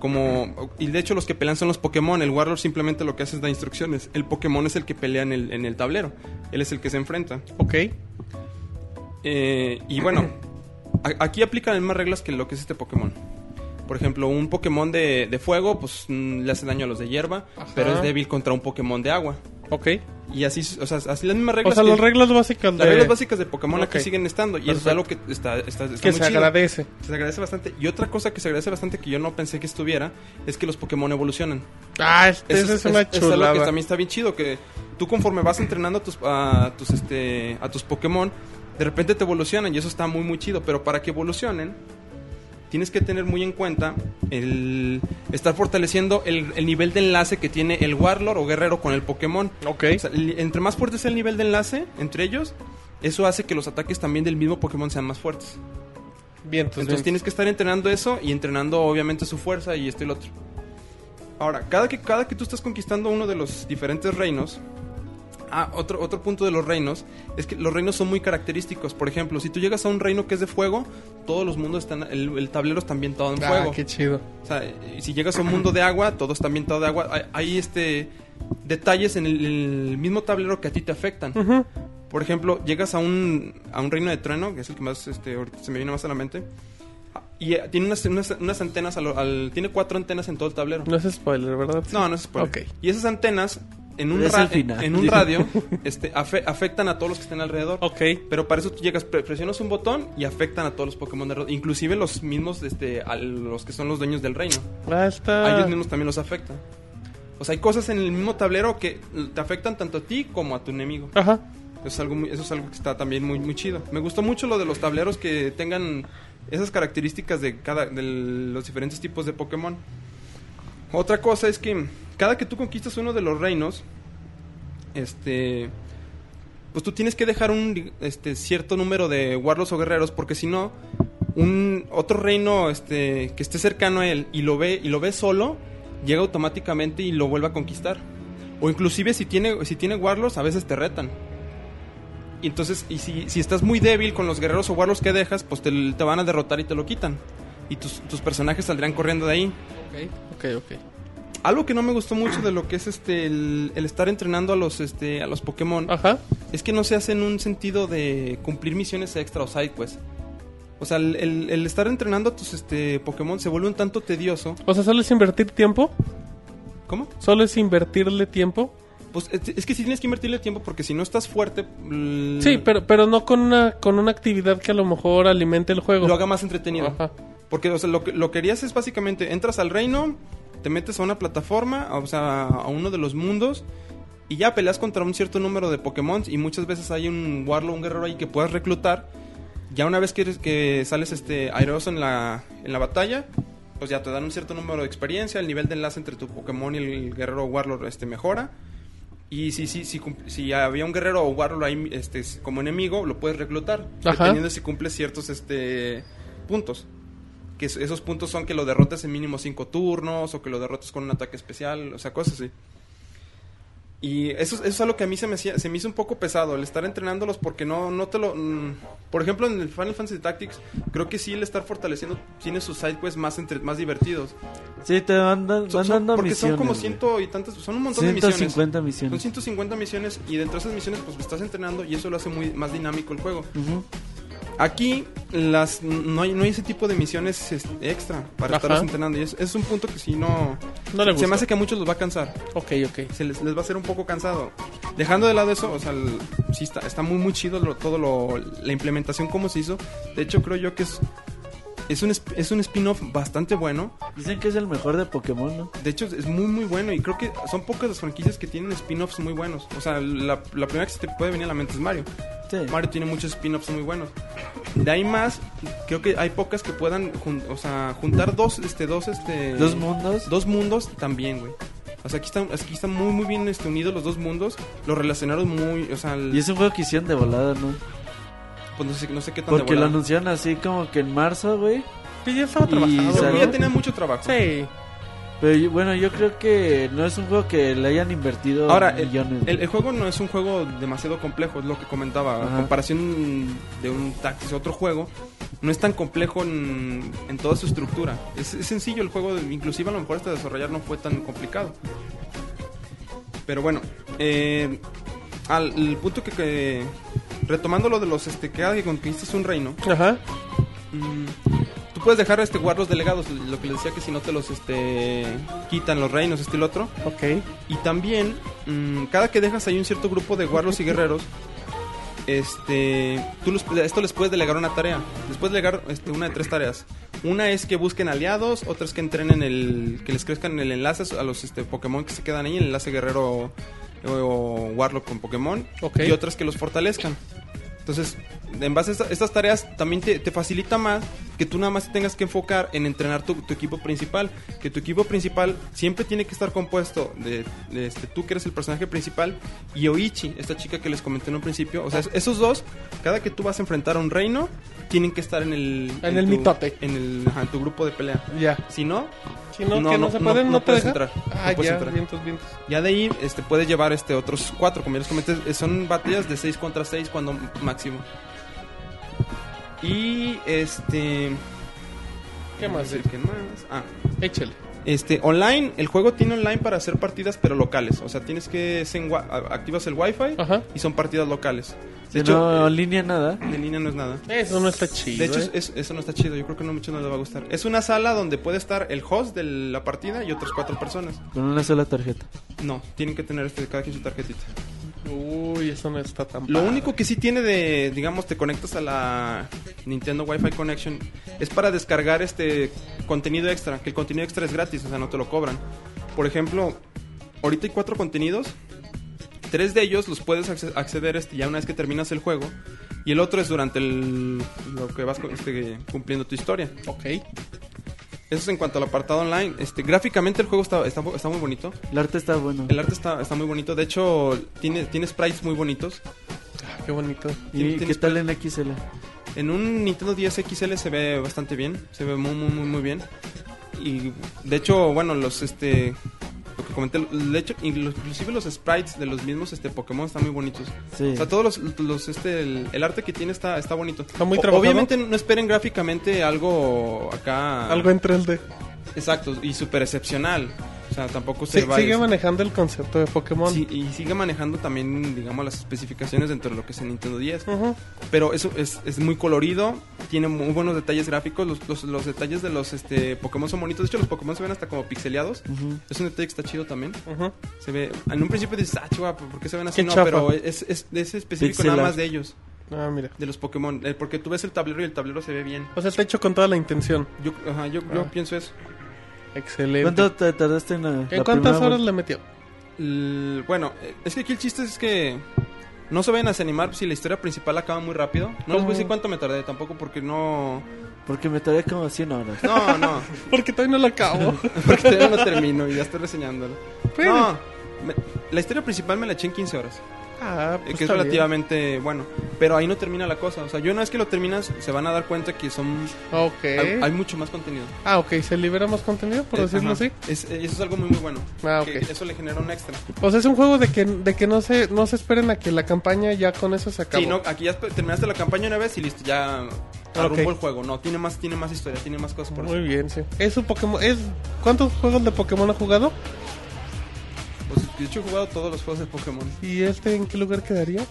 Como, y de hecho los que pelean son los Pokémon, el Warlord simplemente lo que hace es dar instrucciones. El Pokémon es el que pelea en el, en el tablero, él es el que se enfrenta.
Ok.
Eh,
[CLEARS THROAT]
y bueno, a- aquí aplican las mismas reglas que lo que es este Pokémon. Por ejemplo, un Pokémon de, de fuego, pues mm, le hace daño a los de hierba,
Ajá.
pero es débil contra un Pokémon de agua.
Ok.
Y así, o sea, así las mismas
O
reglas.
sea,
que-
las reglas básicas de...
las reglas básicas de Pokémon
Ok.
aquí siguen estando. Y eso es
Perfecto.
algo que está, está, está
que
muy
se
chido.
agradece.
Se agradece bastante. Y otra cosa que se agradece bastante que yo no pensé que estuviera es que los Pokémon evolucionan.
Ah, este,
Eso
esa es, una
algo
chulada.
que también está bien chido, que tú conforme vas entrenando a tus, a tus, este, a tus Pokémon, de repente te evolucionan y eso está muy, muy chido. Pero para que evolucionen, tienes que tener muy en cuenta el estar fortaleciendo el, el nivel de enlace que tiene el Warlord o Guerrero con el Pokémon.
Ok.
O sea, el- entre más fuerte sea el nivel de enlace entre ellos, eso hace que los ataques también del mismo Pokémon sean más fuertes.
bien, entonces,
Entonces tienes que estar entrenando eso y entrenando obviamente su fuerza y esto y lo otro. Ahora, cada que, cada que tú estás conquistando uno de los diferentes reinos, ah, otro, otro punto de los reinos es que los reinos son muy característicos. Por ejemplo, si tú llegas a un reino que es de fuego, todos los mundos están, el, el tablero está ambientado en
Ah,
fuego.
qué chido.
O sea, y si llegas a un mundo de agua, todo está ambientado de agua. Hay, hay, este detalles en el, el mismo tablero que a ti te afectan.
Ujú.
Por ejemplo, llegas a un, a un reino de trueno, que es el que más este, ahorita se me viene más a la mente. Y eh, tiene unas, unas, unas antenas, a lo- al- tiene cuatro antenas en todo el tablero.
No es spoiler, ¿verdad?
No, no es spoiler.
Ok.
Y esas antenas, en un,
Es
ra-
el final.
en
[LAUGHS]
un radio, este, afe- afectan a todos los que estén alrededor.
Ok.
Pero para eso tú llegas, pre- presionas un botón y afectan a todos los Pokémon de alrededor, Inclusive los mismos, este, a los que son los dueños del reino.
Ah,
A
está...
ellos mismos también los afecta. O sea, hay cosas en el mismo tablero que te afectan tanto a ti como a tu enemigo.
Ajá.
Eso es algo, muy- eso es algo que está también muy, muy chido. Me gustó mucho lo de los tableros que tengan esas características de cada de los diferentes tipos de Pokémon. Otra cosa es que cada que tú conquistas uno de los reinos, este, pues tú tienes que dejar un este, cierto número de warlords o guerreros porque si no un otro reino este que esté cercano a él y lo ve y lo ve solo llega automáticamente y lo vuelve a conquistar o inclusive si tiene si tiene warlords a veces te retan y entonces y si, si estás muy débil con los guerreros o warlords que dejas pues te, te van a derrotar y te lo quitan y tus, tus personajes saldrán corriendo de ahí
Ok, ok.
algo que no me gustó mucho de lo que es este el, el estar entrenando a los este a los Pokémon
Ajá.
es que no se hace en un sentido de cumplir misiones extra o side quest. O sea, el, el- el estar entrenando a tus este, Pokémon se vuelve un tanto tedioso.
O sea, solo es invertir tiempo.
¿Cómo?
Solo es invertirle tiempo.
Pues es, es que sí tienes que invertirle tiempo porque si no estás fuerte... l-
Sí, pero, pero no con una, con una actividad que a lo mejor alimente el juego.
Lo haga más entretenido.
Ajá.
Porque o sea, lo, que- lo que harías es básicamente, entras al reino, te metes a una plataforma, o sea, a uno de los mundos, y ya peleas contra un cierto número de Pokémon, y muchas veces hay un Warlock, un guerrero ahí que puedas reclutar. Ya una vez que, eres- que sales este, airoso en la, en la batalla, pues ya te dan un cierto número de experiencia, el nivel de enlace entre tu Pokémon y el guerrero Warlord este, mejora. Y si, si, si, cum- si había un guerrero o Warlord ahí este, como enemigo, lo puedes reclutar,
Ajá.
dependiendo de si cumple ciertos este, puntos que es- esos puntos son que lo derrotes en mínimo cinco turnos o que lo derrotes con un ataque especial, o sea, cosas así. Y eso, eso es algo que a mí se me, hacía- se me hizo un poco pesado, el estar entrenándolos porque no, no te lo... mm, por ejemplo, en el Final Fantasy Tactics, creo que sí el estar fortaleciendo tiene sus sidequests más, entre, más divertidos.
Sí, te van, dan-
Son-
van
son-
dando
porque
misiones.
son como
güey.
ciento y tantas, son un montón de misiones.
150
Son
misiones.
150 misiones y dentro de esas misiones pues estás entrenando y eso lo hace muy más dinámico el juego.
Ujú.
Aquí las no hay, no hay ese tipo de misiones es- extra
Ajá.
para estarlos entrenando y es, es un punto que si no
No le
se
gusta.
me hace que a muchos los va a cansar.
Ok, ok.
Se les, les va a hacer un poco cansado. Dejando de lado eso, o sea, el- sí está, está muy muy chido lo- todo lo, la implementación como se hizo. De hecho creo yo que es es un, esp- es un spin-off bastante bueno.
Dicen que es el mejor de Pokémon, ¿no?
De hecho, es muy, muy bueno. Y creo que son pocas las franquicias que tienen spin-offs muy buenos. O sea, la, la primera que se te puede venir a la mente es Mario.
Sí.
Mario tiene muchos spin-offs muy buenos. De ahí más, creo que hay pocas que puedan jun- o sea, juntar dos, este, dos, este.
Dos mundos.
Dos mundos también, güey. O sea, aquí están, aquí están muy, muy bien este, unidos los dos mundos. Los relacionaron muy. O sea, el-
Y es un juego que hicieron de volada, ¿no?
pues no sé, no sé qué tan de
Porque lo
volada.
anunciaron así como que en marzo, güey.
Que ya estaba
Y
trabajado.
Yo creo que
salió.
ya tenía mucho trabajo.
Sí.
Pero yo- bueno, yo creo que no es un juego que le hayan invertido
Ahora, el,
millones.
el- el juego no es un juego demasiado complejo, es lo que comentaba.
Ajá.
A comparación de un Taxis a otro juego, no es tan complejo en, en toda su estructura. Es, es sencillo el juego, inclusive a lo mejor hasta desarrollar no fue tan complicado. Pero bueno, eh, al el punto que, que- Retomando lo de los este, que cada que conquistas un reino,
Ajá.
mm, tú puedes dejar este, guardar los delegados, lo que les decía que si no te los este, quitan los reinos, este y lo otro.
Ok.
Y también, mm, cada que dejas ahí un cierto grupo de guardos y guerreros, este, tú los- esto les puedes delegar una tarea. Les puedes delegar este, una de tres tareas. Una es que busquen aliados, otra es que entrenen el, que les crezcan el enlace a los este, Pokémon que se quedan ahí, el enlace guerrero o, o Warlock con Pokémon.
Ok.
Y otras que los fortalezcan. Entonces, en base a esta- estas tareas, también te, te facilita más que tú nada más te tengas que enfocar en entrenar tu, tu equipo principal. Que tu equipo principal siempre tiene que estar compuesto de, de, este, tú que eres el personaje principal y Oichi, esta chica que les comenté en un principio. O sea, es- esos dos, cada que tú vas a enfrentar a un reino, tienen que estar en el...
En el
tu-
mitote.
En, el, ajá, en tu grupo de pelea.
Ya.
Si no,
Si no,
No,
que no,
no,
se
no,
pueden, no,
no
te
puedes
dejan.
entrar. No
Ah,
puedes
ya,
entrar.
vientos, vientos.
ya de ahí este, puedes llevar este, otros cuatro, como ya les comenté, eh, son batallas de 6 contra 6 cuando máximo. Y este...
¿Qué más?
¿Qué más? Ah,
Échale.
este, online, el juego tiene online para hacer partidas pero locales. O sea, tienes que... es en wi- a- activas el wifi
Ajá.
y son partidas locales.
Si
De hecho,
no,
eh,
en línea nada.
en línea no es nada.
Eso no está chido.
De hecho,
¿eh?
es- eso no está chido. Yo creo que no mucho no les va a gustar. Es una sala donde puede estar el host de la partida y otras cuatro personas.
Con una sola tarjeta.
No, tienen que tener este, cada quien su tarjetita.
Uy, eso no está tan
Lo
padre.
único que sí tiene de, digamos, te conectas a la Nintendo Wi-Fi Connection es para descargar este contenido extra, que el contenido extra es gratis, o sea, no te lo cobran. Por ejemplo, ahorita hay cuatro contenidos, tres de ellos los puedes acce- acceder este, ya una vez que terminas el juego, y el otro es durante el, lo que vas este, cumpliendo tu historia.
Ok.
Eso es en cuanto al apartado online. Este, gráficamente el juego está, está, está muy bonito.
El arte está bueno.
El arte está, está muy bonito. De hecho, tiene, tiene sprites muy bonitos.
Ah, qué bonito.
¿Y
tiene-
qué tal en XL?
En un Nintendo 10 XL se ve bastante bien, se ve muy muy muy muy bien. Y de hecho, bueno, los este lo que comenté, de hecho, inclu- inclusive los sprites de los mismos este Pokémon están muy bonitos.
Sí.
O sea, todos los, los, este el, el arte que tiene está está bonito.
Está muy
O-
trabajado.
Obviamente no esperen gráficamente algo acá
Algo en 3D.
exacto y super excepcional. O sea, tampoco se
Sí,
va
sigue
este,
manejando el concepto de Pokémon.
sí, y sigue manejando también, digamos, las especificaciones dentro de lo que es el Nintendo 10.
Ujú.
Pero eso es, es muy colorido, tiene muy buenos detalles gráficos, los, los- los detalles de los este, Pokémon son bonitos, de hecho los Pokémon se ven hasta como pixeleados,
Ujú.
es un detalle que está chido también,
Ujú.
se ve, en un principio dices, ah, chihuahua, ¿por qué se ven así?
Qué
No,
chafa.
pero es, es, es específico
Pixel
nada
art.
más de ellos,
Ah, mira.
de los Pokémon, eh, porque tú ves el tablero y el tablero se ve bien.
O sea, está hecho con toda la intención.
Yo, ajá, yo, yo
Ah.
pienso eso.
Excelente.
¿Cuánto te tardaste en la,
¿En
la
cuántas
primera
horas
vuelta?
le metió?
L- bueno, eh, es que aquí el chiste es que no se vayan a desanimar si la historia principal acaba muy rápido. No les voy a decir
¿Cómo?
cuánto me tardé tampoco porque no...
Porque me tardé como 100 horas.
No, no.
Porque todavía no lo
[LAUGHS]
acabo.
Porque todavía no termino y ya estoy reseñándolo.
Pero-
No, me- la historia principal me la eché en 15 horas.
Ah,
eh,
pues
que es
está bien.
relativamente bueno. Pero ahí no termina la cosa. O sea, yo una vez que lo terminas, se van a dar cuenta que son.
Ok.
Hay, hay mucho más contenido.
Ah, ok, se libera más contenido, por
Eh,
decirlo
ajá.
así.
Es- eh, eso es algo muy, muy bueno.
Ah,
Que
ok.
Eso le genera un extra.
O sea, es un juego de que, de que no, se, no se esperen a que la campaña ya con eso se acabó.
Sí, no, aquí ya terminaste la campaña una vez y listo, ya
Ah,
arrumbó el juego. No, tiene más, tiene más historia, tiene más cosas por
Muy
hacer.
bien, sí. Es un Pokémon. Es... ¿Cuántos juegos de Pokémon ha jugado?
Pues, de hecho, he jugado todos los juegos de Pokémon.
¿Y este en qué lugar quedaría?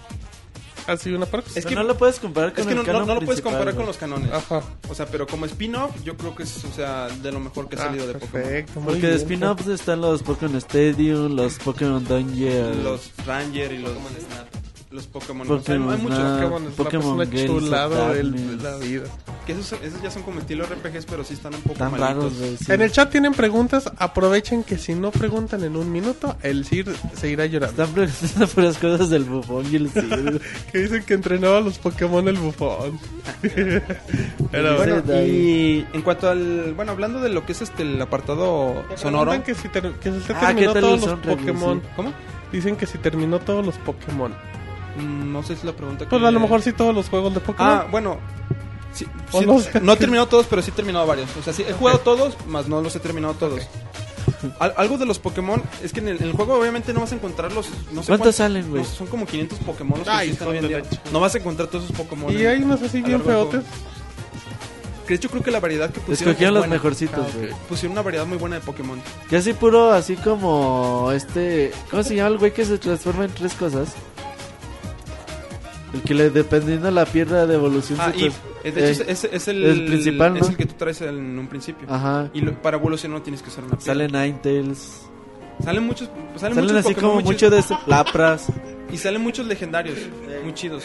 Así una prox.
Es
Es
que-
que no lo puedes comparar con
Es que
el
no, no-
canon
no lo puedes
principal,
comparar
güey.
con los canones.
Ajá.
O sea, pero como spin-off, yo creo que es, o sea, de lo mejor que ha
Ah,
salido de Pokémon.
perfecto. muy
Porque de
bien.
spin-offs están los Pokémon Stadium, los Pokémon Dungeon,
Los Ranger y los Pokémon Snap. Los Pokémon.
Pokémon
o sea,
Snap.
hay muchos.
Ah,
Pokémon, Snap es
Pokémon
una
Games,
chulada de
Darkness.
la vida.
Que esos, son- esos ya son como estilo RPGs, pero sí están un poco
tan
malitos.
raros, güey. sí.
En el chat tienen preguntas. Aprovechen que si no preguntan en un minuto, el Sir se irá llorando.
[LAUGHS] Están preguntando por las cosas del bufón y el Cid, güey.
Que dicen que entrenaba a los Pokémon el bufón. Pero
Dice
bueno,
Bueno,
David.
y en cuanto al. Bueno, hablando de lo que es este el apartado
te
sonoro.
preguntan Que si, ter- que si usted
Ah,
terminó
¿qué tal
todos
el
los
soundtrack,
Pokémon.
sí?
¿Cómo?
Dicen que si terminó todos los Pokémon.
Mm, No sé si es la pregunta
Pues
que-
a lo mejor sí todos los juegos de
Ah,
Pokémon.
bueno. sí-
O
sí,
no
no,
sé.
he terminado todos, pero sí he terminado varios. O sea, sí, he jugado todos, más no los he terminado todos. Al- algo de los Pokémon es que en el, en el juego obviamente no vas a encontrar los... No sé
¿Cuántos
cuántos-
salen, güey?
no, son como 500 Pokémon los que
Ay,
existen
hijo
hoy en
de
día.
la ch-
No vas a encontrar todos esos Pokémon.
y
en-
hay unos así
a lo
bien
largo del
feotes.
juego. Que de hecho creo que la variedad que pusieron...
Escogieron
es
los
buena. Ah,
mejorcitos, güey.
Pusieron una variedad muy buena de Pokémon.
Ya así puro, así como este. ¿Cómo se llama el güey que se transforma en tres cosas? El que le, dependiendo la pierna de evolución.
Ah,
se
y
trans-
eh, de hecho
eh,
es, es el,
el principal, ¿no?
Es el que tú traes en un principio.
Ajá.
Y lo- para evolucionar no tienes que usar una piedra.
Sale Ninetales.
Salen muchos...
Salen
Salen, muchos
así
Pokémon,
como
muchos-
mucho de ese- Lapras.
Y salen muchos legendarios, muy chidos.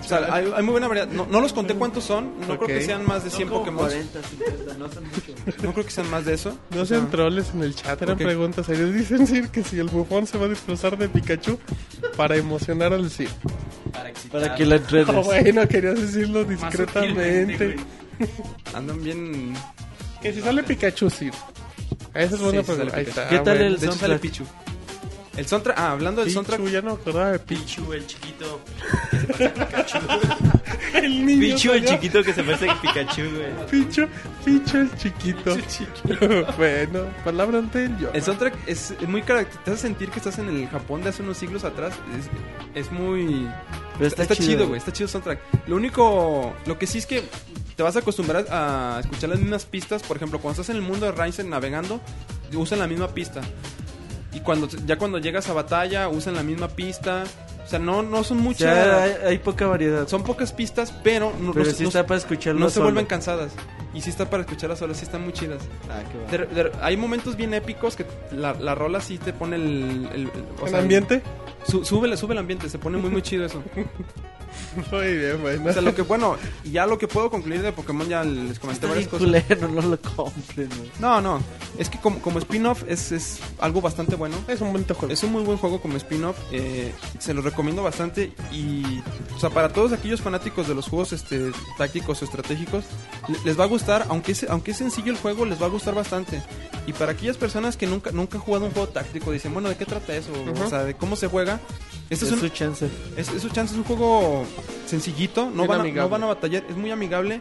O sea, hay, hay muy buena variedad. No, no los conté
Mm.
cuántos son, no creo que
Ok.
sean más de 100 Pokémon.
40, 50, no son mucho.
[LAUGHS] No creo que sean más de eso.
No sean troles en el chat, eran
Ok.
preguntas serias. Dicen [LAUGHS] Sir que si el bufón se va a disfrazar de Pikachu para emocionar al Sir.
Para que
[LAUGHS]
la entrenes.
Ah, bueno, querías decirlo
Más sutilmente,
discretamente.
güey.
Andan bien.
Que si sale Pikachu, Sir. Esa es buena
Sí, sí sale
pregunta. Ahí
Pikachu.
está.
¿Qué
Ah,
tal
bueno.
el
de hecho, sale
soundtrack?
Pichu. El soundtrack. Ah, hablando del
Pichu,
soundtrack.
ya no me acordaba de Pichu.
Pichu, el chiquito.
[LAUGHS] El niño.
Pichu, el
¿sabía?
chiquito que se parece a Pikachu, güey.
Pichu, Pichu el chiquito. [LAUGHS] bueno, palabras del yo.
El soundtrack es es muy característico. Te hace sentir que estás en el Japón de hace unos siglos atrás. Es, es muy.
Pero
Está, chido, güey. Está chido el soundtrack. Lo único. Lo que sí es que te vas a acostumbrar a escuchar las mismas pistas. Por ejemplo, cuando estás en el mundo de Ryzen navegando, usan la misma pista. Y cuando ya cuando llegas a batalla, usan la misma pista. O sea, no, no son
O sea, hay,
muchas.
hay poca variedad.
Son pocas pistas, pero no,
pero
no-
sí
no-
está para escucharlo.
no se
solo.
vuelven cansadas. Y sí está para escucharlas solas, sí están muy chidas.
Ah, qué va.
De- de- hay momentos bien épicos que la, la rola sí te pone el... el- el- o
¿El
sea, [LAUGHS]
ambiente?
su- sube, sube el ambiente, se pone muy muy chido eso.
Muy bien, bueno.
O sea, lo que, bueno, ya lo que puedo concluir de Pokémon ya les
Está
comenté
bien
varias cosas.
culero, no lo compren, güey.
No, no, es que como, como spin-off es, es algo bastante bueno.
Es un buen juego.
Es un muy buen juego como spin-off, eh, se los recomiendo bastante y, o sea, para todos aquellos fanáticos de los juegos este, tácticos o estratégicos, le- les va a gustar, aunque es, aunque es sencillo el juego, les va a gustar bastante. Y para aquellas personas que nunca, nunca han jugado un juego táctico, dicen, bueno, ¿de qué trata eso? O sea, ¿de cómo se juega? Este
es
es un,
su chance.
es, es un chance, es un juego sencillito, no
Bien
van, a,
amigable.
no van a batallar, es muy amigable.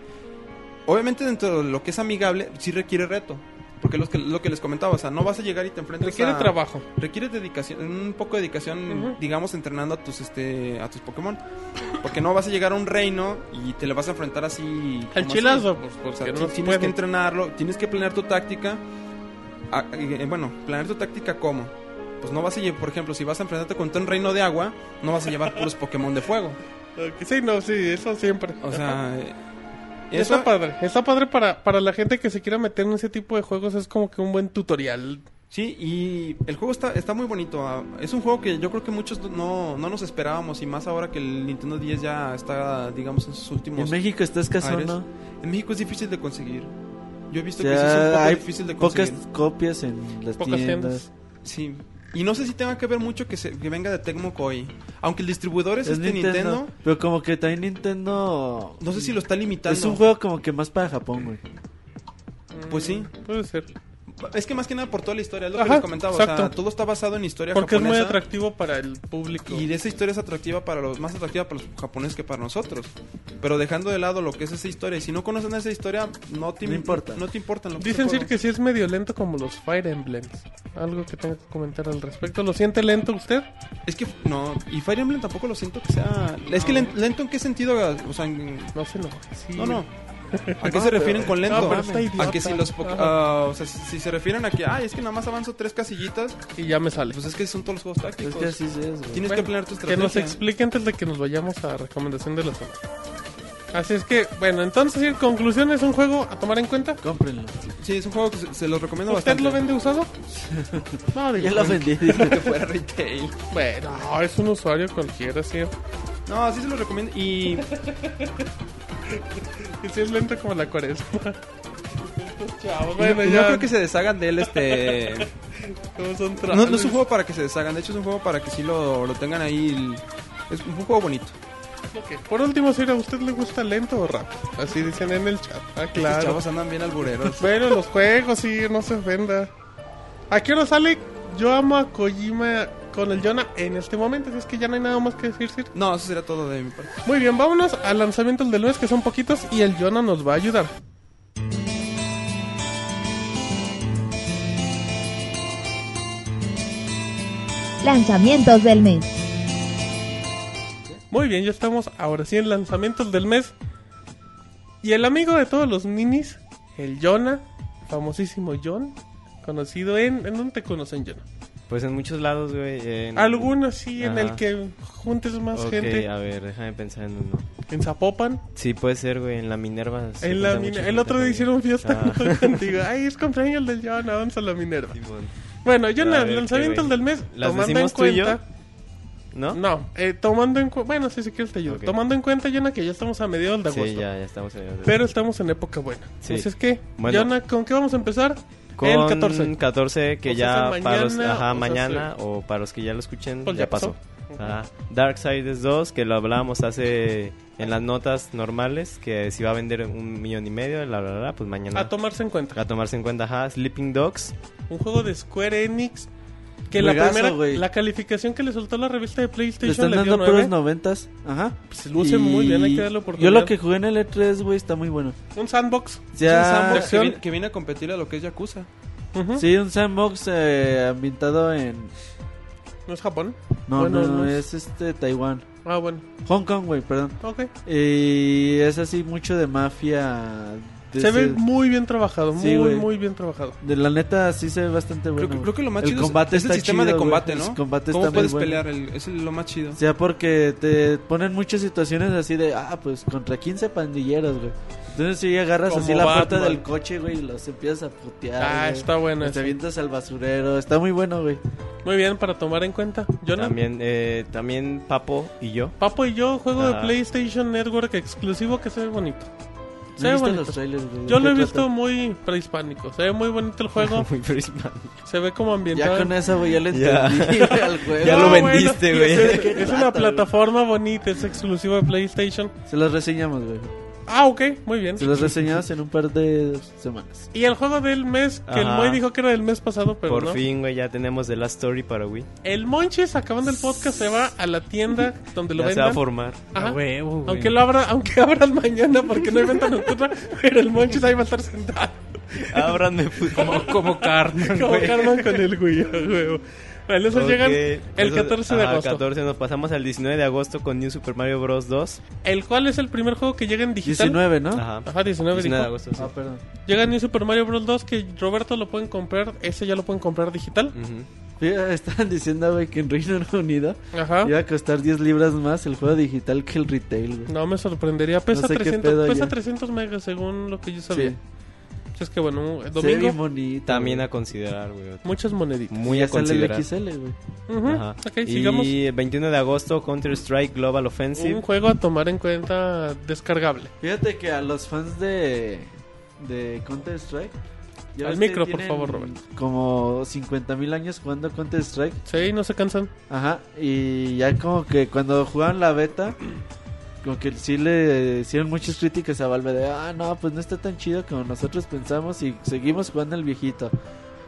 Obviamente dentro de lo que es amigable, sí requiere reto. Porque los que- lo que les comentaba, o sea, no vas a llegar y te enfrentas
Requiere
a-
trabajo.
Requiere dedicación, un poco de dedicación,
Ujú.
digamos, entrenando a tus, este, a tus Pokémon. Porque no vas a llegar a un reino y te le vas a enfrentar así...
Al
como
chilazo,
así.
pues,
O
porque
sea, ti-
no
tienes
puede.
que entrenarlo, tienes que planear tu táctica. Ah, eh, Bueno, planear tu táctica cómo. Pues no vas a llevar, por ejemplo, si vas a enfrentarte contra un reino de agua, no vas a llevar puros Pokémon de fuego.
Ok, Sí, no, sí, eso siempre. [LAUGHS]
O sea, eh, eso
Está padre, está padre para, para la gente que se quiera meter en ese tipo de juegos, es como que un buen tutorial.
Sí, y el juego está, está muy bonito. ah, Es un juego que yo creo que muchos no, no nos esperábamos y más ahora que el Nintendo 10 ya está, digamos, en sus últimos
En México está escaso,
aires.
¿no?
En México es difícil de conseguir. Yo he visto
Ya
Ah, que sí es un poco
hay
difícil de conseguir.
Pocas copias en las
Pocas
tiendas.
tiendas.
Sí. Y no sé si tenga que ver mucho que, se- que venga de Tecmo Koi. Aunque el distribuidor es,
Es
este Nintendo,
Nintendo. Pero como que también Nintendo.
no sé si lo está limitando.
Es un juego como que más para Japón, güey.
Pues sí.
Puede ser.
Es que más que nada por toda la historia, es lo que
Ajá,
les comentaba. o sea,
exacto.
todo está basado en historia
Porque es muy
japonesa.
atractivo para el público.
Y esa historia es atractiva para los más atractiva para los japoneses que para nosotros. Pero dejando de lado lo que es esa historia, y si no conocen esa historia, no te,
No importa.
No te importan lo que
Dicen
es el
Sir que sí es medio lento como los Fire Emblems. Algo que tenga que comentar al respecto. ¿Lo siente lento usted?
juego. Es que no, y Fire Emblem tampoco lo siento que sea. Es que len- lento en qué sentido, o sea, en-
No se enoje. sí.
no, no. ¿A qué se refieren con lento?
No, pero está idiota.
a que si los po-
Ajá.
ah, o sea, si, si se refieren a que, ay, es que nada más avanzo tres casillitas,
Y ya me sale.
pues es que son todos los juegos tácticos.
Es que así es, güey.
Tienes
Bueno,
que planear tu
que
estrategia.
nos explique antes de que nos vayamos a recomendación de la semana. Así es que, bueno, entonces, en conclusión, es un juego a tomar en cuenta.
Cómprenlo.
Sí, es un juego que se, se los recomiendo
¿Usted
bastante.
lo vende usado? No, digo,
Ya lo
[LAUGHS]
vendí. dice.
[LAUGHS] que fuera retail.
Bueno, no, es un usuario cualquiera, sí.
No, sí se los recomiendo. Y
Y sí es lento como la cuaresma. [LAUGHS] Estos chavos,
Y
bueno,
no- y
ya.
no creo que se deshagan de él, este...
[LAUGHS] todos son
no, no es
trabas.
un juego para que se deshagan, de hecho es un juego para que sí lo, lo tengan ahí. el- Es un juego bonito.
Ok, Por último, Sir, ¿a usted le gusta lento o rápido? Así dicen en el chat. Ah,
Los
claro.
chavos andan bien albureros.
[LAUGHS] Bueno, los juegos, sí, no se ofenda. ¿A qué hora sale? Yo amo a Kojima con el Jonah en este momento, así es que ya no hay nada más que decir, Sir.
No, eso será todo de mi parte.
Muy bien, vámonos a lanzamientos del mes que son poquitos y el Jonah nos va a ayudar.
Lanzamientos del mes.
Muy bien, ya estamos ahora sí en lanzamientos del mes. Y el amigo de todos los ninis, el Jonah, famosísimo John, conocido en... ¿En dónde te conocen, Jonah?
Pues en muchos lados, güey. en-
Alguno sí en
Ajá.
el que juntes más
Ok,
gente.
a ver, déjame pensar en uno.
En Zapopan.
Sí, puede ser, güey, en la Minerva. se
en la
junta
mina-
mucha
el
gente
otro día
también.
hicieron fiesta
Ah,
contigo. Ay, es cumpleaños del Jonah, vamos a la Minerva.
Simón.
Bueno, Jonah,
A ver,
lanzamientos
qué
del
güey.
mes,
¿Las
tomando en
decimos tú y yo?
cuenta...
¿No?
No, eh, tomando en cuenta, bueno, sí, si quieres te ayudo.
Ok.
Tomando en cuenta, Jonah, que ya estamos a mediados de agosto.
Sí, ya, ya estamos en el-
Pero estamos en época buena.
Sí.
Entonces, ¿qué?
Bueno.
Jonah, ¿con qué vamos a empezar?
Con
El 14.
14 que
O sea,
ya
es el
para los,
mañana,
ajá,
o sea,
mañana o para los que ya lo escuchen
Pues
ya,
ya pasó.
pasó. Ajá. Darksiders 2 que lo hablábamos hace en las notas normales que si va a vender un millón y medio, la bla, bla, bla, pues mañana
A tomarse en cuenta.
a tomarse en cuenta, ajá, Sleeping Dogs.
Un juego de Square Enix. Que la
Juegazo,
primera,
güey.
la calificación que le soltó la revista de
Le
PlayStation
están
le, dio
dando
9.
puros noventas. Ajá.
Pues luce muy bien, hay que darle oportunidad.
Yo lo que jugué en el E3, güey, está muy bueno.
Un sandbox.
Es un
Ya.
sandbox que, viene, que viene a competir a lo que es Yakuza. ¿Mm?
Ujú.
Sí, un sandbox eh, ambientado en.
No es Japón.
No,
Bueno,
no,
no
no,
es-
es este Taiwán.
Ah, bueno.
Hong Kong, güey, perdón.
Ok.
Y es así mucho de mafia. de
Se ve
ese-
muy bien trabajado.
Sí,
muy,
güey.
muy bien trabajado.
De la neta, sí se ve bastante bueno.
Creo, que- creo que lo más
el
chido es-
combate
es, el
está
sistema
chido,
de
güey.
combate,
El
¿no?
combate
¿Cómo
está muy
puedes
bueno.
pelear? El- es lo más chido.
O sea, porque te ponen muchas situaciones así de, ah, pues contra 15 pandilleros, güey. Entonces si agarras
Como
así la puerta
Batman.
del coche, güey, y los empiezas a putear.
Ah,
güey.
está bueno.
Te
eso.
avientas al basurero, está muy bueno, güey.
Muy bien para tomar en cuenta. Jonah.
También eh, también Papo y yo.
Papo y yo, juego de
Ah.
PlayStation Network exclusivo que se ve bonito.
¿No
Se ve
viste
bonito.
los trailers, güey?
Yo
¿De
lo he
qué
visto muy prehispánico. Se ve muy bonito el
[LAUGHS]
juego.
Muy frisman.
se ve como
trata?
ambientado.
Ya con eso, güey, ya le
Ya. [LAUGHS]
entendí al juego.
Ya
No,
lo
bueno,
vendiste, güey.
es, es una plataforma bonita, es exclusiva de PlayStation.
Se los reseñamos, güey.
Ah, ok, muy bien.
Se los reseñamos en un par de semanas.
Y el juego del mes, que el
Ajá.
Moy dijo que era del mes pasado, [LAUGHS] pero
Por
no.
fin, güey, ya tenemos The Last Story para Wii.
El Monches, acabando el podcast, se va a la
[LAUGHS]
tienda donde lo
Ya se va a
vendan.
formar.
Ajá.
A huevo, güey.
Aunque lo abra, aunque abran mañana porque no hay venta nocturna, pero el Monches ahí va a estar sentado.
Ábranme, puto.
pues, Como, como
[LAUGHS]
Cartman,
Como
güey.
Carmen con el güey, a huevo. Bueno, esos
Ok,
llegan el
esos- ah,
14 de
ajá,
agosto.
14 nos pasamos al 19 de agosto con New Super Mario Bros. 2.
El cual es el primer juego que llega en digital.
19, ¿no?
Ajá.
Ah, Ajá, 19,
19 de
dijo.
agosto. sí.
Ah, perdón.
Llega New Super Mario Bros. 2 que Roberto lo pueden comprar. Ese ya lo pueden comprar digital.
Ujú.
Fíjate, [LAUGHS] Estaban diciendo, güey, que en Reino Unido
Ajá.
iba a costar 10 libras más el juego digital que el retail, güey.
No me sorprendería. Pesa,
No sé qué
300,
pedo
pesa
ya.
300 megas según lo que yo sabía.
Sí.
Entonces, Es que bueno, el
Se ve bien
domingo
bonito.
También
güey.
a considerar, güey.
muchas moneditas.
Muy
ya
a
sale el ¿eh?
considerar.
XL, güey.
Ujú.
Ajá.
Ok, sigamos.
Y el 21 de agosto, Counter-Strike Global Offensive.
Un juego a tomar en cuenta descargable.
Fíjate que a los fans de, de Counter Strike.
Al micro, por favor, Roberto.
Como 50 mil años jugando Counter Strike.
Sí, no se cansan.
Ajá. Y ya como que cuando jugaban la beta. Como que sí le hicieron muchas críticas a Valve de, ah, no, pues no está tan chido como nosotros pensamos y seguimos jugando el viejito.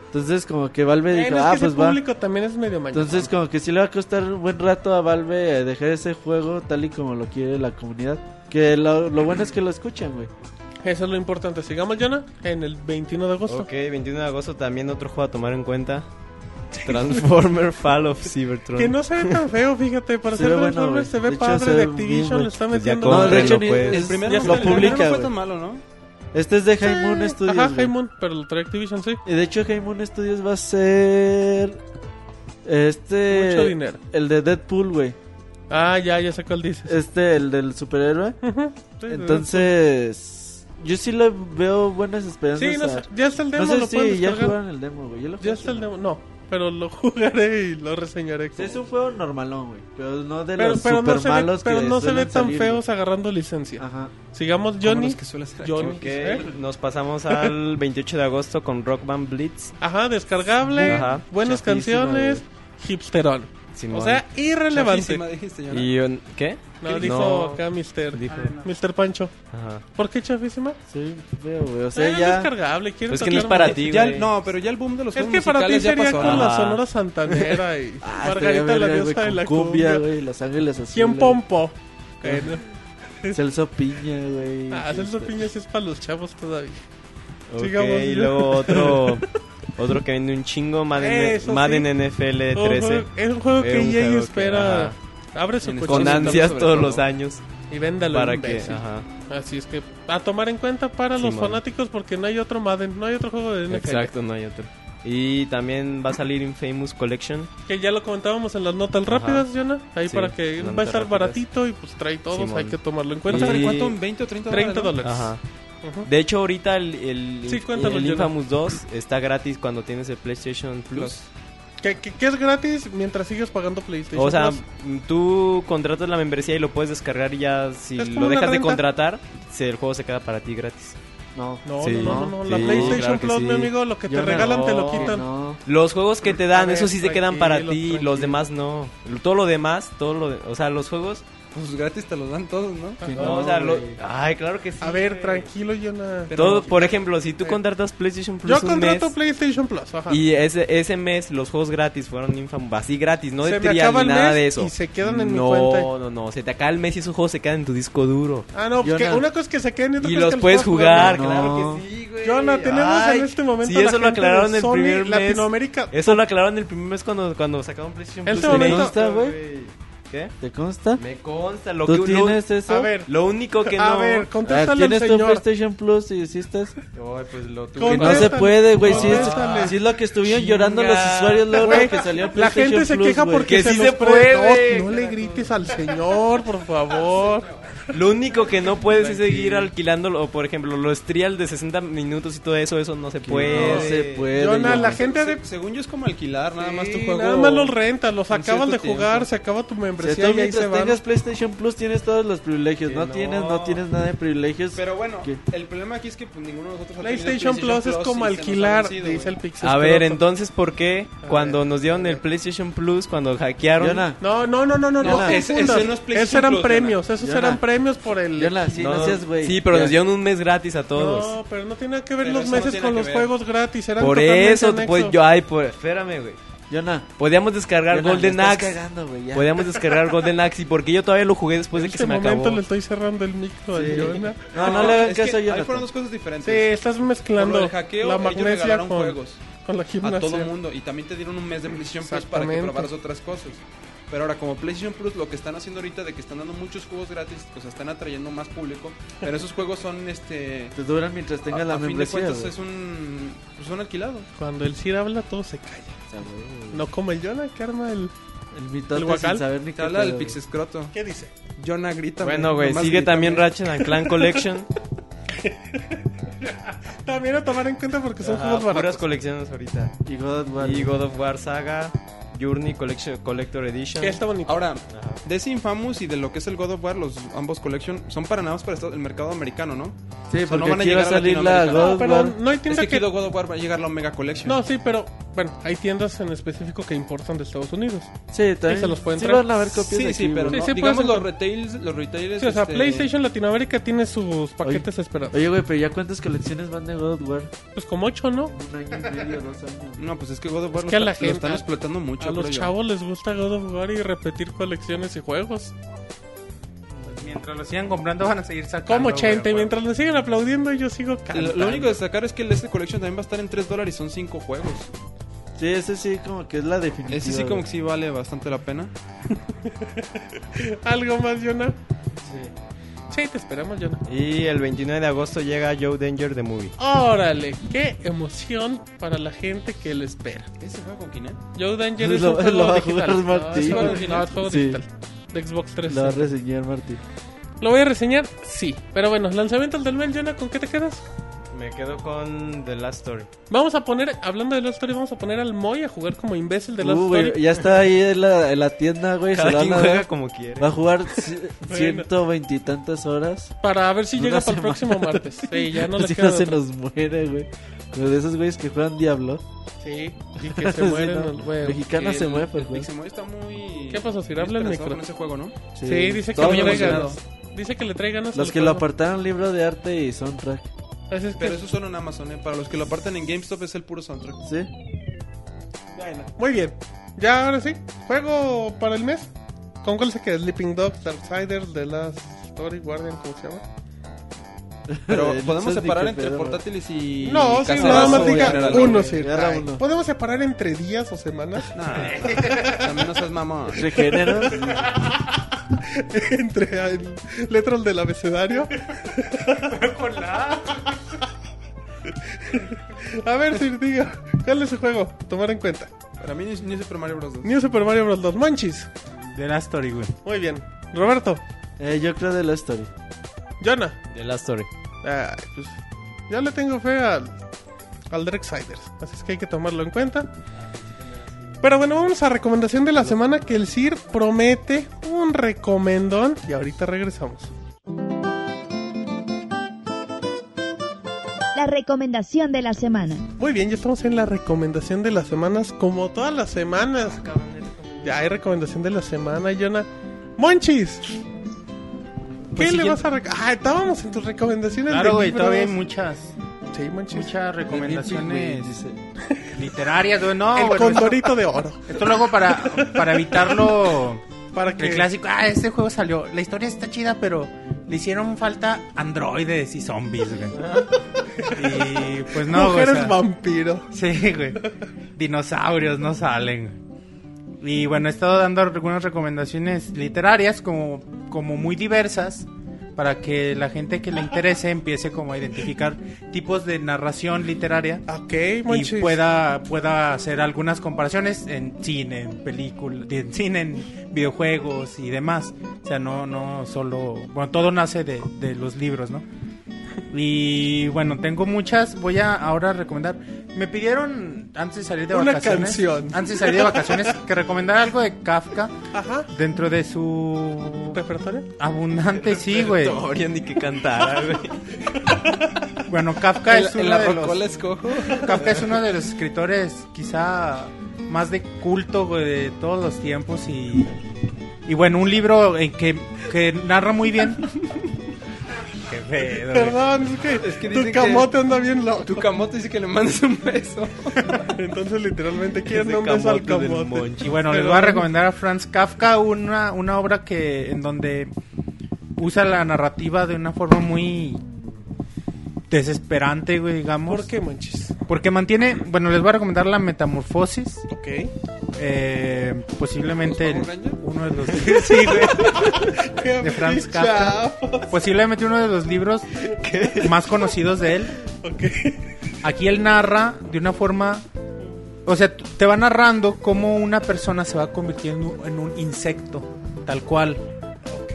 Entonces como que Valve dijo,
Bueno, Eh, es
ah,
que ese
pues va.
público también es medio mañana.
Entonces como que sí le va a costar un buen rato a Valve eh, dejar ese juego tal y como lo quiere la comunidad. Que lo, lo bueno es que lo escuchan, güey.
Eso es lo importante. Sigamos, Jonah, en el 21 de agosto.
Ok, 21 de agosto también otro juego a tomar en cuenta. Transformer [LAUGHS] Fall of Cybertron.
Que no se ve tan feo, fíjate. Para
Se
ser
ve bueno,
Transformers
güey.
se ve
De hecho,
padre.
se
de
ve
Activision
bien,
lo está
pues ya
metiendo.
No, de hecho,
ni-
pues.
es-
El primero,
Ya
no-
lo
el primero
publica,
no fue
güey.
tan malo, ¿no?
Este es de High Moon
Sí.
Studios.
Ajá,
güey. Eh,
High Moon, pero lo trae Activision, sí.
Y de hecho High Moon Studios va a ser este
Mucho dinero.
el de Deadpool, güey.
Ah, ya, ya sé cuál dices.
Este el del superhéroe.
Ujú. Sí,
Entonces, yo sí le veo buenas esperanzas.
Sí, no sé,
a-
ya está el demo,
no sé
lo
si
pueden
ya
descargar.
jugaron el demo, güey. Yo lo
Ya está el demo, no, pero lo [LAUGHS] jugaré y lo reseñaré.
Sí,
como-
es un juego normalón, güey. Pero no de
pero
los
pero
super
no se ve,
malos
pero
que
no se ve
suelen
tan
salir,
feos agarrando licencia.
güey. Ah. Ajá.
Sigamos,
Como
Johnny.
los que suele hacer aquí.
Johnny.
Ok,
¿eh?
nos pasamos al 28 de agosto con Rock Band Blitz.
Ajá, descargable,
Ajá,
buenas
chafísima,
canciones, hipsterón. [LAUGHS]
Simón.
O sea, irrelevante.
Chafísima, dijiste, Jonah.
y un- ¿qué?
No, dijo acá Mister,
dijo.
Mister Pancho.
Ajá.
¿Por qué chafísima?
Sí, feo, güey. O
Ah,
sea,
es
ya.
descargable, quiero
Pues que no es
tocar
para
más.
ti,
Ya-
güey.
no, pero ya el boom de los
Es
juegos
que para ti
musicales ya
sería
pasó.
con
¿no?
la
Ajá.
Sonora Santanera y
Ah, estaría
Margarita la
verga, güey,
diosa de
con
la cumbia.
güey. Los Ángeles Azules.
¿Quién pompo? Eh, Bueno.
Celso Piña, güey.
Ah, Celso
Este,
Piña sí es para los chavos todavía.
Ok,
Sigamos.
y luego
[LAUGHS]
otro otro que vende un chingo, Madden,
Eso sí.
Madden NFL
Un
13.
juego- es un juego
Es
que
un
EA
juego que,
espera. Abre su
En
coche
Pues
Con
sí,
ansias
sobre
todos
todo.
los años
y véndalo.
para que,
imbécil.
ajá,
Así es que a tomar en cuenta para los
Simón.
fanáticos porque no hay otro Madden, no hay otro juego de NFL.
exacto, no hay otro. Y también va a salir Infamous Collection.
Que ya lo comentábamos en las notas
Ajá.
rápidas, Jonah. Ahí
Sí,
para que
las
va a
notas
estar
rápidas.
baratito y pues trae todos,
Simón.
hay que tomarlo en
¿Cuánto,
cuenta.
Y-
¿Cuánto? ¿20 o 30 dólares?
30
no?
dólares.
Ajá.
Ujú.
De hecho, ahorita el, el,
Sí, cuéntalo,
el
Jonah.
Infamous 2 está gratis cuando tienes el PlayStation Plus.
Plus.
Que, que- que es gratis mientras sigues pagando PlayStation.
O sea, mm,
Plus.
tú contratas la membresía y lo puedes descargar y ya si
Es como
lo
una
dejas de
renta.
contratar, se- el juego se queda para ti gratis.
No.
no,
sí.
no, no, no, no, la
Sí,
PlayStation
claro que
Plus,
sí.
mi amigo, lo que te
Jonah,
regalan te lo
no,
quitan.
No.
Los juegos que te
A
dan,
ver,
eso sí se quedan para
tranquilo,
ti,
tranquilo.
los demás no. Todo lo demás, todo lo de- o sea, los juegos,
Pues gratis te los dan todos, ¿no?
que
Ah.
no,
no,
o sea, lo-
güey.
ay, claro que sí.
A ver,
güey.
tranquilo, Jonah.
Todo, por ejemplo, si tú
Eh.
contratas PlayStation Plus
Yo
un mes
contrato PlayStation Plus, ajá.
y ese, ese mes los juegos gratis fueron Infamous, así gratis, no
Se
de
me
trial
acaba
ni
el
nada
mes
de eso.
y se quedan en mi
no,
cuenta.
No, no, se te acaba el mes y esos juegos se quedan en tu disco duro.
Ah, no, pues
Jonah.
que una cosa es que se queden y otra
Y
cosa es
los
que
puedes
puedas
jugar,
No.
claro que sí, güey.
Jonah, tenemos
Ay,
en este momento.
Si
a la
eso lo
gente de
aclararon el
Sony
primer mes.
Latinoamérica.
Eso lo aclararon el primer mes cuando, cuando sacaron PlayStation
En
Plus.
este
Me
momento-
consta,
güey.
¿Qué?
¿Te consta?
Me consta. Lo que
¿Tú
lo-
tienes eso?
A ver,
Lo único que no. Ah,
a ver,
A ver,
contéstale al
¿Tienes tu
señor.
PlayStation Plus y sí estás?
Ay, pues lo tuve.
Que
Con-
no se
Contéstale,
puede, güey. Si es,
contéstale.
si es lo que estuvieron llorando los
Chinga.
usuarios luego
Güey,
que salió
La
PlayStation
gente se
Plus,
queja
güey.
porque
Que sí
los
se
pre-
puede.
No, no le grites al señor, por favor.
Lo único que no puedes es seguir alquilándolo. O por ejemplo, los trial de 60 minutos y todo eso, eso no se puede.
No se puede.
Jonah,
yo-
la gente
Se-
de.
Según yo es como alquilar, nada más tu
Sí,
juego.
Nada más los rentas, los
un
acabas de
cierto
jugar,
tiempo.
se acaba tu
Si
membresía
tú
y ahí se
mientras
van.
tengas PlayStation Plus tienes todos los privilegios.
Que
No,
no.
tienes no tienes nada de privilegios.
Pero bueno,
¿Qué?
el problema aquí es que pues, ninguno de nosotros ha tenido
PlayStation Plus es como
y se nos ha
alquilar,
vencido,
dice
güey.
el Pixel.
A ver,
escroto.
entonces, ¿por qué cuando nos dieron el PlayStation Plus, cuando hackearon?
Jonah,
No, no, no, no, no, no.
Jonah, ese-
confundas.
ese no es PlayStation
Esos eran
Plus,
premios, esos
Jonah.
eran premios por el.
Jonah, sí,
No,
no seas, güey.
sí, pero
Ya.
nos dieron un mes gratis a todos.
No, pero no tiene que ver
Pero
los
eso no
meses
tiene
con
que
los
ver.
juegos gratis. Eran
Por
totalmente
eso,
anexos.
pues yo, ay, por, espérame, güey.
Jonah,
Podíamos descargar
Jonah,
Golden
la estás
Axe.
cagando, güey, ya.
Podíamos descargar Golden Axe y porque yo todavía lo jugué después
En
de que se
este
me
momento
acabó.
le estoy cerrando el micro
Sí.
a Jonah.
No, no le hagan
es
caso a
que Ahí
Jonathan.
fueron dos cosas
Sí,
diferentes.
estás
pues, Por lo
mezclando
del hackeo,
la
ellos
magnesia
regalaron
con,
juegos
con la
a todo el
gimnasia.
mundo y también te dieron un mes de PlayStation Plus para que
Exactamente.
probaras otras cosas. Pero ahora como PlayStation Plus lo que están haciendo ahorita de que están dando muchos juegos gratis, pues están atrayendo más público, pero esos juegos son este
Te duran mientras tengas
a-
la
a fin de
membresía.
cuentas
güey.
es un pues son alquilados.
Cuando el Cid habla, todo se calla.
O sea, güey,
No como el Jonah que arma el.
El mitote
¿El guacal?
sin saber ni
Te
qué
habla del
pedo, güey.
Pixescroto.
¿Qué dice?
Jonah grita.
Bueno, güey, sigue también Ratchet and
[LAUGHS]
Clank Collection.
También a tomar en cuenta porque son
Ajá,
juegos
Ah, puras
baratos.
colecciones ahorita.
Y God of War.
Y God of War Saga, Journey Collection, Collector Edition.
Que está bonito.
Ahora,
Ajá.
de ese Infamous y de lo que es el God of War, los ambos collection son para nada más para esta- el mercado americano, ¿no?
Sí,
O sea, no
porque
van
aquí va
a
a
llegar a
salir la
Latinoamérica.
God
no,
of
pero
War.
no hay
Es
tienda
que aquí
que.
de God of War va a llegar la Omega Collection.
No, sí, pero Bueno, hay tiendas en específico que importan de Estados Unidos.
Sí, también.
Sí, se los pueden
sí
traer.
van a haber copias de
Sí, sí,
aquí,
pero
güey.
no.
sí
digamos
puedes
los retails, los retailers.
Sí, o sea,
este,
PlayStation Latinoamérica tiene sus paquetes esperados.
Oye, güey, pero ya cuántas colecciones van de God of War?
Pues como ocho, ¿no?
Un año y medio, dos años.
No, pues es que God of War
Es que a
lo,
la
está- lo
gente-
están explotando mucho.
A los
creo yo.
chavos les gusta God of War y repetir colecciones y juegos.
Pues, Mientras lo sigan comprando van a seguir sacando.
Como
güey,
80 y
güey.
mientras le siguen aplaudiendo yo sigo
Lo,
cantando.
lo único de sacar es que el este collection también va a estar en 3 dólares y son 5 juegos.
Sí, ese sí como que es la definitiva.
Ese sí como
güey.
que sí vale bastante la pena.
¿Algo más, Jonah? Sí. Sí, te esperamos, Jonah.
Y el 29 de agosto llega Joe Danger The Movie.
Órale, qué emoción para la gente que le espera.
¿Ese juego con Kinect?
Joe Danger es
Lo-
un juego
lo va a
digital.
jugar
No,
Martín.
es juego digital, es juego
Sí.
digital. De Xbox 3.
La va a reseñar Martín.
¿Lo voy a reseñar? Sí. Pero bueno, lanzamientos del mes, Jonah, ¿con qué te quedas?
Me quedo con The Last Story.
Vamos a poner, hablando de Last Story, vamos a poner al Moy a jugar como imbécil de Last
Uh, güey,
Story.
ya está ahí en la, en la tienda, güey. Se lo
Cada
van
quien
a
juega
ver.
como quiere.
Va a jugar ci-
Bueno.
120 y tantas horas.
Para ver si
Una
llega para el
semana.
próximo martes.
[LAUGHS]
Sí, ya no le
Así
queda.
no se
otra.
nos muere, güey. Pero de esos güeyes que juegan Diablo.
Sí, y que se mueren
[LAUGHS] Sí, no.
los huevos.
Mexicano se mueve,
El
pues, güey.
Pixemoy está muy.
¿Qué pasó, Sir?
muy
Habla el
esperanzado
micro.
con ese juego, ¿no?
Sí, dice que
Todo
le
muy
trae
emocionado.
ganas. Dice que le trae ganas.
Los
al
que lo
juego.
apartaron libro de arte y soundtrack.
Así es que-
Pero eso solo en Amazon, ¿eh? Para los que lo apartan en GameStop es el puro soundtrack.
¿Sí?
Muy bien. Ya ahora sí. Juego para el mes. ¿Con cuál se queda? Sleeping Dogs, Darksiders, The Last Story, Guardian, ¿cómo se llama?
Pero
El
podemos
Sonic,
separar
qué
entre
pedo, güey.
portátiles y.
No, sí,
caseros
nada
o
más
en
diga
general.
uno,
sí.
sí.
Agarra uno.
¿Podemos separar entre días o semanas?
Nah, también no seas mamón.
¿De género?
[LAUGHS] entre el- letras del abecedario. A ver, Sir, diga, ¿cuál es su juego? Tomar en cuenta.
Para mí ni, ni Super Mario Bros. 2.
New Super Mario Bros. 2, Manchis.
De la story, güey.
Muy bien. Roberto,
Eh, yo creo de
[LAUGHS]
la story.
Jonah.
The Last Story.
Ay, pues, ya le tengo fe al, al Darksiders, así es que hay que tomarlo en cuenta. Pero bueno, vamos a recomendación de la semana que el Sir promete un recomendón y ahorita regresamos.
La recomendación de la semana.
Muy bien, ya estamos en la recomendación de las semanas, como todas las semanas. Ya hay recomendación de la semana, Jonah. ¡Monchis! ¿Qué le vas a recomendar? Ah, estábamos en tus recomendaciones.
Pues Claro,
de
güey,
libros.
todavía hay muchas,
Sí, Monchis.
muchas recomendaciones
Olympic, güey, dice.
[LAUGHS] literarias, güey. No,
El
bueno, esto,
condorito de oro.
esto lo hago para, para evitarlo.
[LAUGHS] Para que...
El clásico, ah, este juego salió. La historia está chida, pero le hicieron falta androides y zombies,
[LAUGHS]
güey. Y pues [LAUGHS] no, güey. o
Mujeres
sea,
vampiro.
Sí, güey. Dinosaurios no salen. Y bueno, he estado dando algunas recomendaciones literarias como, como muy diversas para que la gente que le interese empiece como a identificar tipos de narración literaria
Ok,
y
Monchis.
pueda, pueda hacer algunas comparaciones en cine, en película, en cine, en videojuegos y demás. O sea, no, no solo, bueno, todo nace de, de los libros, ¿no? Y bueno, tengo muchas, voy a ahora recomendar. Me pidieron antes de salir de
Una
vacaciones,
canción.
antes de salir de vacaciones que recomendara algo de Kafka
Ajá.
dentro de su
¿Repertorio?
abundante, sí, güey.
Torian ni que cantara, güey.
Bueno, Kafka es
en, en
uno
la
de los
rocola escojo.
Kafka es uno de los escritores quizá más de culto güey, de todos los tiempos y, y bueno, un libro en que, que narra muy bien. Qué pedo, güey.
Perdón, es que,
que
tu
dicen
camote anda bien loco.
Tu camote dice que le mandes un beso.
Entonces, literalmente, ¿quién
Ese
no beso al
camote del
camote?
Monchi.
Y bueno, les
Pero-
voy a recomendar a Franz Kafka una, una obra que en donde usa la narrativa de una forma muy desesperante, güey, digamos.
¿Por qué, Monchis?
Porque mantiene, bueno, les voy a recomendar la metamorfosis.
Ok.
Eh, posiblemente
¿Los Power
el-
Rangers?
uno
[LAUGHS]
de los [LAUGHS] sí, güey.
De
Franz Kafka. posiblemente uno de los libros más conocidos de él
Ok.
aquí él narra de una forma o sea t- te va narrando cómo una persona se va convirtiendo en un insecto tal cual
Ok.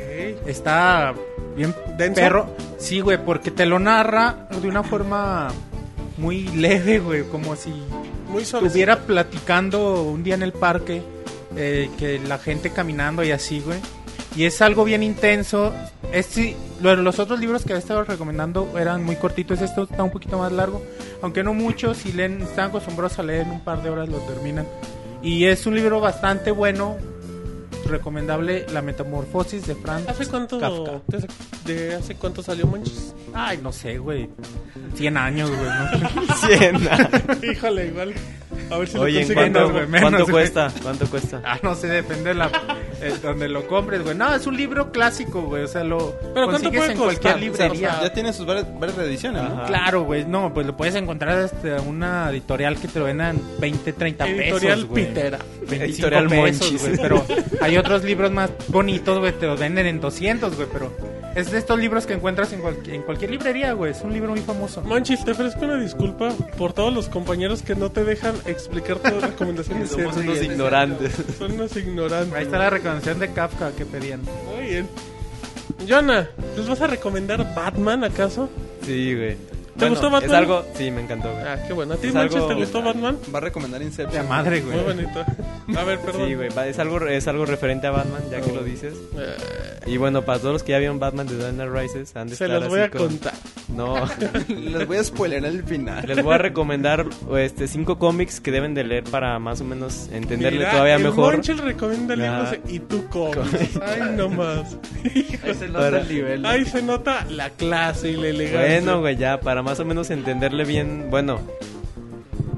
está bien
¿Denso?
perro sí güey porque te lo narra de una forma muy leve güey como si
Muy suave.
estuviera platicando un día en el parque, eh, que la gente caminando y así, güey. Y es algo bien intenso, este, bueno, los otros libros que había estado recomendando eran muy cortitos. Este está un poquito más largo. Aunque no mucho. Si leen, están acostumbrados a leer en un par de horas, lo terminan. Y es un libro bastante bueno. Recomendable La Metamorfosis de Franz
¿Hace cuánto,
Kafka.
de hace- de hace cuánto salió
[LAUGHS]
Monchis?
Ay, no sé, güey. 100 años, güey. ¿no?
Híjole, igual. A ver si lo
Oye, ¿en
consigo.
cuánto,
menos, güey, menos,
cuánto
güey.
cuesta? ¿Cuánto cuesta?
[LAUGHS] Ah, no sé, depende de la, eh, donde lo compres, güey. No, es un libro clásico, güey. O sea, lo
¿cuánto
consigues
puede costar?
en cualquier
O
sea,
librería.
ya tiene sus varias, varias reediciones,
Ah.
¿no?
Claro, güey. No, pues lo puedes encontrar hasta una editorial que te lo vendan 20, 30
Editorial
pesos, güey.
Pitera.
25
Editorial
pesos,
Monchis.
güey, Pero hay otros libros más bonitos, güey. Te los venden en 200, güey. Pero es de estos libros que encuentras en, cual- en cualquier librería, güey. Es un libro muy famoso.
Monchis, te ofrezco una disculpa por todos los compañeros que no te dejan explicar tus recomendaciones.
Somos
Sí,
unos
sí, sí.
ignorantes. [LAUGHS]
Son unos ignorantes.
Ahí está la recomendación de Kafka que pedían.
Muy bien. Jonah, ¿les vas a recomendar Batman acaso?
Sí, güey.
gustó Batman?
Es algo... Sí, me encantó, güey.
Ah, qué bueno. ¿A ti,
Es
Monchis,
algo-
te gustó Batman?
Va a recomendar
De
Inception.
madre, güey.
Muy bonito. A ver, perdón.
Sí, güey, va- es algo, es algo referente a Batman, ya que lo dices.
Oh. Eh,
Y bueno, para todos los que ya vieron Batman de Dark Knight Rises, han de
se
estar
los voy a
así con-
contar.
No,
[LAUGHS] Les voy a spoiler al final.
les voy
[LAUGHS]
a recomendar este, cinco cómics que deben de leer para más o menos entenderle
Mira,
todavía
el
mejor.
Monchil recomienda
Nah.
libros y tú comes. Ay, no más.
Ahí se
nota
el nivel.
Ahí se nota la clase y la elegancia.
Bueno, güey, ya, para más o menos entenderle bien, bueno,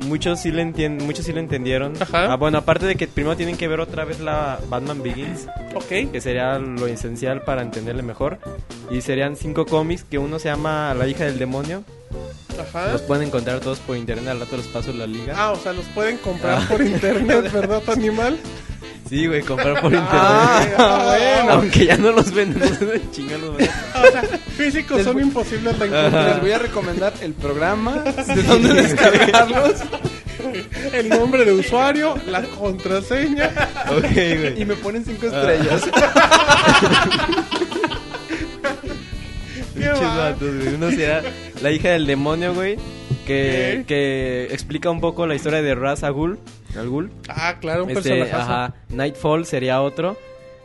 muchos sí le entienden, muchos sí le entendieron.
Ajá.
Ah, bueno, aparte de que primero tienen que ver otra vez la Batman Begins,
Ok.
que sería lo esencial para entenderle mejor. Y serían cinco cómics, que uno se llama La hija del demonio.
Ajá.
Los pueden encontrar todos por internet, al rato los paso la liga.
Ah, o sea, los pueden comprar por internet, ¿verdad, animal?
Sí, güey,
[LAUGHS]
comprar por internet.
Ah, bueno.
Aunque ya no los vendemos, [LAUGHS] chinga los van a-
O sea, físicos son imposibles de
Les
encontrar.
voy a recomendar el programa,
[LAUGHS]
de dónde descargarlos
El nombre de usuario, la contraseña.
Ok, güey.
y me ponen cinco estrellas.
Qué
Pinches
va.
vatos, güey. Uno será la hija del demonio, güey. Que,
Ok.
que explica un poco la historia de Ra's al Ghul. al Ghul.
Ah, claro, un
Este,
personaje.
ajá, Nightfall sería otro.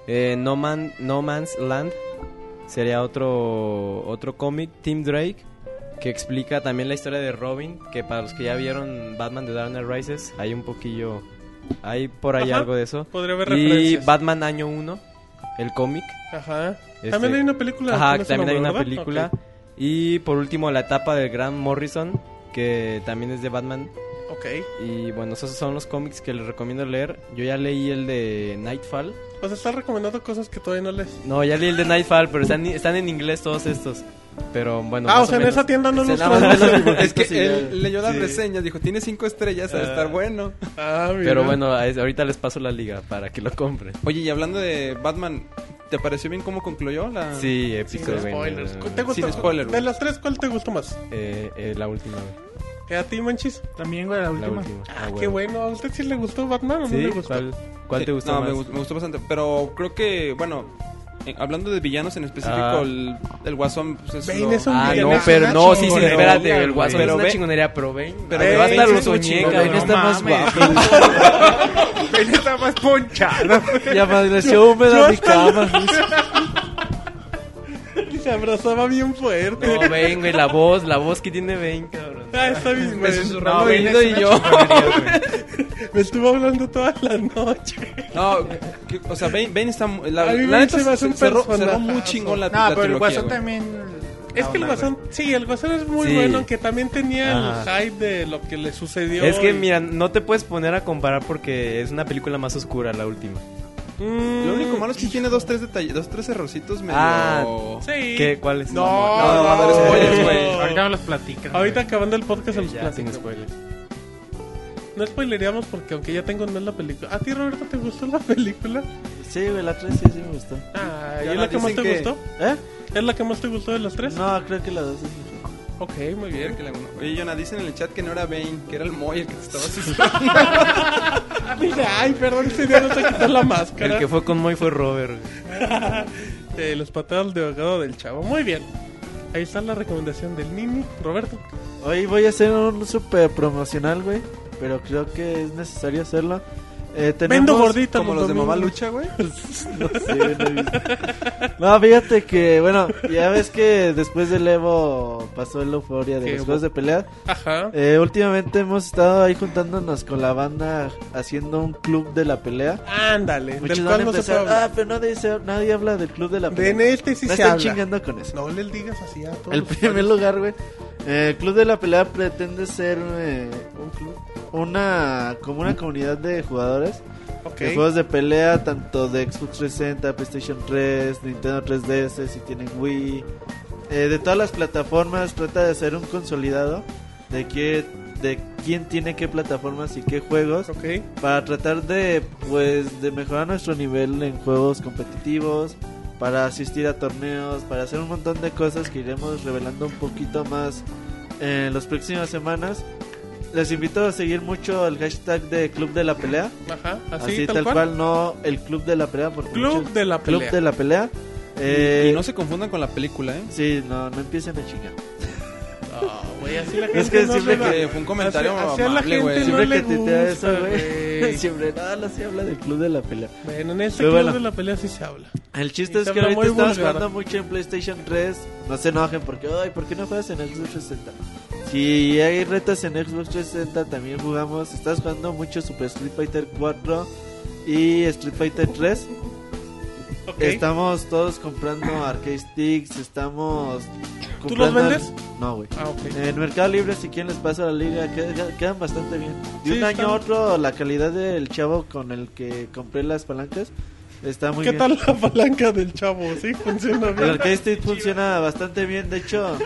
Eh, no, Man, no Man's Land sería otro, otro cómic. Tim Drake, que explica también la historia de Robin. Que para los que ya vieron Batman de Dark Knight Rises, hay un poquillo. Hay por ahí
Ajá.
algo de eso.
Podría haber
Y
referencias.
Batman Año 1, el cómic.
Ajá.
Este-
También hay una película.
Ajá,
con ese
también hay
nombre,
una
¿verdad?
película.
Ok.
Y por último, la etapa del Gran Morrison, que también es de Batman.
Ok.
Y bueno, esos son los cómics que les recomiendo leer. Yo ya leí el de Nightfall.
O sea, estás recomendando cosas que todavía no lees.
No, ya leí el de Nightfall, pero están, están en inglés todos estos. Pero bueno,
ah,
más
o sea, en
menos.
esa tienda no
Se
los
nada más
traducen.
los-
[LAUGHS] Es que
Sí,
él leyó las
sí.
reseñas, dijo, tiene cinco estrellas, ha de estar bueno.
Ah, mira.
Pero bueno, a- ahorita les paso la liga para que lo compren.
Oye, y hablando de Batman, ¿te pareció bien cómo concluyó la...?
Sí,
Ah. Sin
épico. güey.
spoilers. ¿Te gustó?
Sin spoiler, güey.
De las tres, ¿cuál te gustó más?
Eh, eh, la última, güey.
¿Que ¿A ti, Manchis?
También, güey, la
La
última.
última.
Ah,
Ah,
qué
güey.
bueno. ¿A usted sí le gustó Batman o no
¿Sí?
le gustó?
¿Cuál, cuál
Sí,
te gustó
Eh, no,
más?
Me, gustó, me gustó bastante, pero creo que, bueno, eh, hablando de villanos en específico,
Ah.
el, el Guasón pues, es
Bane
lo-
es un
Ah,
villano,
no,
es
pero
una
no, sí, sí,
chingonería,
espérate, el
güey.
Guasón es
Pero
una
ve-
chingonería, pero Bane. Pero
Bane
te vas a
es
los
un
muñecas,
chingón,
Bane está más
mames.
guapo.
[LAUGHS] Él está más
[LAUGHS]
ponchado.
Ya amaneció húmeda mi cama.
Y se abrazaba bien fuerte.
No, Bane, güey, la voz, la voz que tiene Bane, cabrón.
Ah, está
[LAUGHS]
bien,
Me
güey.
susurraba
Bane
Bane.
es una chingonería, güey.
Me estuvo hablando toda la noche.
No, que- o sea, Bane, Bane está... La,
A mí
la
Bane
neta
se me hace un
cerró,
personajazo.
cerró muy chingón la,
No,
la
pero el
trilogía,
guasón
güey.
también.
Es
la
que el
onda,
guasón, sí, el guasón es muy
Sí.
bueno, aunque también tenía
Ajá.
el hype de lo que le sucedió.
Es que,
y-
mira, no te puedes poner a comparar porque es una película más oscura la última.
Mm,
Lo único malo es que tiene dos, tres detalles, dos, tres errorcitos medio...
Ah,
Sí.
¿Qué? ¿Cuál es?
No,
no, no, a ver,
güey.
spoilers, güey.
Ahorita me los platican.
Ahorita
güey.
acabando el podcast se los
Ya, sin
platico.
spoilers.
No spoileríamos porque aunque ya tengo en mente la película. ¿A ti, Roberto, te gustó la película?
Sí, güey, la 3 sí, sí me gustó.
Ah, ¿y
Ya
es
no,
la que más te
dicen que-
gustó?
¿Eh?
¿Es la que más te gustó de las tres?
No, creo que la 2 sí. me gustó.
Ok, muy bien.
Que la- Oye, Jonah, dicen en el chat que no era Bane, que era el Moy el que te
[LAUGHS]
estaba asustando.
Dije, ay, [LAUGHS] perdón, ese día no te quitar la máscara.
El que fue con Moy fue Robert. güey.
[LAUGHS] de los patadas de ahogado del chavo. Muy bien. Ahí está la recomendación del Nini, Roberto.
Hoy voy a hacer un super promocional, güey. Pero creo que es necesario hacerlo. Eh, tenemos...
Vendo gordita
Como los de Mamá
domingos.
Lucha, güey.
[LAUGHS] No, sé, no he visto. No, fíjate que, bueno, ya ves que después del Evo pasó la euforia de
Que
los
hubo-
juegos de pelea.
Ajá.
Eh, últimamente hemos estado ahí juntándonos con la banda haciendo un club de la pelea.
Ándale,
Muchos
del
van a
cual no se puede
empezar, ah,
hablar.
pero nadie, se- nadie habla del club de la
De
pelea.
en este sí
Ah, no
se
están
habla.
chingando con eso.
No les digas así a todos.
El
los
primer
usuarios.
lugar, güey. eh, el club de la pelea pretende ser eh, un club, una, como una comunidad de jugadores
Ok.
de juegos de pelea, tanto de Xbox 360, PlayStation 3, Nintendo 3DS, si tienen Wii, eh, de todas las plataformas, trata de hacer un consolidado de qué, de quién tiene qué plataformas y qué juegos
Ok.
para tratar de pues de mejorar nuestro nivel en juegos competitivos, para asistir a torneos, para hacer un montón de cosas que iremos revelando un poquito más en las próximas semanas. Les invito a seguir mucho el hashtag de Club de la Pelea.
Ajá. Así,
Así, tal, cual. no el Club de la Pelea. Porque
Club
muchos-
de la
Club
Pelea.
de la Pelea. Eh,
Y no se confundan con la película, ¿eh?
Sí, no, no empiecen a chingar.
Ah, güey, así la
Es
gente
que
no
siempre
le va-
que fue un comentario
así- así a la
amable,
gente
güey.
no
Siempre
le
que te da eso,
gusta,
güey.
güey.
[LAUGHS] Siempre, nada, no, se habla del Club de la Pelea.
Bueno, en este
Pero
club
bueno.
de la pelea sí se habla.
El
Y
chiste es
se
que
habla
ahorita
muy
estamos
vulgar.
jugando mucho en PlayStation 3. No se enojen porque, ay, ¿por qué no juegas en Xbox 360? Si hay retas en Xbox 360, también jugamos. Estás jugando mucho Super Street Fighter 4 y Street Fighter 3.
Ok.
Estamos todos comprando arcade sticks. Estamos.
¿Tú los
comprando-
vendes?
No, güey.
Ah, ok.
En Mercado Libre, si quieren, les pasa la liga. queda- Quedan bastante bien. De
Sí,
un año a
están-
otro, la calidad del chavo con el que compré las palancas está muy
¿Qué
bien.
tal la palanca del chavo? ¿Sí? Funciona
El
bien.
arcade stick este funciona bastante bien, de hecho,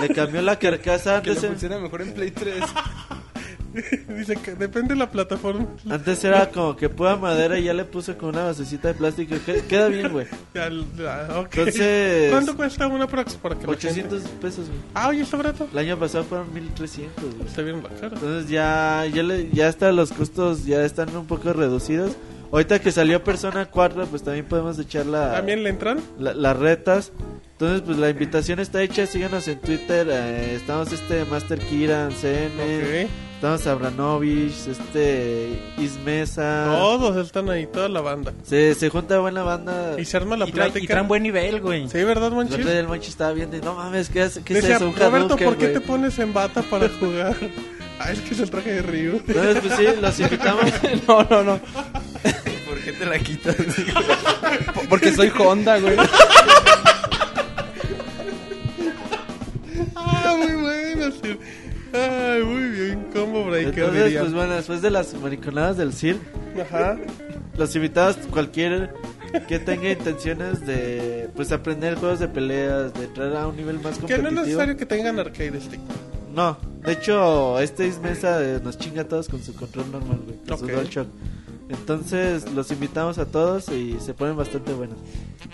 le cambió la carcasa
Que le
antes. era-
funciona mejor en Play 3.
[LAUGHS]
[LAUGHS] Dice que depende de la plataforma.
Antes era como que pura madera y ya le puse con una basecita de plástico. que- Queda bien, güey.
Ya, ya, ok.
Entonces-
¿Cuánto cuesta una Prox? Para que la gente-
800 pesos, güey.
Ah, oye, está barato.
El año pasado fueron 1300, güey.
Está bien la cara.
Entonces ya, ya, le- ya hasta los costos ya están un poco reducidos. Ahorita que salió Persona 4, pues también podemos echar la,
¿También le entran?
la- las retas. Entonces, pues la invitación está hecha. Síganos en Twitter. eh, estamos este Master Kiran, CN.
Ok.
Estamos Abranovich, este Ismesa.
Todos están ahí, toda la banda.
Se, se junta buena banda.
Y se arma la
Y traen,
plática.
y traen buen nivel, güey.
Sí, ¿verdad,
El otro
Monchil?
día el Monchi estaba viendo y no mames, ¿qué, es, qué es
Decía,
eso? Un
Roberto,
Hadouken,
¿por qué
güey".
te pones en bata para jugar? [LAUGHS] Ah, es que es el traje de Ryu. [LAUGHS]
Entonces, pues sí, los invitamos.
No, no, no.
¿Por qué te la quitas?
Porque soy Honda, güey.
Ah, muy bueno, sí. Ay, muy bien, combo breaker,
Entonces,
diría.
pues bueno, después de las mariconadas del CIR,
Ajá.
los invitados, cualquier que tenga intenciones de pues aprender juegos de peleas, de entrar a un nivel más
Que no
competitivo.
es necesario que tengan arcade stick.
No, de hecho, este Ismesa eh, nos chinga a todos con su control normal, güey, con
Ok.
su DualShock. Entonces, los invitamos a todos y se ponen bastante buenos.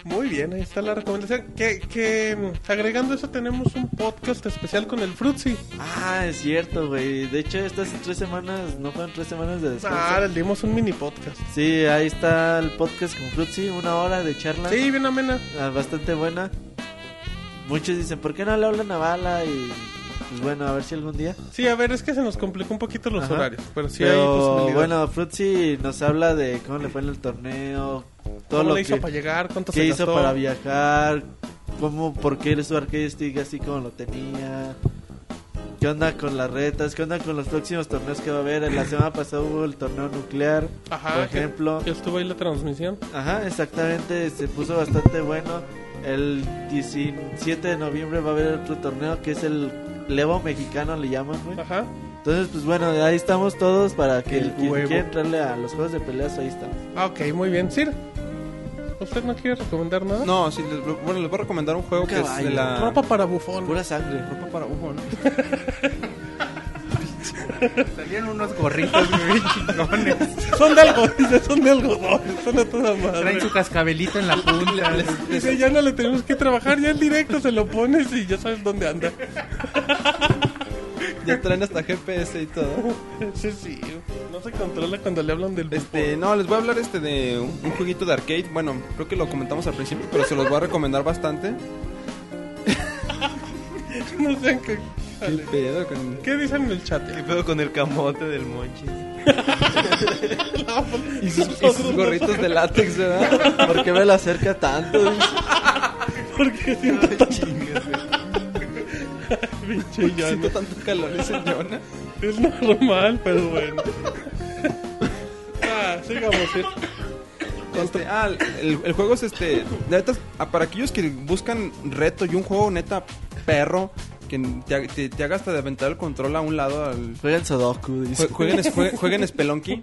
Muy bien, ahí está la recomendación. Que, que mm, agregando eso tenemos un podcast especial con el Fruitsy.
Ah, es cierto, güey. De hecho, estas tres semanas no fueron tres semanas de descanso.
Ah, le dimos un mini podcast.
Sí, ahí está el podcast con Fruitsy, una hora de charla
Sí, bien amena.
ah, bastante buena. Muchos dicen, ¿por qué no le hablan a Bala? Y pues bueno, a ver si algún día.
Sí, a ver, es que se nos complicó un poquito los
Ajá.
horarios, pero sí hay
Pero
posibilidad.
bueno, Fruitsy nos habla de cómo le fue en el torneo, todo
¿Cómo
lo
le hizo
que,
para llegar? ¿Cuánto
qué
se
hizo
gastó?
para viajar, cómo, por qué su arcade stick así como lo tenía. ¿Qué onda con las retas? ¿Qué onda con los próximos torneos que va a haber? La semana pasada hubo el torneo nuclear,
Ajá,
por
que-
ejemplo.
Yo estuve ahí la transmisión.
Ajá, exactamente, se puso bastante bueno. El 17 de noviembre va a haber otro torneo que es el Levo Mexicano, le llaman, güey.
Ajá.
Entonces, pues bueno, ahí estamos todos para que
El
el quien
huevo.
quiera entrarle a los juegos de peleas, ahí estamos.
Ah, ok, muy bien. Sir, ¿usted no quiere recomendar nada?
[LAUGHS] No, sí, les, bueno, les voy a recomendar un juego
Un
que es
caballo.
de la.
Ropa para bufón.
Pura sangre.
ropa para ujo, ¿no?
Salieron unos gorritos, güey, chingones.
Son de algodón, [LAUGHS] dice, son de algodón. Son a toda madre.
Traen su
[LAUGHS]
cascabelito en la punta.
Dice, ya no le tenemos que trabajar, ya en directo se lo pones y ya sabes dónde
[LAUGHS]
anda.
Ya traen hasta GPS y todo.
Sí, sí. No se controla cuando le hablan del [LAUGHS]
Este,
bufón.
no, les voy a hablar este de un, un jueguito de arcade. Bueno, creo que lo comentamos al principio, pero se los voy a recomendar bastante.
No sean que...
¿Qué pedo con.?
¿Qué dicen en el chat?
¿Qué pedo con el camote del
[LAUGHS]
monchi?
Y sus, y sus gorritos de látex, ¿verdad?
¿Por qué me la acerca tanto? Dice,
Porque siento pinche llano.
Siento tanto calor ese Jonah.
Es normal, pero
[LAUGHS]
bueno. ah, sigamos. ¿eh?
Este, ah, el, el juego es este. La neta, ah, para aquellos que buscan reto y un juego neta perro que te, ha- te, te haga hasta de aventar el control a un lado al.
Jueguen Sudoku. Dice.
Jue- Jueguen, es- jue- jueguen Spelunky.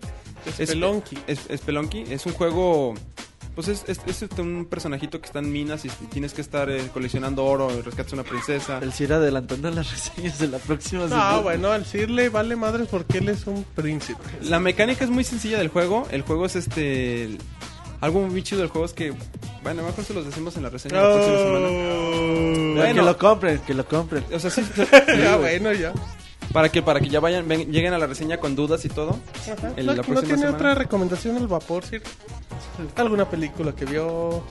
Es-
Spelunky.
es- Spelunky es un juego. Pues es, es- es este, un personajito que está en minas y tienes que estar eh, coleccionando oro, rescatas a una princesa.
El Ciro adelantando las reseñas de la próxima semana.
No, Ah, bueno, al Sirle vale madres porque él es un príncipe.
La mecánica es muy sencilla del juego. El juego es este. el- Algo muy chido del juego es que. Bueno, mejor se los decimos en la reseña de la próxima semana.
Pero
Oh. [LAUGHS]
Que
Bueno.
lo compren, que lo compren.
O sea, sí,
Ya,
sí, güey.
bueno, ya.
Para que, para que ya vayan, ven- lleguen a la reseña con dudas y todo.
Ajá.
El-
no,
la
no
próxima
tiene
semana.
otra recomendación al vapor, Sir. ¿Alguna película que vio?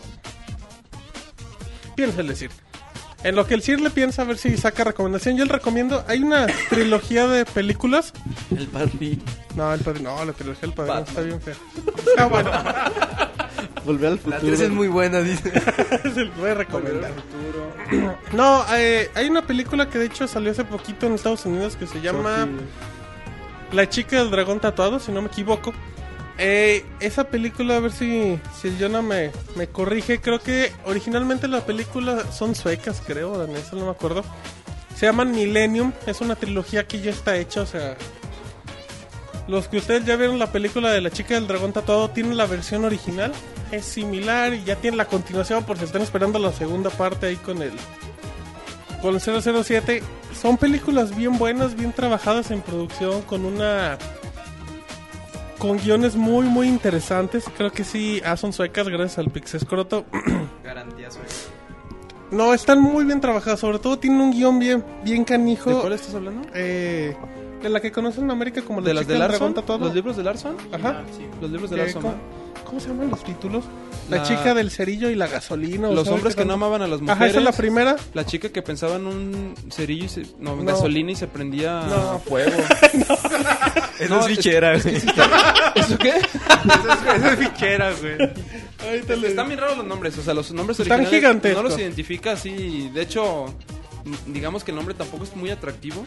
Piénsale, Sir. En lo que el Sir le piensa, a ver si saca recomendación. Yo le recomiendo. Hay una trilogía de películas.
El parry.
No, el padrino. No, la trilogía del padrino está bien fea. Está bueno.
Volver al futuro.
La 3 es muy buena, dice.
[LAUGHS] Se lo voy a recomendar. [COUGHS] No, eh, hay una película que de hecho salió hace poquito en Estados Unidos que se llama La chica del dragón tatuado, si no me equivoco. Eh, esa película, a ver si, si el Jonah me, me corrige, creo que originalmente las películas son suecas, creo, danesas, no me acuerdo. Se llaman Millennium, es una trilogía que ya está hecha, o sea... Los que ustedes ya vieron la película de la chica del dragón tatuado tienen la versión original, es similar y ya tienen la continuación por si están esperando la segunda parte ahí con el con el 007. Son películas bien buenas, bien trabajadas en producción, con una. con guiones muy, muy interesantes. Creo que sí, ah, son suecas, gracias al Pixescroto. [CLEARS THROAT]
Garantía suena.
No, están muy bien trabajadas, sobre todo tienen un guión bien, bien canijo.
¿De cuál estás hablando?
Eh, de la que conocen en América como la
¿De las
chica del
de Larson?
dragón tatuado.
¿Los libros de Larson?
Ajá.
Los libros de
Eh,
Larson.
¿cómo,
¿no?
cómo se llaman los títulos? La,
La-
chica del cerillo y la gasolina. o
Los
sea,
hombres que no
cuando-
amaban a las mujeres.
Ajá, esa es la primera.
La chica que pensaba en un cerillo y se, no, en
No.
gasolina y se prendía
No.
a
[LAUGHS]
fuego.
Esa
No,
es bichera, güey.
¿Eso qué?
Esa es bichera, güey.
Ahorita le-
Están bien raros los nombres, o sea, los nombres
Están
originales
gigantescos.
no los identifica así. De hecho, m- digamos que el nombre tampoco es muy atractivo.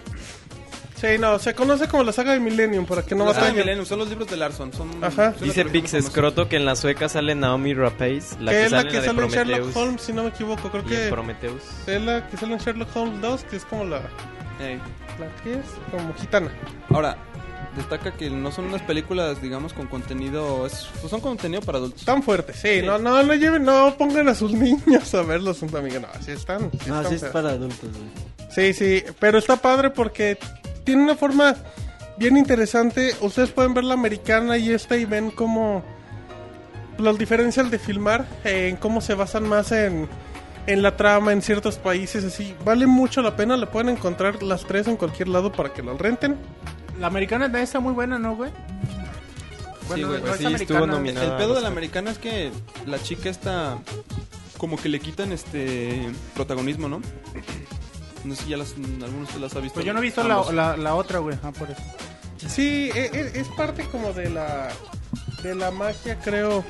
Sí, no, se conoce como la saga de Millennium, para que no
Los de
batallen.
Ah, Millennium, son los libros de Larson. Son,
Ajá.
son la
Dice
trilogía
Pix
más famosa.
Escroto que en la sueca sale Naomi Rapace, la
que,
que,
es la
sale,
que
en la de
sale en Sherlock
Prometheus.
Holmes, si no me equivoco. Creo
y en
que
Prometheus.
es la que sale en Sherlock Holmes 2, que es como la,
Ey.
la que es como gitana.
Ahora, destaca que no son unas películas, digamos, con contenido. Es, pues son contenido para adultos.
Tan fuerte, sí, No, no, no lleven, no pongan a sus [LAUGHS] niños a verlos, Santa Amiga. No, así están. sí
No,
están
así es
feas.
para adultos, güey.
Sí, sí, pero está padre porque tiene una forma bien interesante. Ustedes pueden ver la americana y esta y ven cómo las diferencias de filmar, eh, en cómo se basan más en, en la trama en ciertos países, así. Vale mucho la pena, la pueden encontrar las tres en cualquier lado para que la renten.
La americana también está muy buena, ¿no, güey? Bueno,
güey,
no
pues
es
sí,
americana,
estuvo
es-
El
nominada. Nada,
pedo de
no sé.
la americana es que la chica está como que le quitan este protagonismo, ¿no? No sé si ya las, algunos de las ha visto.
Pues yo no he visto la,
Ambos.
la- la otra, güey. Ah, por eso.
Sí, e- e- es, parte como de la de la magia, creo.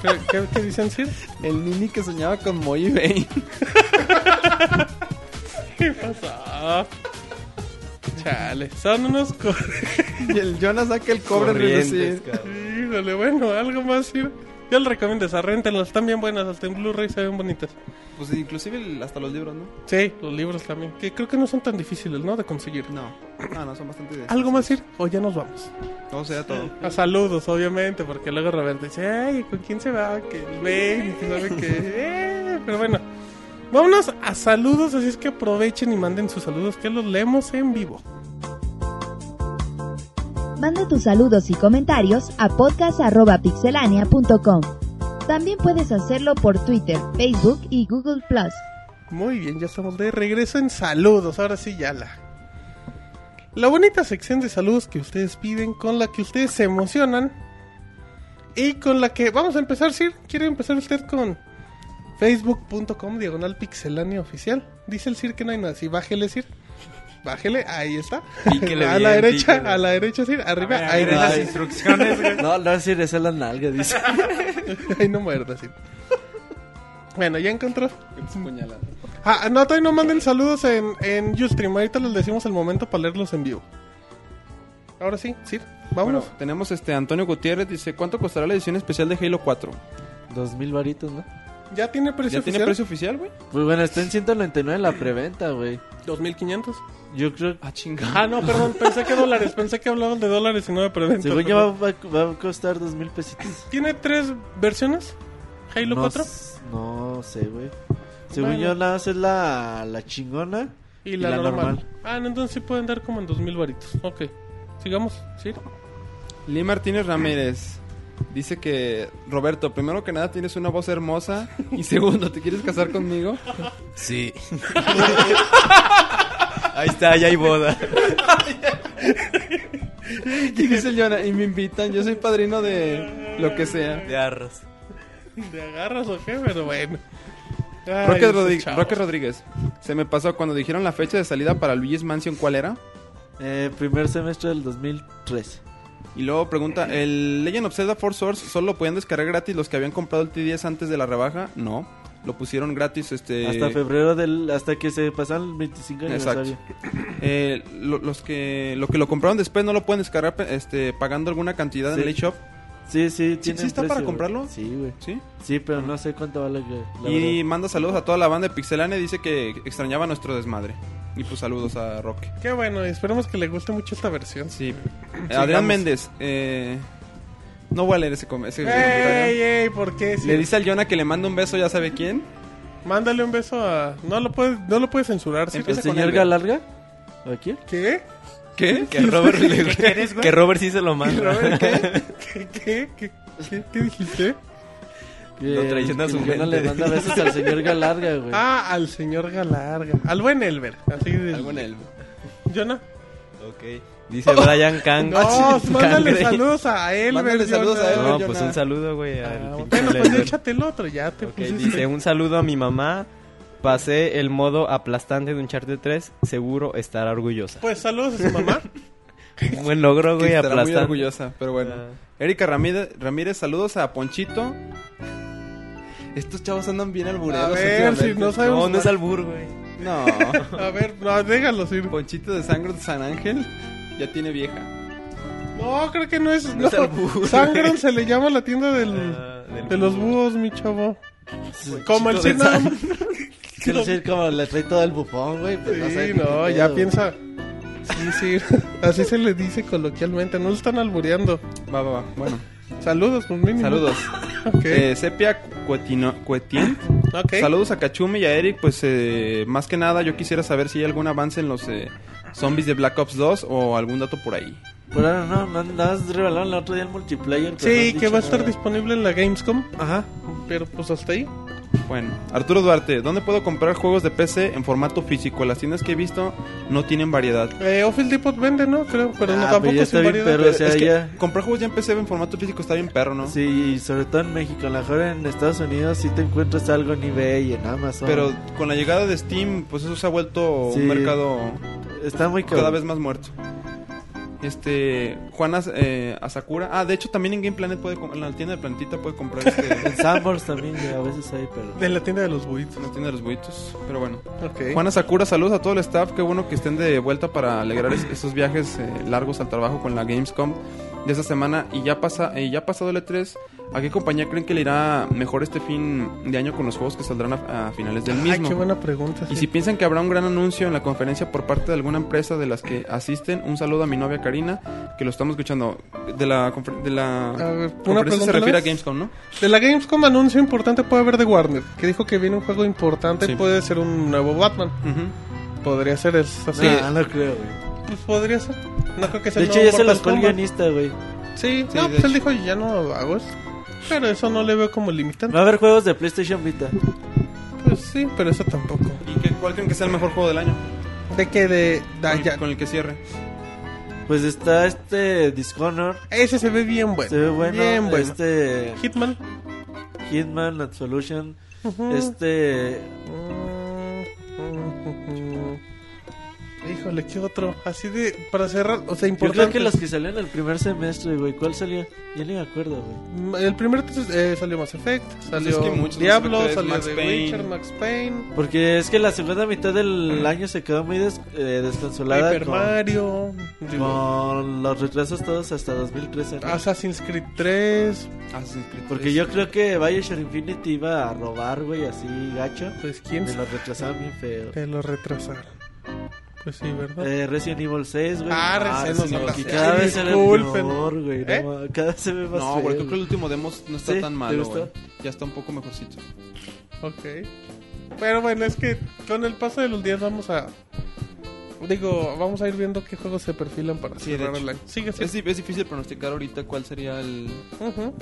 ¿Qué, qué- qué dicen, Sir?
El nini que soñaba con Moy Bane.
¿Qué pasa? Chale, son unos cor-
y el Jonas saca el cobre
Corrientes,
relucido.
cabrón.
Híjole, bueno, algo más, sí. Yo les recomiendo esa, rentenlas, están bien buenas, hasta en Blu-ray se ven bonitas.
Pues inclusive el- hasta los libros, ¿no?
Sí, los libros también, que creo que no son tan difíciles, ¿no? De conseguir.
No, Ah, no, no, son bastante...
¿Algo más, Sir? O ya nos vamos.
No,
[LAUGHS]
sea todo.
A saludos, obviamente, porque luego Roberto dice, ay, ¿con quién se va? Que ven, que sabe que... eh", Pero bueno, vámonos a saludos, así es que aprovechen y manden sus saludos, que los leemos en vivo.
Manda tus saludos y comentarios a podcast.pixelania.com. También puedes hacerlo por Twitter, Facebook y Google Plus.
Muy bien, ya estamos de regreso en saludos. Ahora sí, ya la. La bonita sección de saludos que ustedes piden, con la que ustedes se emocionan. Y con la que vamos a empezar, Sir. ¿Quiere empezar usted con facebook.com diagonal pixelania oficial? Dice el Sir que no hay nada. Si bájele, Sir. bájele, ahí está. [LAUGHS]
Píquele
a
bien,
la derecha,
píquele.
a la derecha, sí, arriba,
A ver, a
ahí,
ver, esas
ahí,
[LAUGHS]
instrucciones, güey.
No, no, sí, esa es la nalga, dice.
[LAUGHS] ahí no muerda, sí. Bueno, ya encontró. Ah, no, todavía no manden saludos en, en Ustream. Ahorita les decimos el momento para leerlos en vivo. Ahora sí, sí, vámonos.
Bueno, tenemos este Antonio Gutiérrez dice, ¿cuánto costará la edición especial de Halo 4?
Dos mil varitos, ¿no?
ya tiene precio
¿Ya tiene
oficial?
precio oficial, güey?
Pues bueno, está en 199 la preventa, güey.
2500.
Yo creo.
Ah, chingada.
[LAUGHS] Ah, no, perdón, pensé que dólares, pensé que hablaban de dólares y no de preventa.
Según yo
perdón.
va, va- va a costar dos mil pesitos.
¿Tiene tres versiones? Halo
no,
4
s- No sé, güey. Según
Bueno.
yo, nada más es la, la chingona.
y la, normal. Ah, no, entonces sí pueden dar como en 2000 varitos. Ok, sigamos, sí.
Lee Martínez Ramírez dice que, Roberto, primero que nada tienes una voz hermosa y segundo, ¿te quieres casar conmigo?
Sí. [LAUGHS] Ahí está, ya hay boda.
[LAUGHS] Y dice el Jonah, y me invitan, yo soy padrino de lo que sea.
De arras.
¿Te agarras o qué? Pero bueno. Ay,
Roque,
esos
Rodri-
chavos.
Roque Rodríguez, se me pasó cuando dijeron la fecha de salida para Luigi's Mansion, ¿cuál era?
Eh, primer semestre del 2013.
Y luego pregunta, ¿el Legend of Zelda Four Swords solo lo podían descargar gratis los que habían comprado el T10 antes de la rebaja? No, lo pusieron gratis este...
Hasta febrero del. Hasta que se pasaron el 25
Exacto.
aniversario.
Eh, lo- los que lo que lo compraron después no lo pueden descargar pe- este pagando alguna cantidad en
Sí.
el eShop,
Sí, sí, tiene
sí
un
está
precio,
para
güey.
comprarlo?
Sí, güey.
¿sí?
Sí, pero no sé cuánto vale. güey, la
y
verdad.
manda saludos a toda la banda de Pixelania, dice que extrañaba nuestro desmadre. Y pues saludos a Roque.
Qué bueno, esperemos que le guste mucho esta versión.
Sí. Eh,
Sigamos.
Adrián Méndez, eh, no voy a leer ese, com- ese
¡Ey,
comentario.
ey! ¿Por qué? Sí.
Le dice al Jonah que le manda un beso, ya sabe quién.
Mándale un beso a. No lo puedes, no lo puedes censurar, sí.
¿El
Empieza con
señor
él, güey.
Galarga? ¿O quién?
¿Qué?
¿Qué?
Que Robert, le-
quieres, güey?
que Robert sí se lo [LAUGHS] manda.
Robert, [LAUGHS] ¿Qué? ¿Qué? ¿Qué? ¿Qué? ¿Qué? ¿Qué dijiste?
Lo traiciona
que
su
Eh, el Jonah
mente.
le manda besos al señor Galarga, güey.
[LAUGHS] Ah, al señor Galarga. Al buen Elber. Así de.
Algo en él.
¿Jonah?
Ok. Dice Brian Kang.
No, mándale
Cangre.
saludos a Elber.
Mándale saludos a
eh, Jonah.
Elber,
No,
Jonah.
pues un saludo, güey. al
Ah,
pinche
bueno, pues
Lester.
échate pues, el otro, ya te
Ok,
pusiste.
dice, un saludo a mi mamá. Pasé el modo aplastante de un Uncharted 3. Seguro estará orgullosa.
Pues saludos a su
[LAUGHS]
mamá.
Un buen logro,
Que
güey,
estará muy
aplastante.
orgullosa, pero bueno.
Ah.
Erika Ramírez, Ramírez, saludos a Ponchito. Estos chavos andan bien albureros.
A ver, si
últimamente.
no sabemos.
No, no es albur, güey.
No. [LAUGHS]
A ver, no, déjalo, sí.
Pues,
Ponchito de sangre de San Ángel ya tiene vieja.
No, creo que no es. No,
es albur.
Sangron se le llama a la tienda del,
[LAUGHS] Ah, del
de los
búho.
búhos,
Pues,
mi chavo. Como el cine.
Quiero decir, como le trae todo el bufón, güey. pues sé
Sí,
ni
no,
qué
ya
pedo.
piensa. Sí, [LAUGHS] sí. Así se le dice coloquialmente. No lo están albureando.
Va, va, va. Bueno,
[LAUGHS] Saludos, pues mínimo.
saludos.
[LAUGHS] Ok.
Eh, Sepia Cuetino, Cuetien.
ok.
Saludos a Kachumi y a Eric. Pues eh, más que nada, yo quisiera saber si hay algún avance en los eh, zombies de Black Ops 2 o algún dato por ahí.
Pero ahora no, no, nada más revelaron el otro día el multiplayer. pero no
Sí,
pues, han
que
dicho
va a estar
nada.
disponible en la Gamescom.
Ajá.
Pero pues hasta ahí.
Bueno, Arturo Duarte, ¿dónde puedo comprar juegos de PC en formato físico? Las tiendas que he visto no tienen variedad.
Eh, Office Depot vende, ¿no? Creo, pero no,
Ah,
tampoco
pero ya
es
está
sin
bien
variedad.
perro, o sea,
es que
ya-
comprar juegos ya en PC en formato físico está bien perro, ¿no?
Sí, y sobre todo en México. A lo mejor en Estados Unidos sí te encuentras algo en eBay y en Amazon.
Pero con la llegada de Steam, pues eso se ha vuelto
Sí.
un mercado
está muy caro.
cada vez más muerto. Este, Juana eh, Asakura. Ah, de hecho también en Game Planet puede com- en la tienda de Plantita puede comprar este,
[LAUGHS] En Sanborns también güey, a veces hay, pero...
De la tienda de los buitos.
en la tienda de los buitos, pero bueno.
Ok.
Juana Sakura, saludos a todo el staff. Qué bueno que estén de vuelta para alegrar es- esos viajes eh, largos al trabajo con la Gamescom de esta semana. Y ya pasa, eh, ya pasado el E3, ¿a qué compañía creen que le irá mejor este fin de año con los juegos que saldrán a, a finales del mismo?
Ay, qué buena pregunta.
Y
sí.
si piensan que habrá un gran anuncio en la conferencia por parte de alguna empresa de las que asisten, un saludo a mi novia Karina, que lo estamos escuchando. De la, confer- de la
A ver, una
conferencia
pregunta
se refiere a
más.
Gamescom, ¿no?
De la Gamescom anuncio importante puede haber de Warner, que dijo que viene un juego importante,
Sí.
puede ser un nuevo Batman.
Ujú.
Podría ser es así.
No, no creo, güey.
Pues podría ser. No creo que sea
De
el
hecho,
nuevo
ya se los
Mortal
fue el
Kombat.
guionista, güey.
Sí,
Sí,
no,
de
pues él
hecho.
dijo, ya no hago eso. Pero eso no le veo como limitante.
Va a haber juegos de PlayStation Vita.
Pues sí, pero eso tampoco.
¿Y qué- cuál creen que sea el mejor juego del año?
De que de... da-
Con el-
Ah, ya.
con el que cierre.
Pues está este Dishonored.
Ese se ve bien bueno.
se ve bueno.
Bien bueno.
Este
Hitman. Mm.
Hitman Absolution.
Ujú.
Este.
Mm, mm, mm, mm. Híjole, ¿qué otro? Así de, para cerrar, o sea,
Yo creo
importante.
que los que salieron el primer semestre, güey. ¿Cuál salió? Ya ni me acuerdo, güey.
El primer eh, salió Mass Effect, salió
Pues es que muchos Mass
Diablo,
Effect,
salió
Max
The
Payne.
Witcher, Max Payne,
Porque es que la segunda mitad del año se quedó muy des- eh, desconsolada
Paper
con,
Mario, digo,
con los retrasos todos hasta 2013.
Ah,
¿no?
Assassin's Creed 3,
Assassin's Creed
Porque
tres.
yo creo que Bioshock Infinity iba a robar, güey, así gacho.
pues quién
Me
se
lo retrasaban bien feo.
te lo retrasaron. Pues sí, ¿verdad?
Eh, Resident Evil 6, güey.
Ah, recién nos
Resident Evil.
Y
hablaste.
cada vez era
Disculpen.
peor, güey. no
¿Eh?
ma- cada vez se ve más
No,
feo.
güey, creo que el
güey.
último demo no está
¿Sí?
tan
¿Te
malo,
gustó?
güey. Ya está un poco mejorcito.
Ok. Pero bueno, es que con el paso de los días vamos a. Digo, vamos a ir viendo qué juegos se perfilan para
Sí, de
cerrar
hecho.
el año. Sigue,
Es,
sigue.
di- es difícil pronosticar ahorita cuál sería el...
Ujú.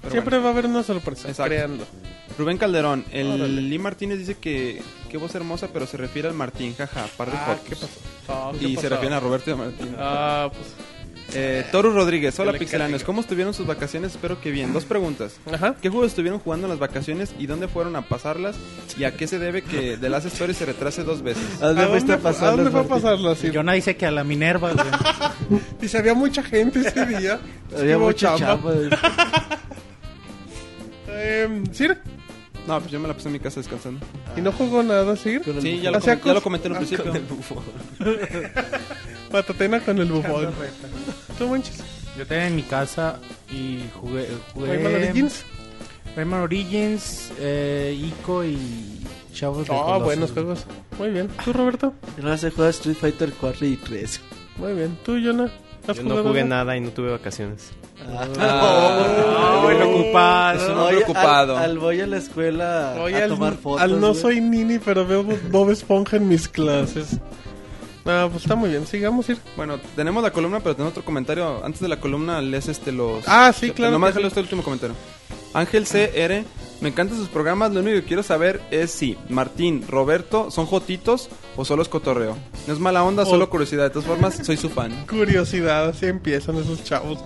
pero
Siempre va a haber una sorpresa,
Exacto.
créanlo.
bueno. Rubén Calderón, el
Órale.
Lee Martínez dice que, que voz hermosa, pero se refiere al Martín, jaja, par de
Ah,
fotos.
¿qué pasó? Ah, ¿qué
Y se
pasó?
refieren a Roberto y a Martín.
Ah, pues.
Eh, Toru Rodríguez, hola
le
pixelanes,
caiga.
¿cómo estuvieron sus vacaciones? Espero que bien. Dos preguntas.
Ajá.
¿Qué juegos estuvieron jugando en las vacaciones y dónde fueron a pasarlas? ¿Y a qué se debe que The Last Story se retrase dos veces?
[LAUGHS]
¿A dónde fuiste a
fu-
pasar?
a dónde fue a pasarlo así?
Jonah dice que a la Minerva, güey.
Dice, había mucha gente ese día. Es que
Había
hubo
mucha chamba. güey.
Em, Sir,
No, pues yo me la puse en mi casa descansando.
y no jugó nada, Sir.
Con el-
Sí, ya lo,
O sea,
comen- ya lo
cos-
comenté en un principio.
Patatena con el bufón. No manches.
Yo tenía en mi casa y jugué. jugué
Rayman Origins.
Rayman Origins, eh, Ico y Chavos de
Ah,
Colossus.
buenos juegos. Muy bien. ¿Tú, Roberto?
Yo no sé jugar Street Fighter 4 y 3.
Muy bien. ¿Tú, Jonah? ¿Has
Yo no
jugado
jugué
algo? Oh.
nada y no tuve vacaciones.
Ah,
Ah, bueno,
Eso
ocupado.
no
Voy
preocupado.
Al, al voy a la escuela
Oye,
a
al,
tomar fotos.
al no
güey.
soy nini, pero veo Bob Esponja en mis clases. Ah, pues está muy bien. Sigamos, ir.
Bueno, tenemos la columna, pero tenemos otro comentario. Antes de la columna lees este los...
Ah, sí, claro
Nomás
que sí.
déjalo este último comentario. Ángel CR, me encantan sus programas. Lo único que quiero saber es si Martín, Roberto, ¿son jotitos o solo es cotorreo? No es mala onda, solo
Oh.
curiosidad. De todas formas, soy su fan.
Curiosidad, así empiezan esos chavos.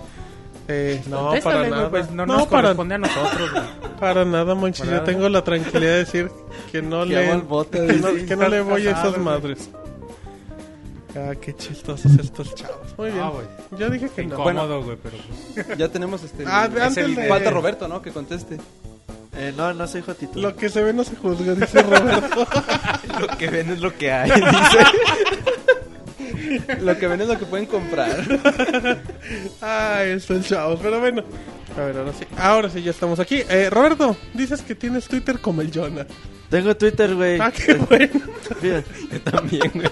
Eh, no,
Contéstale,
para
güey,
nada.
pues, no,
no
nos
para,
corresponde a nosotros, güey.
para nada, manches.
Para
Yo
nada.
tengo la tranquilidad de decir que no
Que
le.
hago el bote,
que no,
dice.
que no le voy
Estás
a esas
casado,
madres. Ah, qué chistosos estos chavos. Muy bien.
Ah, güey.
Yo dije que no.
Incómodo, güey, pero... pues.
Ya tenemos este...
Ah, de- antes
el-
de-
Falta Roberto, ¿no? Que conteste.
Eh, no, no soy Jotito.
Lo que se ve no se juzga, dice Roberto.
Lo que ven es lo que hay, lo que ven es lo que pueden comprar.
[LAUGHS] Ay, estos chavos. Pero bueno. A ver, ahora sí. Ahora sí, ya estamos aquí. Eh, Roberto, dices que tienes Twitter como el Jonah.
Tengo Twitter, güey.
Ah, qué
[LAUGHS]
bueno. [LAUGHS]
Fíjate.
También, güey.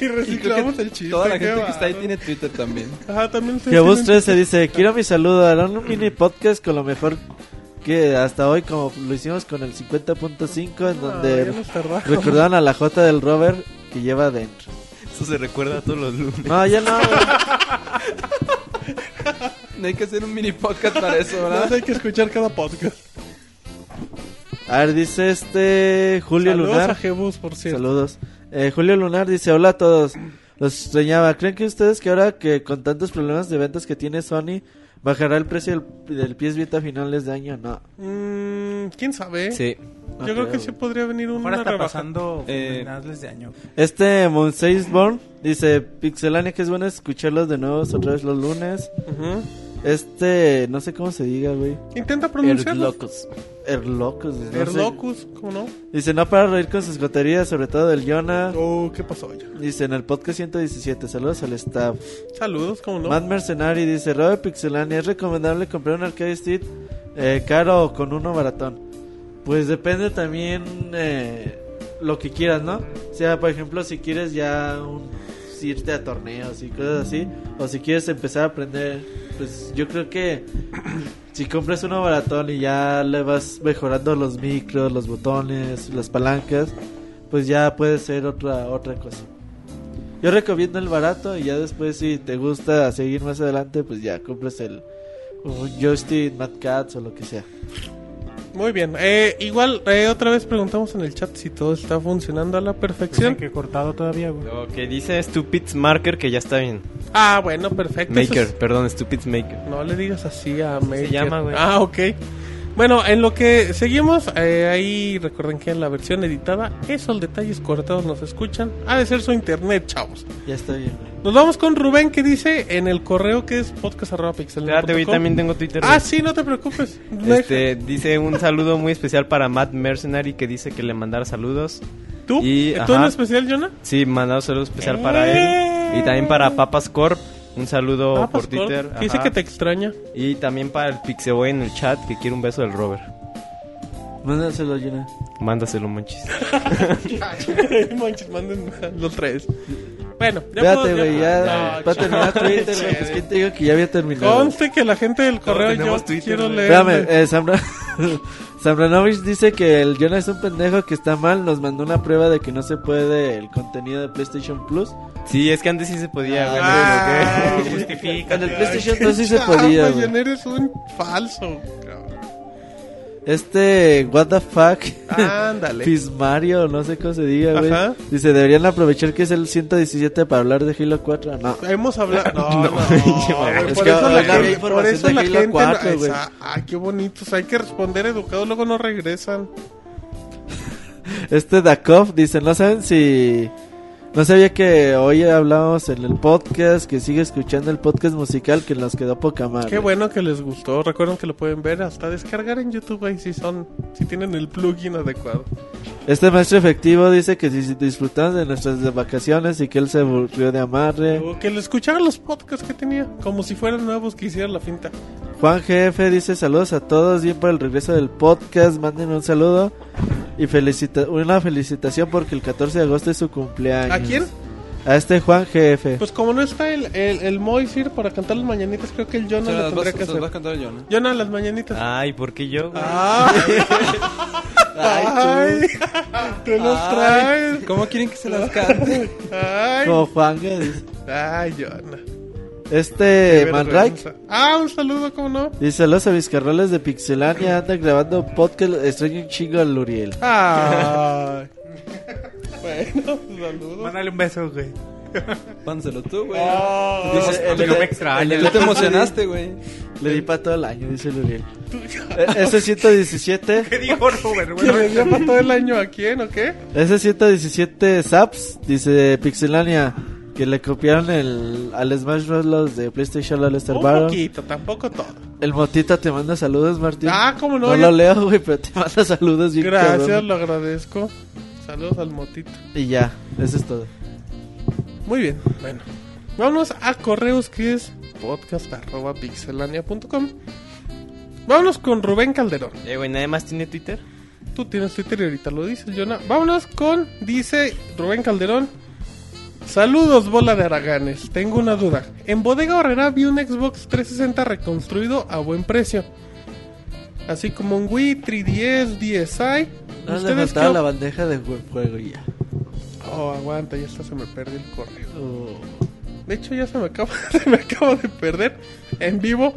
Y reciclamos el chiste.
Toda la
qué
gente que está ahí
bárbaro.
tiene Twitter también.
Ajá, también ustedes
Que vos
tienen-
tres se dice, quiero mi saludo, harán un mini podcast con lo mejor que hasta hoy, como lo hicimos con el 50.5, en
Ah, ya
donde
nos tardamos.
recordaron a la J del Robert que lleva adentro.
Eso se recuerda a todos los lunes.
No, ya no, güey.
No hay que hacer un mini podcast para eso,
[LAUGHS] Nada más
¿verdad?
hay que escuchar cada podcast.
A ver, dice este Julio
Saludos a
Lunar.
Jebus, por cierto.
Saludos. Eh, Julio Lunar dice, hola a todos. Los extrañaba. ¿Creen que ustedes que ahora que con tantos problemas de ventas que tiene Sony, bajará el precio del, del pies Vita a finales de año? No.
Mm, ¿Quién sabe?
Sí.
no
Yo creo que sí podría venir una
Ahora está
rebaja.
pasando
Eh,
finales de año.
Este Monseis Born dice Pixelania que es bueno escucharlos de nuevo otra vez los lunes.
Ujú.
Este, no sé cómo se diga, güey.
Intenta pronunciarlo.
Erlocos. Erlocos. no sé.
Erlocus, ¿cómo no?
Dice, no para reír con sus goterías, sobre todo del Yona.
Oh, ¿qué pasó ya?
Dice, en el podcast 117, saludos al staff.
Saludos, ¿cómo no?
Mad Mercenari dice, Robert Pixelania, ¿es recomendable comprar un arcade stick eh, caro o con uno baratón? Pues depende también eh, lo que quieras, ¿no? O sea, por ejemplo, si quieres ya un- irte a torneos y cosas así, o si quieres empezar a aprender, pues yo creo que [CLEARS THROAT] si compras uno baratón y ya le vas mejorando los micros, los botones, las palancas, pues ya puede ser otra, otra cosa. Yo recomiendo el barato y ya después si te gusta seguir más adelante, pues ya compras el un joystick Mad Cats o lo que sea.
Muy bien. Eh, igual, eh, otra vez preguntamos en el chat si todo está funcionando a la perfección.
Dicen que cortado todavía, güey.
Lo que dice Stupid Marker que ya está bien.
Ah, bueno, perfecto. eso
Maker,
es-
perdón, Stupid Maker.
No le digas así a Maker.
llama, güey.
Ah, ok. Bueno, en lo que seguimos, eh, ahí recuerden que en la versión editada, esos detalles cortados nos escuchan. Ha de ser su internet, chavos.
Ya está bien.
Nos vamos con Rubén que dice en el correo que es podcast.pixel.
Espérate, güey, también tengo Twitter. güey.
Ah, sí, no te preocupes.
Este, dice un saludo muy especial para Matt Mercenary que dice que le mandara saludos.
¿Tú?
y-
¿Tú en
ajá.
especial, Jonah?
Sí, mandado saludo especial para
¡Eh!
él. Y también para Papas Corp. Un saludo
Papas
Oh, por
Corp,
Twitter.
que Ah, pues, Dice
ajá.
que te extraña.
Y también para el Pixeboy en el chat que quiere un beso del Robert.
Mándaselo, Jonah.
Mándaselo, manchis.
[LAUGHS] Manches, manden los tres. Bueno, ya
Espérate,
puedo- Ah,
güey, ya.
No,
Para terminar Twitter,
che,
güey. Pues que te digo que ya había terminado.
Conste que la gente del correo yo
tenemos Twitter,
quiero
güey.
leer.
Espérame, eh, Samra- [LAUGHS] Samranovich dice que el Jonah es un pendejo que está mal. Nos mandó una prueba de que no se puede el contenido de PlayStation Plus.
Sí, es que antes sí se podía, güey.
Ah,
¿no? ¿Qué?
Con el PlayStation Plus sí se
[LAUGHS]
podía, güey.
Jonah, eres un falso. cabrón.
Este, what the fuck.
Ah, Ándale.
Fizz Mario, no sé cómo se diga, güey.
Ajá.
Dice, deberían aprovechar que es el 117 para hablar de Halo 4.
[LAUGHS]
No.
Hemos hablado. No, no. güey,
Es
por
que
eso la
ahora había
gente. Por
información
eso
de
la
Halo
gente.
cuatro,
no-
güey.
esa- Ay, qué bonitos. Hay que responder educados, luego no regresan.
Este Dakov dice, no saben si... No sabía que hoy hablamos en el podcast, que sigue escuchando el podcast musical que nos quedó poca madre.
Qué bueno que les gustó. Recuerden que lo pueden ver hasta descargar en YouTube ahí si son, si tienen el plugin adecuado.
Este maestro efectivo dice que si disfrutamos de nuestras vacaciones y que él se aburrió de amarre.
O que lo escucharan los podcasts que tenía, como si fueran nuevos que hicieran la finta.
Juan GF dice saludos a todos, bien por el regreso del podcast, mándenme un saludo y felicita una felicitación porque el 14 de agosto es su cumpleaños.
¿A quién?
A este Juan GF.
Pues como no está el, el, el Moisir para cantar las mañanitas, creo que el
Se
Jonah lo
las vas-
tendría que
se las va Ah, a
hacer.
cantar el Jonah.
Jonah, las mañanitas.
Ay, ¿por qué yo? güey?
Ah. Ay, te los traes.
¿Cómo quieren que se las cante?
Ay,
Como Juan que dice.
ay, Jonah.
Eh,
Qué
Este Manrike
vergüenza. Ah, un saludo, ¿cómo no?
dice saludos a mis carnales de Pixelania, andan grabando podcast, extraño un chingo al Uriel.
[LAUGHS]
Ay. bueno, saludos.
Mándale un beso, güey.
Pánselo tú, güey.
Ah.
Dice,
el-
tú-
el-
extraña.
Tú te emocionaste, güey.
Le di para todo el año, dice el Uriel. E- Ese 117
¿Qué dijo Robert?
¿Que
Bueno,
le dio para todo el año a quién o qué?
Ese 117 Zaps, dice Pixelania, que le copiaron el, al Smash Bros. los de PlayStation al Star
Un
Battle.
poquito, tampoco todo.
El Motita te manda saludos, Martín.
Ah, cómo no.
no
ya-
lo leo, güey, pero te manda saludos. Bien
Gracias,
cabrón.
lo agradezco. Saludos al motito.
Y ya, eso es todo.
Muy bien, bueno. Vámonos a correos que es podcast.pixelania.com. Vámonos con Rubén Calderón.
Eh, güey, ¿nadie más tiene Twitter?
Tú tienes Twitter y ahorita lo dices, Jonah. Vámonos con, dice Rubén Calderón. Saludos, bola de haraganes. Tengo una duda. En Bodega Horrera vi un Xbox 360 reconstruido a buen precio. Así como un Wii, 3DS, DSi.
No le
¿Ustedes qué
faltaba
op-
la bandeja de jue- juego y ya.
Oh, aguanta, ya hasta se me perdió el correo.
Oh.
De hecho, ya se me acaba, [LAUGHS] se me acabo de perder en vivo.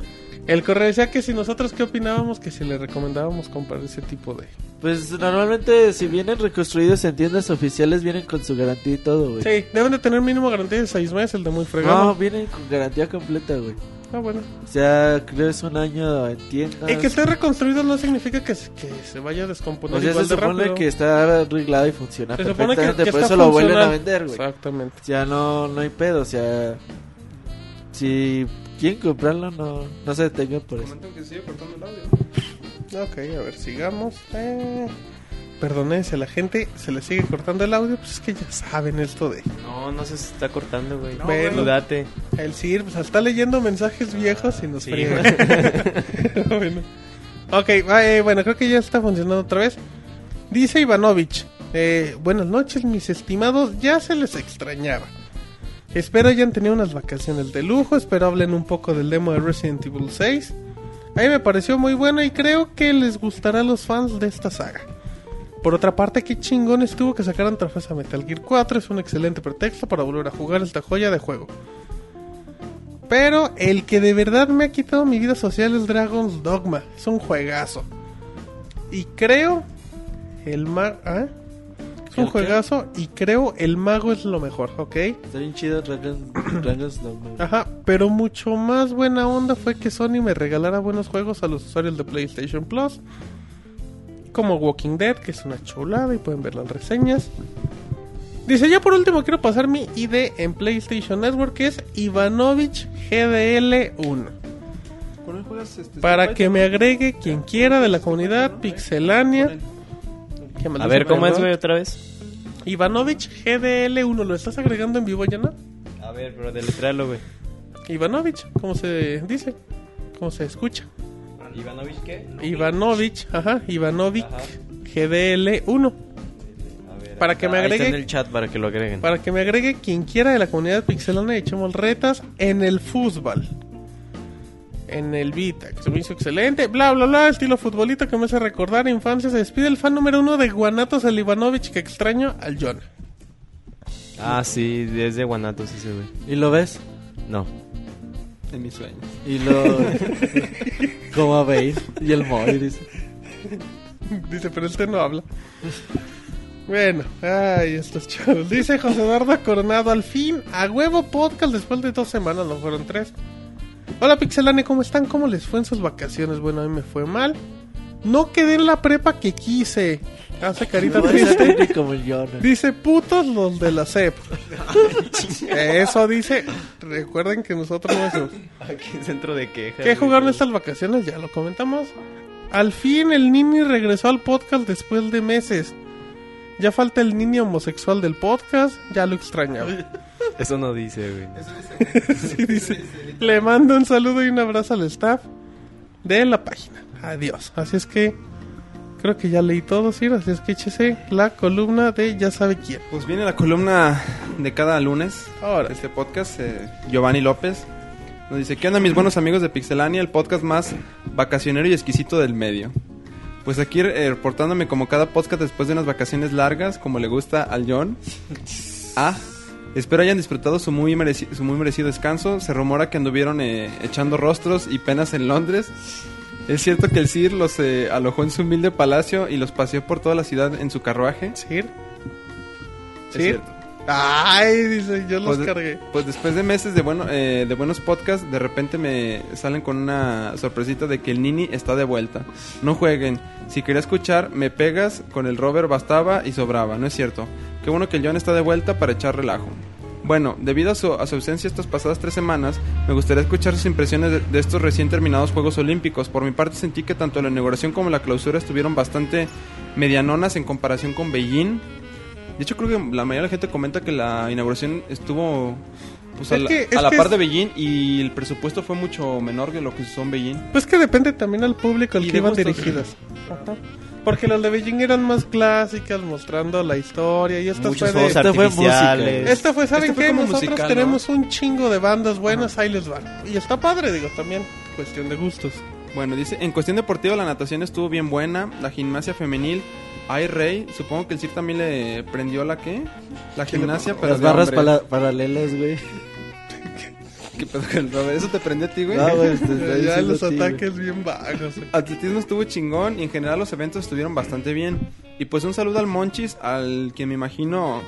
El correo decía que si nosotros qué opinábamos, que si le recomendábamos comprar ese tipo de...
Pues normalmente, si vienen reconstruidos en tiendas oficiales, vienen con su garantía y todo, güey.
Sí, deben de tener mínimo garantía de 6 meses, el de muy
No,
fregado.
vienen con garantía completa, güey.
Ah, bueno.
O sea, creo es un año en tiendas.
Y que esté reconstruido no significa que, se- que se vaya a descomponer
O sea,
igual
Pues se
de
supone
rápido.
que está arreglado y funciona
se supone que,
perfectamente,
que
por
está
eso lo vuelven a
funcional.
vender, güey.
Exactamente.
O sea, no, no hay pedo, o sea, si quieren comprarlo, no, no se detengan por eso.
Comento que sigue cortando el audio.
Ok, a ver, sigamos. Eh, Perdonen si a la gente se le sigue cortando el audio, pues es que ya saben esto de...
No, no se está cortando, güey.
No,
Bueno,
güey.
date.
El Sir, pues está leyendo mensajes viejos y nos
Sí,
friega. [LAUGHS] bueno. Ok, va, eh, bueno, creo que ya está funcionando otra vez. Dice Ivanovich, eh, buenas noches mis estimados, ya se les extrañaba. Espero hayan tenido unas vacaciones de lujo, espero hablen un poco del demo de Resident Evil 6. A mí me pareció muy bueno y creo que les gustará a los fans de esta saga. Por otra parte, qué chingón estuvo que sacaran trofeos a Metal Gear 4, es un excelente pretexto para volver a jugar esta joya de juego. Pero el que de verdad me ha quitado mi vida social es Dragon's Dogma. Es un juegazo. Y creo el mago. Es un
¿El qué?
juegazo y creo el mago es lo mejor, ¿ok?
Está bien chido Dragon- Dragon's Dogma. güey.
Ajá, Pero mucho más buena onda fue que Sony me regalara buenos juegos a los usuarios de PlayStation Plus. Como Walking Dead, que es una chulada y pueden ver las reseñas. Dice, ya por último quiero pasar mi ID en PlayStation Network, que es Ivanovich GDL1. Para que me agregue quien quiera de la comunidad Pixelania. Que me lo
A ver,
sepa,
¿cómo es,
¿no?
güey, otra vez?
Ivanovich GDL1, ¿lo estás agregando en vivo, Yana?
A ver, pero deletréalo, güey.
Ivanovich, ¿cómo se dice? ¿Cómo se escucha?
¿Ivanovich qué?
Ivanovich, ajá, Ivanovich GDL1. Para que me
Ah,
Ahí está en
agregue,
el chat para que lo agreguen.
para que me agregue quien quiera de la comunidad pixelana y echemos retas en el fútbol. En el Vita, que se me hizo excelente. Bla, bla, bla, estilo futbolito que me hace recordar infancia. Se despide el fan número uno de Guanatos, el Ivanovich, que extraño al John.
Ah, sí, es de Guanatos ese, güey.
¿Y lo ves?
No.
En mis sueños.
Y lo. [LAUGHS] ¿Cómo veis? Y el móvil dice.
Dice, pero este no habla. Bueno, ay, estos chavos. Dice José Eduardo Coronado, al fin, a huevo podcast después de dos semanas, no fueron tres. Hola Pixelane, ¿cómo están? ¿Cómo les fue en sus vacaciones? Bueno, a mí me fue mal. No quedé en la prepa que quise. Hace carita
No es
triste.
tan como el Jonah.
Dice putos los de la CEP.
[LAUGHS]
Eso dice. Recuerden que nosotros no somos-
Aquí centro de quejas.
¿Qué jugaron estas vacaciones? Ya lo comentamos. Al fin el Nini regresó al podcast después de meses. Ya falta el Nini homosexual del podcast, ya lo extrañaba.
[LAUGHS] Eso no dice, güey.
Sí, dice. Le mando un saludo y un abrazo al staff de la página. Adiós. Así es que creo que ya leí todo, Sir. Así es que échese la columna de ya sabe quién.
Pues viene la columna de cada lunes
Ahora,
de este podcast, eh, Giovanni López. Nos dice, ¿qué onda mis buenos amigos de Pixelania? El podcast más vacacionero y exquisito del medio. Pues aquí eh, reportándome como cada podcast después de unas vacaciones largas, como le gusta al John. Ah, espero hayan disfrutado su muy, mereci- su muy merecido descanso. Se rumora que anduvieron eh, echando rostros y penas en Londres. Es cierto que el Sir los eh, alojó en su humilde palacio y los paseó por toda la ciudad en su carruaje.
Sir.
Es
Sir.
cierto.
Ay, dice, yo los
Pues,
cargué.
pues después de meses de, bueno, eh, de buenos podcasts, de repente me salen con una sorpresita de que el Nini está de vuelta. No jueguen. Si quería escuchar, me pegas, con el Robert bastaba y sobraba, ¿no es cierto? Qué bueno que el John está de vuelta para echar relajo. Bueno, debido a su, a su ausencia estas pasadas tres semanas, me gustaría escuchar sus impresiones de, de estos recién terminados Juegos Olímpicos. Por mi parte sentí que tanto la inauguración como la clausura estuvieron bastante medianonas en comparación con Beijing. De hecho, creo que la mayoría de la gente comenta que la inauguración estuvo pues, a,
Es
la,
que- es
a la
que
par
es-
de Beijing y el presupuesto fue mucho menor que lo que se usó en Beijing.
Pues que depende también al público al
Y
que
de
iban
gustos.
dirigidas. Ajá. Porque las de Beijing eran más clásicas, mostrando la historia. Y esta fue
Muchos juegos
de.
Esta fue
artificiales.
Esta fue, ¿saben
Este fue
qué?
como
Nosotros
musical, ¿no?
tenemos un chingo de bandas buenas, ahí les van. Y está padre, digo, también. Cuestión de gustos.
Bueno, dice, en cuestión deportiva la natación estuvo bien buena, la gimnasia femenil, ay rey, supongo que el CIR también le prendió la qué? La gimnasia, pero
Las
de
barras
hombres.
pala- paralelas, güey.
[LAUGHS] ¿Qué pedo con el Robert? ¿Eso te prendió a ti, güey?
No, güey, te
[LAUGHS]
estoy
Ya,
diciendo
los
a ti, güey.
ataques bien vagos. eh.
Atletismo estuvo chingón y en general los eventos estuvieron bastante bien. Y pues un saludo al Monchis, al que me imagino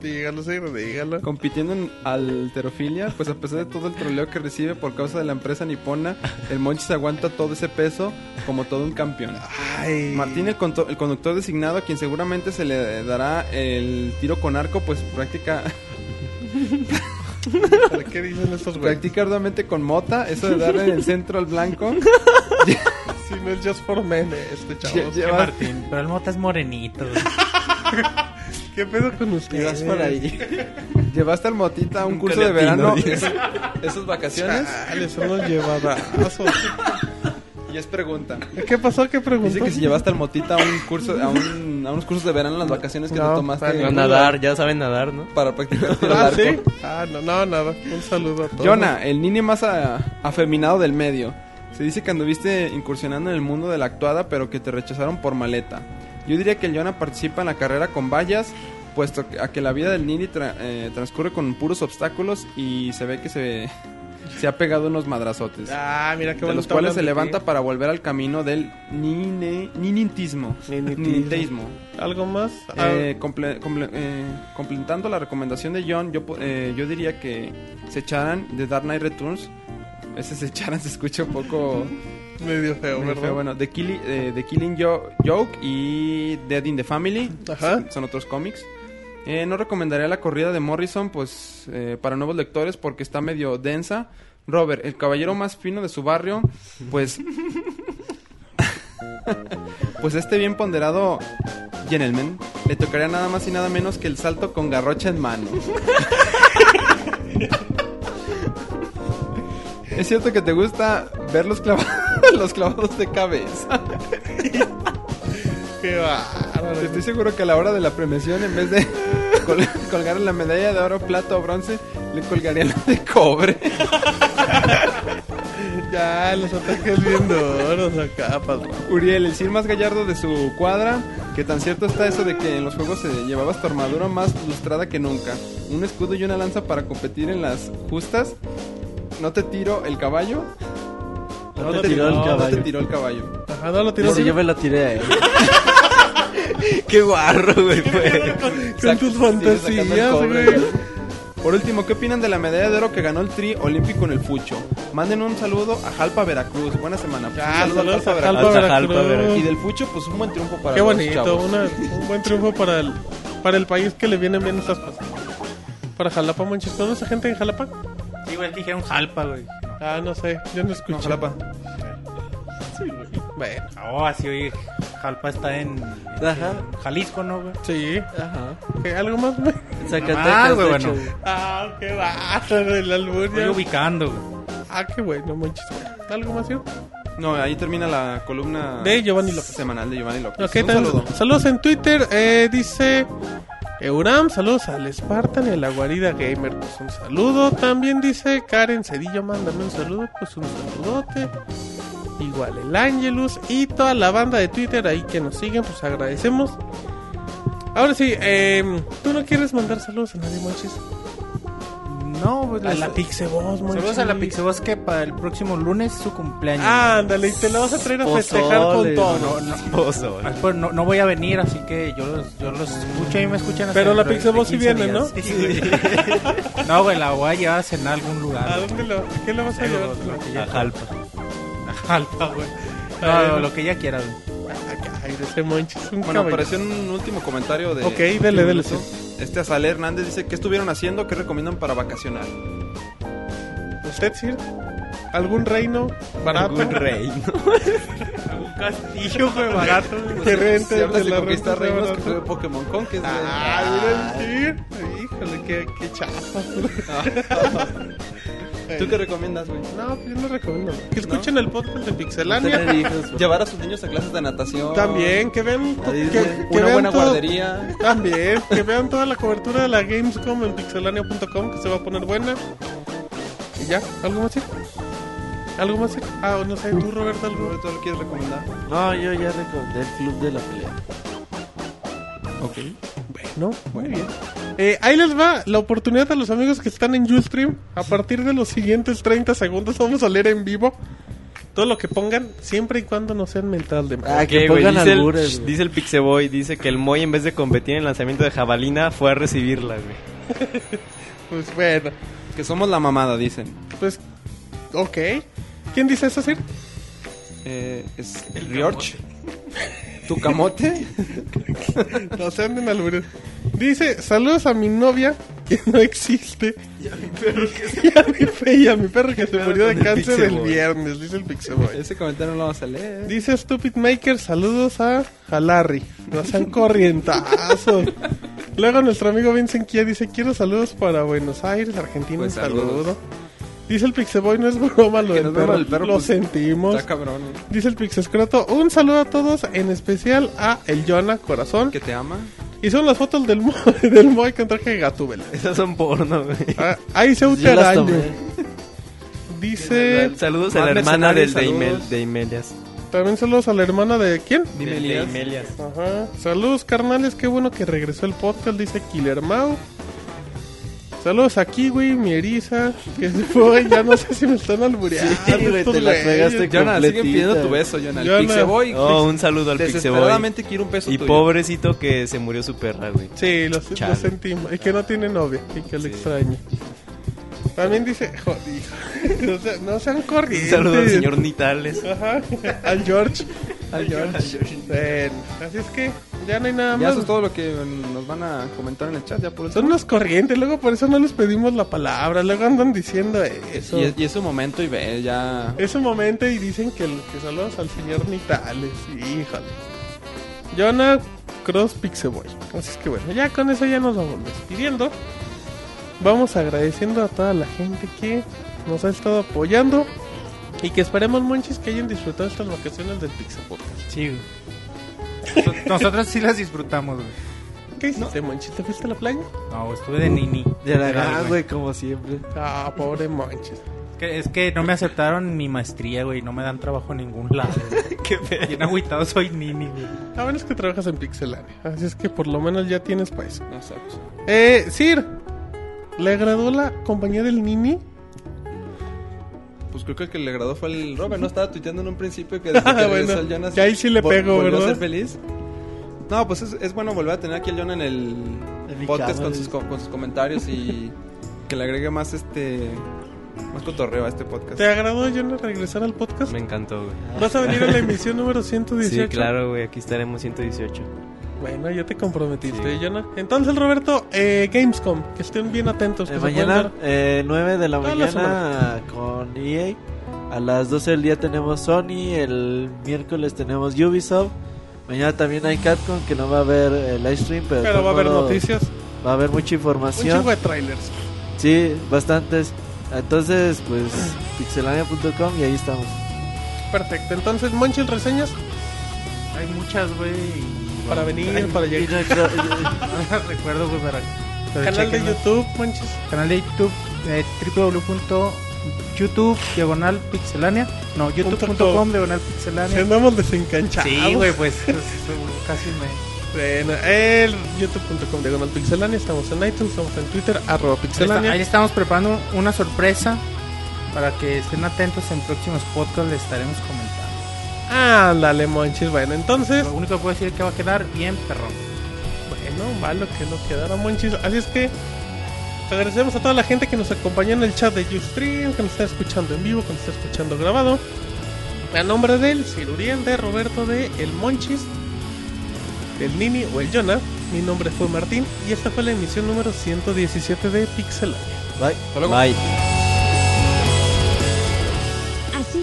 Dígalo, sí, dígalo.
compitiendo en alterofilia, pues a pesar de todo el troleo que recibe por causa de la empresa nipona, el Monchis aguanta todo ese peso como todo un campeón.
Ay.
Martín, el, conto- el conductor designado, a quien seguramente se le dará el tiro con arco, pues practica,
¿para qué dicen estos güeyes?
practica arduamente con mota, eso de darle en el centro al blanco.
Si no es Just for Men, eh, este chavo.
Lle-
Eh,
lleva-
Martín, pero el mota es morenito. güey.
¿Qué pedo con ustedes?
Llevaste al motita a un curso de verano [LAUGHS] esas vacaciones.
Chale, son los llevadazos.
Y es pregunta.
¿Qué pasó? ¿Qué preguntó?
Dice que si llevaste al motita a un curso, a, un- a unos cursos de verano en las vacaciones que
No,
te tomaste
Pues
está
A nadar, ya saben nadar, ¿no?
para practicar [LAUGHS] el tiro al
Ah,
arco.
¿sí? Ah, no, no, nada. Un saludo a todos.
Jonah, el niño más a- afeminado del medio. Se dice que anduviste incursionando en el mundo de la actuada, pero que te rechazaron por maleta. Yo diría que el Jonah participa en la carrera con vallas, puesto que- a que la vida del Nini tra- eh, transcurre con puros obstáculos y se [LAUGHS] ve que se, se ha pegado unos madrazotes.
Ah, mira qué
de
bueno.
los cuales se levanta para volver al camino del nine, ninintismo.
Ninitismo.
Niniteísmo.
¿Algo más? Ah,
Eh, comple- comple- eh, complementando la recomendación de John, yo, po- eh, yo diría que se echaran de Dark Knight Returns. Ese se [LAUGHS] echaran se escucha un poco
Ah, medio feo,
medio
¿verdad?
feo. Bueno, The, Killi- eh, The Killing Jo- Joke y Dead in the Family.
Ajá.
Son otros cómics. Eh, no recomendaría la corrida de Morrison, pues, eh, para nuevos lectores porque está medio densa. Robert, el caballero más fino de su barrio, pues... [LAUGHS] pues este bien ponderado gentleman le tocaría nada más y nada menos que el salto con garrocha en mano. [LAUGHS] es cierto que te gusta ver los, clava- [LAUGHS] los clavados de cabeza.
Qué bárbaro.
Estoy seguro que a la hora de la premiación, en vez de [LAUGHS] col- colgar la medalla de oro, plata o bronce, le colgaría la de cobre.
Ya, los ataques bien duros acá, patrón.
Uriel, el Sir más gallardo de su cuadra, que tan cierto está eso de que en los juegos se llevabas tu armadura más lustrada que nunca, un escudo y una lanza para competir en las justas. No te tiro el caballo.
No te tiró el
No te
caballo.
tiró el caballo.
Ajá, no lo tiró.
Yo sí, yo me la tiré a él.
Qué guarro, güey.
Con tus fantasías, güey.
Por último, ¿qué opinan de la medalla de oro que ganó el tri olímpico en el Fucho? Manden un saludo a Jalpa Veracruz. Buena semana. Pues,
Ah,
un saludo
saludos a
Jalpa,
Jalpa,
Jalpa,
Veracruz.
Y del Fucho, pues un buen triunfo para
Qué
los
bonito,
chavos.
una, un buen triunfo para el, para el país que le vienen bien estas cosas. Para Jalapa, manches. ¿Conoces a gente en Jalapa?
Sí, güey, que dijeron jalpa, güey.
Ah, no sé, yo no escuché.
No, Jalapa.
Bueno,
No, Oh, así, oye, jalpa está en
Ajá.
Jalisco, ¿no, güey?
sí. Ah,
Ajá.
¿Qué, ¿Algo más, güey?
Ah,
Zacatecas,
güey,
de
bueno.
hecho.
Ah, qué bárbaro
Estoy
el albur. ya.
ubicando, güey.
Ah, qué bueno, manches. ¿Algo más, yo?
No, ahí termina la columna
De Giovanni López.
semanal de Giovanni López.
Ok,
un
también-
saludo.
Saludos en Twitter. eh, dice Euram, saludos al Spartan y a la guarida gamer. Pues un saludo. También dice Karen Cedillo, mándame un saludo. Pues un saludote. Igual el Angelus y toda la banda de Twitter ahí que nos siguen, pues agradecemos. Ahora sí, em, tú no quieres mandar saludos a nadie, Monchis.
No, pues
A la Pixeboss, Monchis.
Saludos a la Pixebos que para el próximo lunes es su cumpleaños.
Ah, ándale, y te la vas a traer a festejar con
Pozole.
todo.
no, no,
Pozo.
Ah, pues, no, no voy a venir, así que yo los, yo los escucho y me escuchan. hasta
Pero la
dentro de
Pixelbox sí
15
viene, ¿no?
días. [LAUGHS] no, Ah, güey, la voy a llevar a cenar a algún lugar.
¿A dónde lo, qué le vas a llevar?
A Jalpa.
Jalpa, güey. No, no, lo que ella quiera, güey.
Ay, de ese Monchis, un
Bueno,
caballero.
apareció un último comentario de.
Ok, dele, dele, sí.
Este Azalé Hernández dice: ¿Qué estuvieron haciendo? ¿Qué recomiendan para vacacionar?
¿Usted, Sir? ¿Algún reino barato?
Un rey.
Castillo, [LAUGHS] güey, barato.
Que rente
Si
de
hablas de
la
conquistar
renta se
reinos,
van a
que fue Pokémon Con, que es de-
Ah, mira el Sir. Híjole, qué, qué
[LAUGHS]
chafa.
Ah, ¿Tú qué recomiendas, güey?
No, pues yo no recomiendo. Que escuchen el podcast de
Tener
Pixelania.
hijos, güey.
Llevar a sus niños a clases de natación.
También, que vean...
A
Que,
Disney.
que
Una
vean
buena
todo-
guardería.
También, que vean toda la cobertura de la Gamescom en pixelania.com, que se va a poner buena. Y ya, ¿algo más, Sir? ¿Algo más, Sir? Ah, no sé, tú, Roberto, algo
¿Tú lo quieres recomendar?
No, yo ya recomendé el club de la pelea.
Ok.
No, muy bien. Eh, ahí les va la oportunidad a los amigos que están en Ustream. A partir de los siguientes 30 segundos vamos a leer en vivo todo lo que pongan, siempre y cuando no sean mental de madre.
Ah, que
¿Qué, güey?
pongan
Dice el,
albures,
shh,
güey.
dice el Pixeboy, dice que el Moy en vez de competir en el lanzamiento de jabalina fue a recibirla, güey.
Pues bueno,
Que somos la mamada, dicen.
pues. Ok. ¿Quién dice eso, Sir?
Eh, es el Riorch. ¿Tu [LAUGHS] camote?
[LAUGHS] No se anden albures. Dice: Saludos a mi novia que no existe. [LAUGHS] Y a mi perro que se, y a mi perro que se murió de
con el
cáncer el
Pixelboy.
viernes, dice el [LAUGHS] Pixelboy.
Ese comentario no lo vas a leer.
Dice Stupid Maker, saludos a Jalari. No sean corrientazos. Luego nuestro amigo Vincent Kia dice, quiero saludos para Buenos Aires, Argentina,
Pues,
un saludo.
saludos.
Dice el Pixeboy, no es broma lo
Que
del
no es broma
perro,
el perro,
lo
pues,
sentimos.
Está cabrón. eh. güey.
Dice el Pixescroto, un saludo a todos, en especial a el Jonah Corazón.
Que te ama.
Y son las fotos del Moy [LAUGHS] del Moy con traje de Gatúbela.
Esas son porno, güey.
Ah, ahí se
Yo las
año.
tomé.
Dice,
Saludos a la
Manden
hermana del
saludos,
de,
saludos.
Imel- de Imelias.
también saludos a la hermana de quién?
Dime,
Del de
Elías.
Imelias.
Ajá. Saludos, carnales. Qué bueno que regresó el podcast, dice Killer Mau. Saludos aquí, güey, mi eriza, que se fue, ya no sé si me están albureando.
Sí, güey,
estos
te la
güeyes.
fregaste
Ya-
Jonah, siguen
completita.
pidiendo tu beso, Jonah.
Jonah.
El Pixeboy.
Oh, un saludo al Pixeboy.
Desesperadamente quiero un beso
Y
tuyo.
pobrecito que se murió su perra, güey.
Sí, lo, lo
Chale.
sentimos. Es que no tiene novia y que le extraña. También dice, jodido, [LAUGHS] no, se- no sean
Un
corrientes.
saludo al señor Nitales.
Ajá, al George. Al George. Bueno, así es que ya no hay nada
Ya
más.
eso es todo lo que mm, nos van a comentar en el chat. Ya por
Son unos corrientes, luego por eso no les pedimos la palabra, luego andan diciendo eso.
Y, es- y es un momento y ve, ya.
Es un momento y dicen que, el- que saludos al señor Nitales. Híjole. Jonah Cross Pixeboy. Así es que bueno, ya con eso ya nos vamos despidiendo. Vamos agradeciendo a toda la gente que nos ha estado apoyando. Y que esperemos, monches, que hayan disfrutado estas vacaciones del Pixel Podcast.
Sí, güey. Nosotros sí las disfrutamos, güey.
¿Qué hiciste, Monchis? ¿Te fuiste a la playa?
No, estuve de nini.
De la
Literal,
gran, güey, como siempre.
Ah, pobre Monchis.
Que- es que no me aceptaron mi maestría, güey. No me dan trabajo en ningún
[LAUGHS]
lado. güey. Bien agüitado soy nini, güey.
A menos que trabajas en Pixelania. Así es que por lo menos ya tienes para eso.
No sé, pues.
Eh, Sir, ¿le agradó la compañía del Nini?
Pues creo que el que le agradó fue
[LAUGHS]
el Robert. No estaba tuiteando en un principio que desde que
Ah, Bueno,
regresó el Jonas.
que ahí sí le
vol-
pegó,
volvió a
¿verdad?
ser feliz. No, pues es, es bueno volver a tener aquí al Jonah en el
En mi
podcast
cama,
con
güey.
eh.
sus, co- con sus comentarios y que le agregue más este. Más cotorreo a este podcast.
¿Te agradó, Jonah, regresar al podcast?
Me encantó, güey.
¿Vas a venir a la emisión número 118?
Sí, claro, güey. Aquí estaremos 118.
Bueno, ya te comprometiste,
Sí.
Jonah. Entonces, Roberto, eh, Gamescom, que estén bien atentos.
Eh,
pues, que se
mañana,
pueden
eh, 9 de la
Todas las
mañana con EA. A las 12 del día tenemos Sony. El miércoles tenemos Ubisoft. Mañana también hay Capcom, que no va a haber eh, live stream, pero,
ver,
de
pero va a
todos
haber
modos
noticias.
Va a haber mucha
Un
información.
chingo de trailers.
Sí, bastantes. Entonces, pues, pixelania.com y ahí estamos.
Perfecto. Entonces, Monchil, reseñas
Hay muchas, güey. y- [LAUGHS]
para venir, para
Y
llegar.
nuestro-
Recuerdo, güey, para. pero
Canal de
chéquenlo.
YouTube, Monchis.
Canal de YouTube, eh, www.youtube, diagonal pixelánea. No, youtube.com, diagonal
Si
pixelánea.
andamos desencanchados.
Sí, güey, pues,
[LAUGHS]
pues, casi me.
Bueno, el youtube.com diagonal pixelania. Estamos en iTunes, estamos en Twitter, arroba pixelania.
Ahí estamos preparando una sorpresa para que estén atentos en próximos podcasts. Les estaremos comentando.
Ándale, monchis. Bueno, entonces,
Lo único que puedo decir es que va a quedar bien, perrón.
bueno, malo que no quedara monchis. Así es que agradecemos a toda la gente que nos acompañó en el chat de Ustream, que nos está escuchando en vivo, que nos está escuchando grabado. A nombre del Ciruriel, de Roberto, de El Monchis, del Nini o el Jonah. Mi nombre fue Martín y esta fue la emisión número 117 de Pixelania.
Bye.
Bye.
Así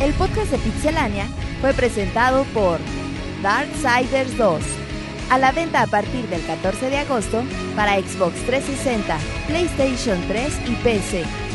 El podcast de Pixelania fue presentado por Darksiders 2. A la venta a partir del 14 de agosto para Xbox 360, PlayStation 3 y PC.